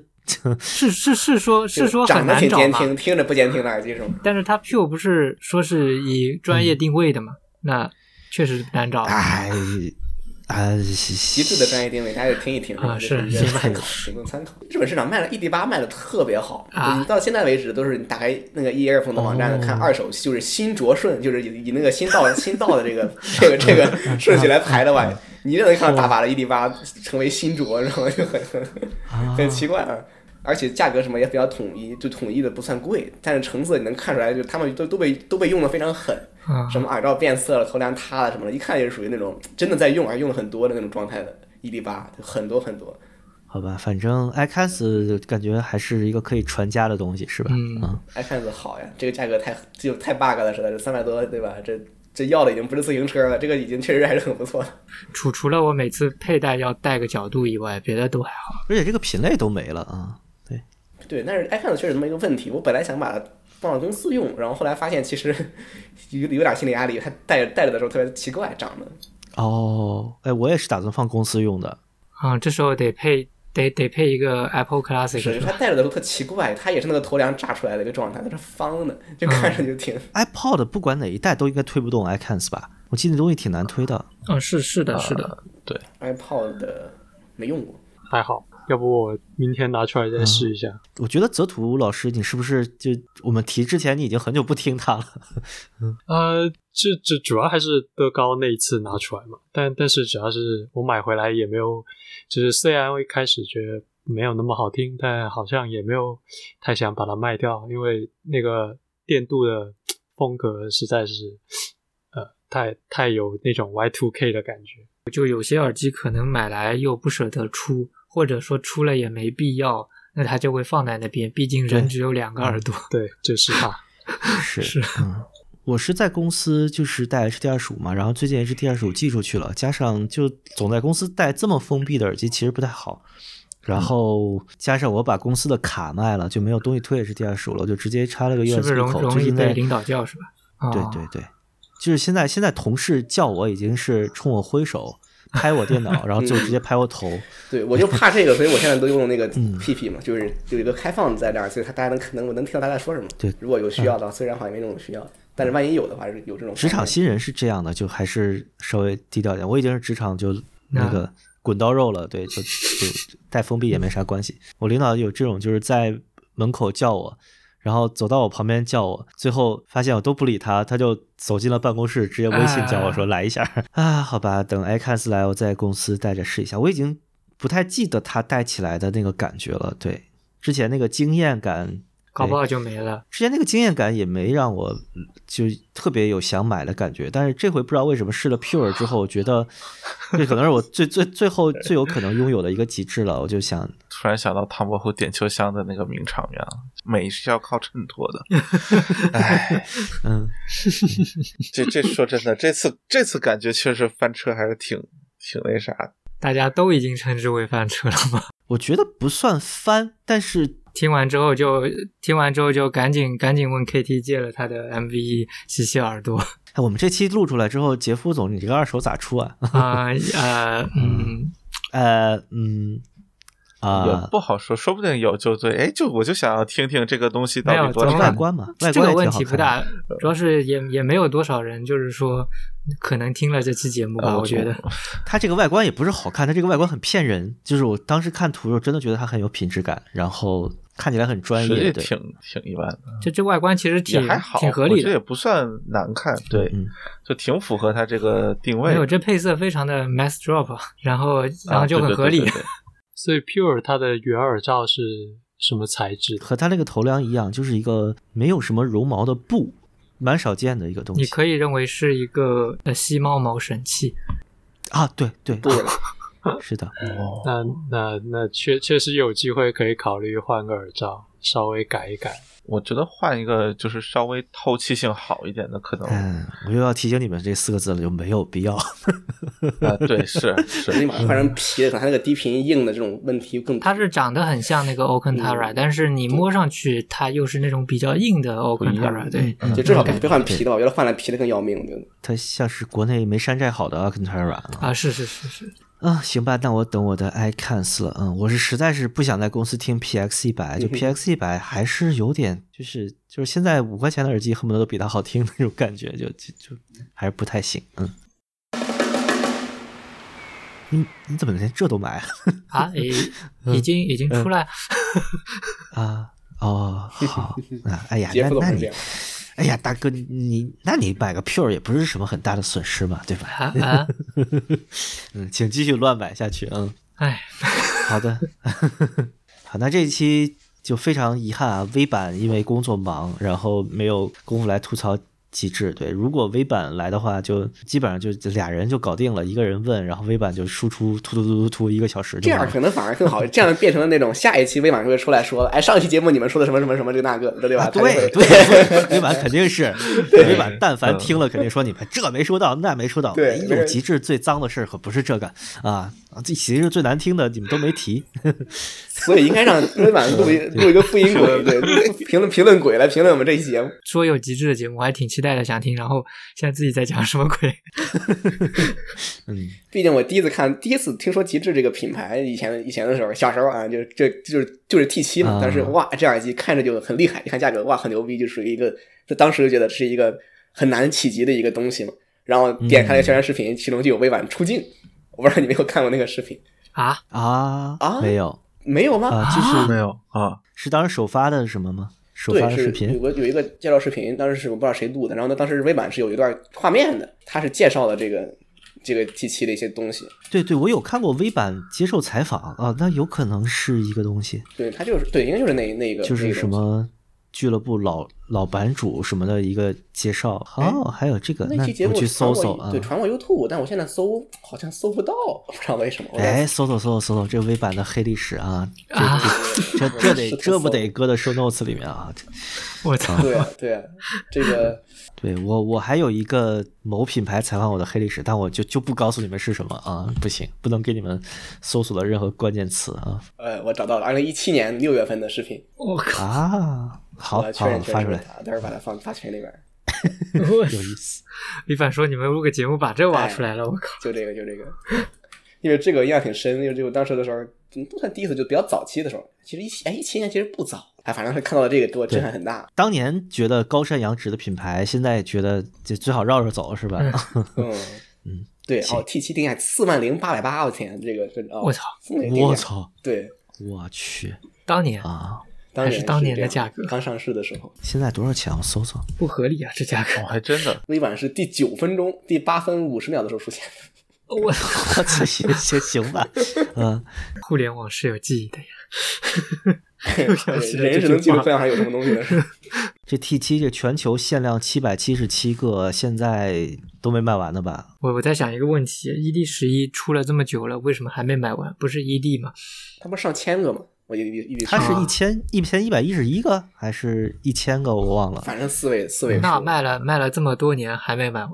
S4: 是是是说是说
S1: 长
S4: 很
S1: 得
S4: 难
S1: 挺
S4: 找
S1: 监
S4: 嘛？
S1: 听，听着不监听的耳机是吗？
S4: 但是它 Pure 不是
S2: 嗯啊
S4: 说是以专业定位的嘛？那确实难找。
S2: 哎大家极
S1: 啊极致的专业定位，大家就听一听
S4: 啊
S1: 这
S4: 是
S1: 一个
S4: 行吧
S1: 参考，仅供参考。日本市场卖了 ED 八卖的特别好，
S4: 啊哦
S1: 你到现在为止都是你打开那个 E a r p h o n e 的网站看二手，就是新卓顺，就是以以那个新到的新到的这个这个这 个顺序来排的
S4: 啊
S1: 话，你就能看到
S4: 哦
S1: 大把的 ED 八成为新卓，然后就很很 很奇怪啊。而且价格什么也比较统一，就统一的不算贵，但是成色你能看出来，就他们都都被都被用的非常狠，
S4: 啊
S1: 什么耳罩变色了、头梁塌了什么的，一看也是属于那种真的在用啊而用了很多的那种状态的 ED 八，就很多很多。
S2: 好吧，反正 iCast 感觉还是一个可以传家的东西，是吧？
S4: 嗯
S2: 啊
S1: iPad 好呀，这个价格太就太 bug 了，实在是三百多，对吧？这这要的已经不是自行车了，这个已经确实还是很不错的。
S4: 除除了我每次佩戴要带个角度以外，别的都还好。
S2: 而且这个品类都没了啊。对，
S1: 对，但是 iPad 确实这么一个问题，我本来想把它放到公司用，然后后来发现其实有有点心理压力，它戴戴着的时候特别奇怪，长得。
S2: 哦，哎，我也是打算放公司用的。
S4: 啊、这时候得配得得配一个 Apple Classic
S1: 是，
S4: 是
S1: 它
S4: 吧？
S1: 戴着的时候特奇怪，它也是那个头梁炸出来的一个状态，它是方的，就看着就挺。
S2: iPod 不管哪一代都应该推不动 iCast 吧？我记得东西挺难推的。
S4: 嗯、是是的，是的。
S1: iPod 哎的没用过，
S6: 还好，要不我明天拿出来再试一下。
S2: 我觉得泽图老师，你是不是就我们提之前你已经很久不听他了？
S6: 呃，这这主要还是乐高那一次拿出来嘛，但但是主要是我买回来也没有，就是虽然我一开始觉得没有那么好听，但好像也没有太想把它卖掉，因为那个电镀的风格实在是，呃，太太有那种 Y two K 的感觉。
S4: 就有些耳机可能买来又不舍得出，或者说出了也没必要，那它就会放在那边。毕竟
S2: 对
S4: 人
S2: 嗯
S4: 只有两个耳朵。
S6: 对，就是它。
S2: 是
S4: 是
S2: 嗯，我是在公司就是带 HD 二十五嘛，然后最近 HD 二十五寄出去了，加上就总在公司带这么封闭的耳机其实不太好，然后加上我把公司的卡卖了，就没有东西推 HD 二十五了，我就直接插了个
S4: 是
S2: USB
S4: 不是容
S2: 口，
S4: 容
S2: 最
S4: 易
S2: 近在
S4: 被领导叫是吧？哦、
S2: 对对对，就是现在现在同事叫我已经是冲我挥手。拍我电脑，然后就直接拍我头，
S1: 对我就怕这个，所以我现在都用那个
S2: 嗯
S1: PP 嘛，就是有一个开放在那儿，所以他大家能看能能听到大家说什么。
S2: 对嗯
S1: 如果有需要的话，虽然好像没那种需要，但是万一有的话，是有这种
S2: 职场
S1: 方面
S2: 新人是这样的，就还是稍微低调一点。我已经是职场就那
S4: 那
S2: 个滚刀肉了，对，就就带封闭也没啥关系。我领导有这种，就是在门口叫我，然后走到我旁边叫我，最后发现我都不理他，他就走进了办公室，直接微信叫我说
S4: 啊
S2: 来一下 啊，好吧，等 iCast 来，我在公司带着试一下。我已经不太记得他带起来的那个感觉了，对，之前那个经验感。
S4: 搞不
S2: 哎
S4: 好就没了。
S2: 之前那个经验感也没让我嗯就特别有想买的感觉，但是这回不知道为什么试了 Pure 之后，我觉得这可能是我最最最后最有可能拥有的一个极致了。我就想，
S3: 突然想到唐伯虎点秋香的那个名场面了，美是要靠衬托的。哎，
S2: 嗯，
S3: 这这说真的，这次这次感觉确实翻车还是挺挺那啥的。
S4: 大家都已经称之为翻车了吗？
S2: 我觉得不算翻，但是
S4: 听完之后就听完之后就赶紧赶紧问 KT 借了他的 MVE 洗洗 耳朵。
S2: 哎，我们这期录出来之后，杰夫总，你这个二手咋出啊？
S4: 啊呃嗯，
S2: 呃，嗯，啊、
S3: 也不好说，说不定有就对。哎，就我就想要听听这个东西到
S4: 没
S3: 底
S4: 有
S3: 多
S4: 总
S3: 少
S4: 之
S2: 外观嘛，外
S4: 这
S2: 观
S4: 个
S2: 也
S4: 问
S2: 挺好
S4: 题
S2: 看的。
S4: 不大，主要是也也没有多少人，就是说可能听了这期节目吧，
S3: 呃
S4: 我觉得
S2: 它这个外观也不是好看，它这个外观很骗人。就是我当时看图的时候，真的觉得它很有品质感，然后看起来很专
S3: 实际
S2: 业。对，
S3: 挺挺一般的，
S4: 这这外观其实
S3: 也
S4: 挺
S3: 还好，
S4: 挺合
S3: 我
S4: 理
S3: 觉得也
S4: 的。
S3: 不算难看，对，
S2: 嗯。
S3: 就挺符合它这个定
S4: 没
S3: 位。
S4: 哎有，这配色非常的 mass drop，然 后然
S3: 啊
S4: 后就
S3: 对对
S4: 很合
S3: 对
S4: 理
S3: 对。对
S6: 所以 Pure 它的原耳罩是什么材质的？
S2: 和它那个头梁一样，就是一个没有什么绒毛的布，蛮少见的一个东西。
S4: 你可以认为是一个呃吸猫毛神器，
S2: 啊，对对，
S1: 对了，
S2: 是的，
S6: 那那那确确实有机会可以考虑换个耳罩，稍微改一改。
S3: 我觉得换一个就是稍微透气性好一点的，可能
S2: 嗯，我又要提醒你们这四个字了，就没有必要。
S3: 啊，对，是是，
S1: 你把它
S2: 嗯
S1: 换成皮的，可能它那个低频硬的这种问题更
S4: 它是长得很像那个 Okantara，、但是你摸上去它又是那种比较硬的
S3: 一样
S4: Okantara，对，
S2: 嗯
S1: 就至少别换皮的吧，我觉得换了皮的更要命，我觉得。
S2: 它像是国内没山寨好的 a c a n t a r a 啊。
S4: 啊，是是是是，
S2: 啊，行吧，那我等我的 iCans 了。嗯，我是实在是不想在公司听 PX 一百，就
S1: 嗯哼
S2: PX 一百还是有点，就是就是现在五块钱的耳机恨不得都比它好听那种感觉，就就就还是不太行。嗯，你你怎么连这都买啊？
S4: 啊，已已经已经出来，
S2: 啊 哦，好啊，哎呀，
S1: 杰
S2: 那
S1: 夫总
S2: 那
S1: 是这
S2: 你
S1: 样，，
S2: 哎呀，大哥，你那你买个票也不是什么很大的损失嘛，对吧？
S4: 啊啊，
S2: 嗯，请继续乱买下去，嗯，
S4: 哎，
S2: 好的， 好，那这一期就非常遗憾啊，V 版因为工作忙，然后没有功夫来吐槽。机制对，如果 V 版来的话，就基本上就俩人就搞定了，一个人问，然后 V 版就输出突突突突突一个小时就
S1: 这样
S2: 完了
S1: 可能反而更好，这样变成了那种下一期微马就会出来说，哎，上一期节目你们说的什么什么什么这那个的，对吧？
S2: 啊，
S1: 他就会
S2: 对对，微版肯定是微版，但凡
S3: 嗯
S2: 听了肯定说你们这没说到，那没说到。
S1: 对
S2: 哎
S1: 没
S2: 呦，
S1: 人
S2: 极致最脏的事儿可不是这个啊，啊这其实最难听的你们都没提。
S1: 所以应该让微马 录一录一个复音轨，对，评论评论轨来评论我们这期节目。
S4: 说有极致的节目，我还挺期待的，想听。然后现在自己在讲什么鬼？
S2: 嗯，
S1: 毕竟我第一次看，第一次听说极致这个品牌，以前以前的时候，小时候啊，就这就是就是 T 七嘛
S2: 啊，
S1: 但是哇，这耳机看着就很厉害，一看价格哇很牛逼，就属于一个，就当时就觉得是一个很难企及的一个东西嘛。然后点开了宣传视频，其中就有微软出镜，我不知道你没有看过那个视频，
S4: 啊，
S2: 啊
S1: 啊
S2: 没有
S1: 没有吗？
S2: 啊，就是
S3: 没有啊，
S2: 是当时首发的什么吗？首发
S1: 对，
S2: 的视
S1: 是有
S2: 频
S1: 个有一个介绍视频，当时是我不知道谁录的，然后呢，当时微版是有一段画面的，它是介绍了这个这个 T 七的一些东西，
S2: 对对，我有看过微版接受采访啊，那有可能是一个东西，
S1: 对，它就是对，应该就是那那个
S2: 就
S1: 那
S2: 是
S1: 个东
S2: 什
S1: 西
S2: 么俱乐部老老版主什么的一个介绍。哦，还有这个，那
S1: 那期节
S2: 我
S1: 目
S2: 去搜
S1: 传
S2: 搜
S1: 我
S2: 啊。
S1: 对传我 YouTube，但我现在搜好像搜不到，我不知道为什么。我在
S2: 哎，搜搜搜搜搜，这微版的黑历史啊，
S4: 啊
S2: 这这
S1: 是
S2: 这得
S1: 的
S2: 这
S1: 搜
S2: 不得搁到 show notes 里面啊？这
S4: 我操！
S1: 对啊对啊，这个
S2: 对我我还有一个某品牌采访我的黑历史，但我就就不告诉你们是什么啊，不行，不能给你们搜索的任何关键词啊
S1: 呃，我找到了二零一七年六月份的视频，
S4: 我靠！
S2: 啊！好
S1: 我
S2: 好
S1: 来确认确
S2: 发
S1: 认
S2: 出
S1: 是
S2: 来，
S1: 它，待会儿把它放发群里边儿。
S4: 我
S2: 有意思。
S4: 李凡说你们录个节目把这挖出来了，我靠！
S1: 就这个就这个，因为这个印象挺深，因为这个当时的时候嗯不算第一次，就比较早期的时候，其实一七哎一七年其实不早，哎，反正是看到了这个给我震撼很大。
S2: 当年觉得高山仰止的品牌，现在觉得就最好绕着走是吧？
S1: 嗯
S2: 嗯，
S1: 对，
S2: 行
S1: 哦，T 七定价四万零八百八，我天，这个真的哦
S4: 我操！
S1: 这么一个定价
S2: 我，操，
S1: 对，
S2: 我去
S4: 当年
S2: 啊！
S1: 当
S4: 还
S1: 年
S4: 是当
S1: 这
S4: 年的
S1: 样
S4: 价格
S1: 刚上市的时候。
S2: 现在多少钱？啊我搜搜。
S4: 不合理啊，这价格！
S3: 我还真的
S1: 微版是第九分钟第八分五十秒的时候出 现的。
S4: 我
S2: 我操，行行行 吧，嗯，
S4: 互联网是有记忆的呀。想起来
S1: 人
S4: 这
S1: 是
S4: 句
S1: 能记住
S4: 话
S1: 互联网上有什么东西的。
S2: 这 T 七这全球限量七百七十七个，现在都没卖完呢吧？
S4: 我我在想一个问题，ED 十一出了这么久了，为什么还没买完？不是 ED 吗？
S1: 他不是上千个吗？我一一一
S2: 它是
S4: 啊
S2: 一千一千一百一十一个，还是一千个？我忘了。
S1: 反正四位四位数。
S4: 那卖了卖了这么多年还没买完，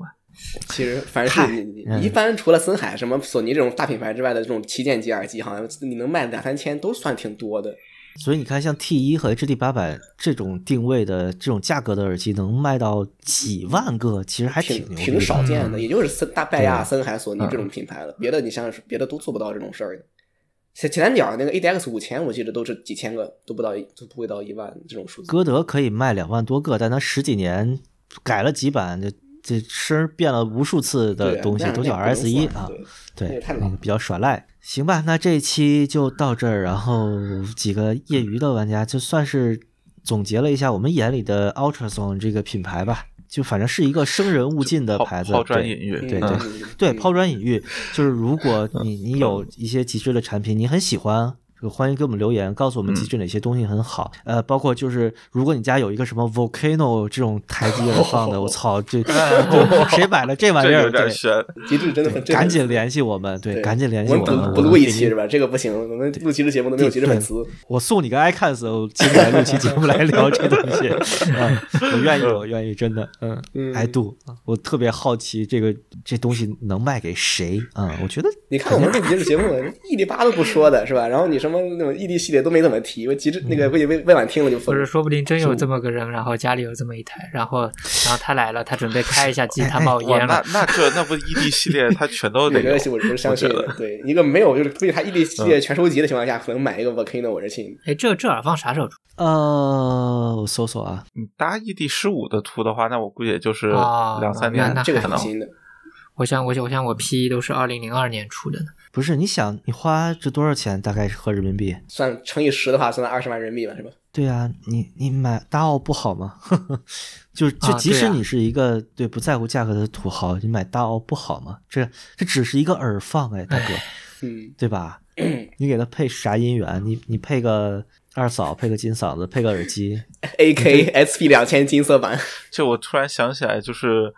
S1: 其实凡是你你
S2: 嗯
S1: 一般除了森海什么索尼这种大品牌之外的这种旗舰级耳机，好像你能卖两三千都算挺多的。
S2: 所以你看，像 T 一和 HD 八百这种定位的、这种价格的耳机，能卖到几万个，其实还
S1: 挺
S2: 牛逼
S1: 挺
S2: 的。
S1: 少见
S4: 嗯
S1: 的，也就是森大拜亚、
S2: 对
S1: 森海、索尼这种品牌了，别的你想想，别的都做不到这种事儿的。前前三角那个 ADX 五千，我记得都是几千个，都不到一都不会到一万这种数字。
S2: 歌德可以卖两万多个，但他十几年改了几版，这这声儿变了无数次
S1: 对
S2: 的
S1: 啊
S2: 东西
S1: 那
S2: 都叫
S1: 那不能
S2: RS 一
S1: 算
S2: 啊。
S1: 对那
S2: 对
S1: 也太，
S2: 那
S1: 冷
S2: 个
S1: 了
S2: 比较耍赖。行吧，那这一期就到这儿，然后几个业余的玩家就算是总结了一下我们眼里的 Ultrasound 这个品牌吧，就反正是一个生人勿近的
S3: 抛
S2: 牌子，
S3: 抛砖
S2: 对
S3: 引玉，
S2: 对
S3: 嗯
S2: 对对，抛砖引玉，就是如 果你你有一些极致的产品，你很喜欢。这个欢迎给我们留言，告诉我
S3: 嗯
S2: 们极致哪些东西很好。呃，包括就是，如果你家有一个什么 volcano 这种 台机耳放的，我操，这这谁买了这玩意
S3: 这
S2: 儿？
S3: 有点
S2: 对，
S3: 悬。
S1: 极致真的很，真的
S2: 赶
S1: 很
S2: 紧联系我们，对，
S1: 对
S2: 赶紧联系
S1: 我们
S2: 们。
S1: 不
S2: 我
S1: 不
S2: 们
S1: 录一
S2: 给
S1: 期
S2: 你
S1: 是吧？这个不行，我们录极致节目都没有极致粉丝。
S2: 我送你个 iCans，我请你来录期节目来聊这东 西，啊，我愿意，我愿意，真的，嗯
S1: 嗯
S2: ，I do，我特别好奇这个这东西能卖给谁啊、我觉得
S1: 你看我们录极致节目，ED 八都不说的是吧？然后你什么那种 ED 系列都没怎么提，我极致那
S2: 嗯
S1: 个魏魏魏婉听了就
S4: 或
S1: 疯
S4: 者
S1: 了。
S4: 说不定真有这么个人，然后家里有这么一台，然后然后他来了，他准备开一下机，他冒
S3: 哇，
S4: 烟
S3: 哎那
S4: 了，
S3: 那这那不 ED 系列它全 都
S1: 我
S3: 得
S1: 觉
S3: 有
S1: 得我是相信
S3: 我觉
S1: 的，对一个没有就是为他 ED 系
S2: 嗯
S1: 列全收集的情况下，可能买一个 Volcano 我是信的。
S4: 哎，这这耳放啥时候出？
S2: 呃，我搜搜啊，
S3: 嗯 E 你搭 ED 十五的图的话，那我估计也就是
S4: 哦
S3: 两三
S4: 那
S3: 年
S4: 那
S1: 这个
S3: 可
S1: 挺
S3: 能
S1: 新的，
S4: 我想，我想，我想我 P 都是二零零二年出的呢。
S2: 不是，你想你花这多少钱？大概是合人民币？
S1: 算乘以十的话，算二十万人民币吧，是吧？
S2: 对啊，你你买大奥不好吗？ 就就
S4: 啊
S2: 即
S4: 对
S2: 使
S4: 啊
S2: 你是一个对不在乎价格的土豪，你买大奥不好吗？这这只是一个耳放哎， 大哥，
S1: 嗯，
S2: 对 吧？你给他配啥音源？你你配个二嫂，配个金嗓子，配个耳机，
S1: A K S P 两千金色版，
S3: 就我突然想起来，就是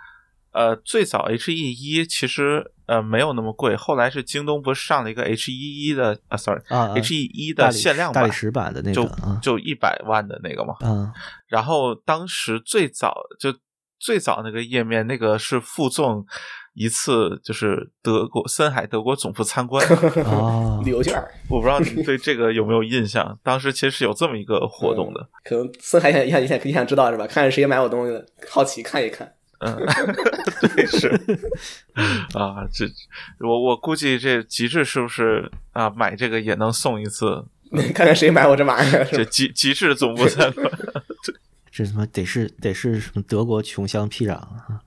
S3: 呃，最早 H E 一其实呃没有那么贵，后来是京东不是上了一个 H 一一的啊，sorry
S2: 啊啊
S3: H E 一
S2: 大
S3: 的
S2: 理
S3: 限量
S2: 大
S3: 版
S2: 理，石版的那个
S3: 就
S2: 啊
S3: 就一百万的那个嘛。
S2: 啊
S3: 然后当时最早就最早那个页面，那个是附赠一次就是德国森海德国总部 参观，
S2: 哦
S1: 旅游券儿，
S3: 我不知道你对这个有没有印象？当时其实是有这么一个活动的，
S1: 嗯可能森海想想想想知道是吧？看看谁买我东西了，好奇看一看。
S3: 嗯，对，是 啊，这我我估计这极致是不是啊买这个也能送一次？
S1: 看看谁买我这玩意儿，是
S3: 这
S1: 吧？
S3: 极极致总部参观，
S2: 这他妈得是得是什么德国穷乡僻壤啊！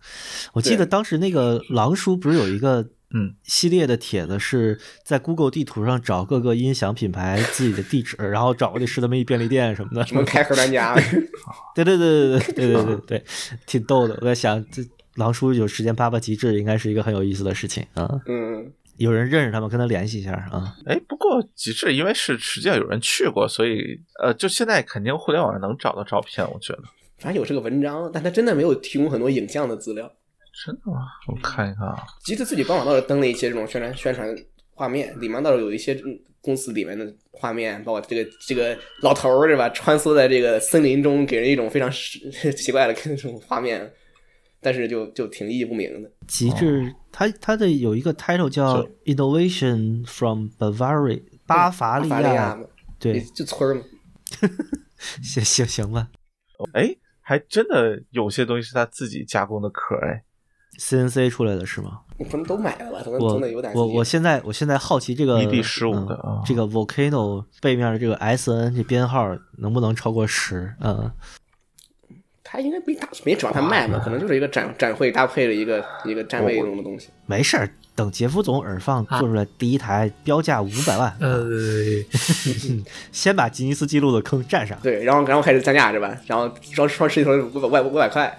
S2: 我记
S1: 对
S2: 得当时那个狼叔不是有一个
S3: 嗯
S2: 系列的帖子，是在 Google 地图上找各个音响品牌自己的地址，然后找过去是他们一便利店什么的。
S1: 什么开盒玩家，
S2: 对对对对对 对对对对，挺逗的。我在想，这狼叔有时间扒扒极致，应该是一个很有意思的事情啊。
S1: 嗯，
S2: 有人认识他们，跟他联系一下啊。
S3: 哎，不过极致因为是实际上有人去过，所以呃，就现在肯定互联网上能找到照片，我觉得
S1: 反正有这个文章，但他真的没有提供很多影像的资料。
S3: 真的吗？我看一看啊，
S1: 吉特自己官网倒是登了一些这种宣传宣传画面，里面倒是有一些嗯公司里面的画面，包括这个这个老头儿是吧，穿梭在这个森林中，给人一种非常是奇怪的这种画面， 但是就就挺意义不明的。
S2: 极致，它它哦的有一个 title 叫 Innovation from Bavaria，巴伐利
S1: 巴伐利亚嗯
S2: 亚
S1: 嘛，
S2: 对
S1: 也，就村儿嘛，
S2: 行行行吧
S3: 哎，还真的有些东西是他自己加工的壳，哎，
S2: ，CNC 出来的是吗？
S1: 你不能都买了吧？总
S2: 我
S1: 总得有点
S2: 我
S1: 自己
S2: 我现在我现在好奇这个
S3: ED15 的
S2: 嗯
S3: 啊
S2: 这个 Volcano 背面的这个 SN 这编号能不能超过十？嗯，
S1: 他应该没打没指望他卖嘛，可能就是一个展展会搭配的一个一个站位用的东西。
S2: 没事儿，等杰夫总耳放做出来第一台标价五百万，
S4: 呃，
S2: 先把吉尼斯纪录的坑占上。
S1: 对，然后然后开始降价是吧？然后双双十一头五百五百五百块，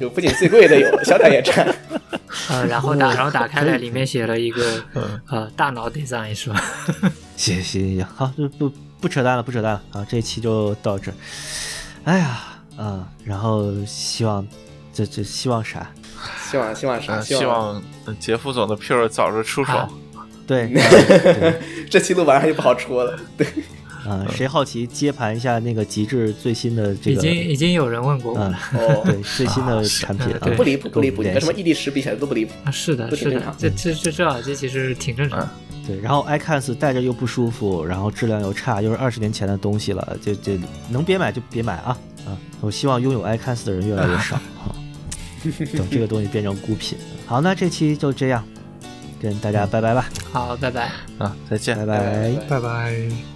S1: 有不仅最贵的有，小点也占。
S4: 呃，然后打，然后打开来，里面写了一个呃大脑 design 是吧？
S2: 行行行，好，就不不扯淡了，不扯淡了啊！这一期就到这儿。哎呀，啊、然后希望这这希望啥？
S1: 希望希望啥？
S3: 啊希望呃杰夫总的 Pure 早日出手。
S4: 啊
S2: 对，对
S1: 这期录完了就不好说了。对，
S2: 啊、谁好奇接盘一下那个极致最新的这
S4: 已
S2: 个？
S4: 经已经有人问过我
S2: 嗯
S4: 了，
S1: 哦，
S2: 对最新的产品
S4: 嗯
S2: 啊
S4: 对，
S1: 不离谱不离谱，你跟
S2: 跟我
S1: 什
S2: 们
S1: 么
S2: 联系
S1: 异地时比起来都不离谱。
S4: 啊，是的，
S1: 不
S4: 是
S1: 挺正
S4: 的
S1: 常，
S4: 这这这这耳机其实挺正常的。
S2: 对，然后 iCans 戴着又不舒服，然后质量又差，又是二十年前的东西了，就就能别买就别买啊啊！我希望拥有 iCans 的人越来越少啊，等这个东西变成孤品。好，那这期就这样，跟大家拜拜吧，
S4: 好，拜拜。
S3: 啊，再见。
S2: 拜拜
S6: 拜拜。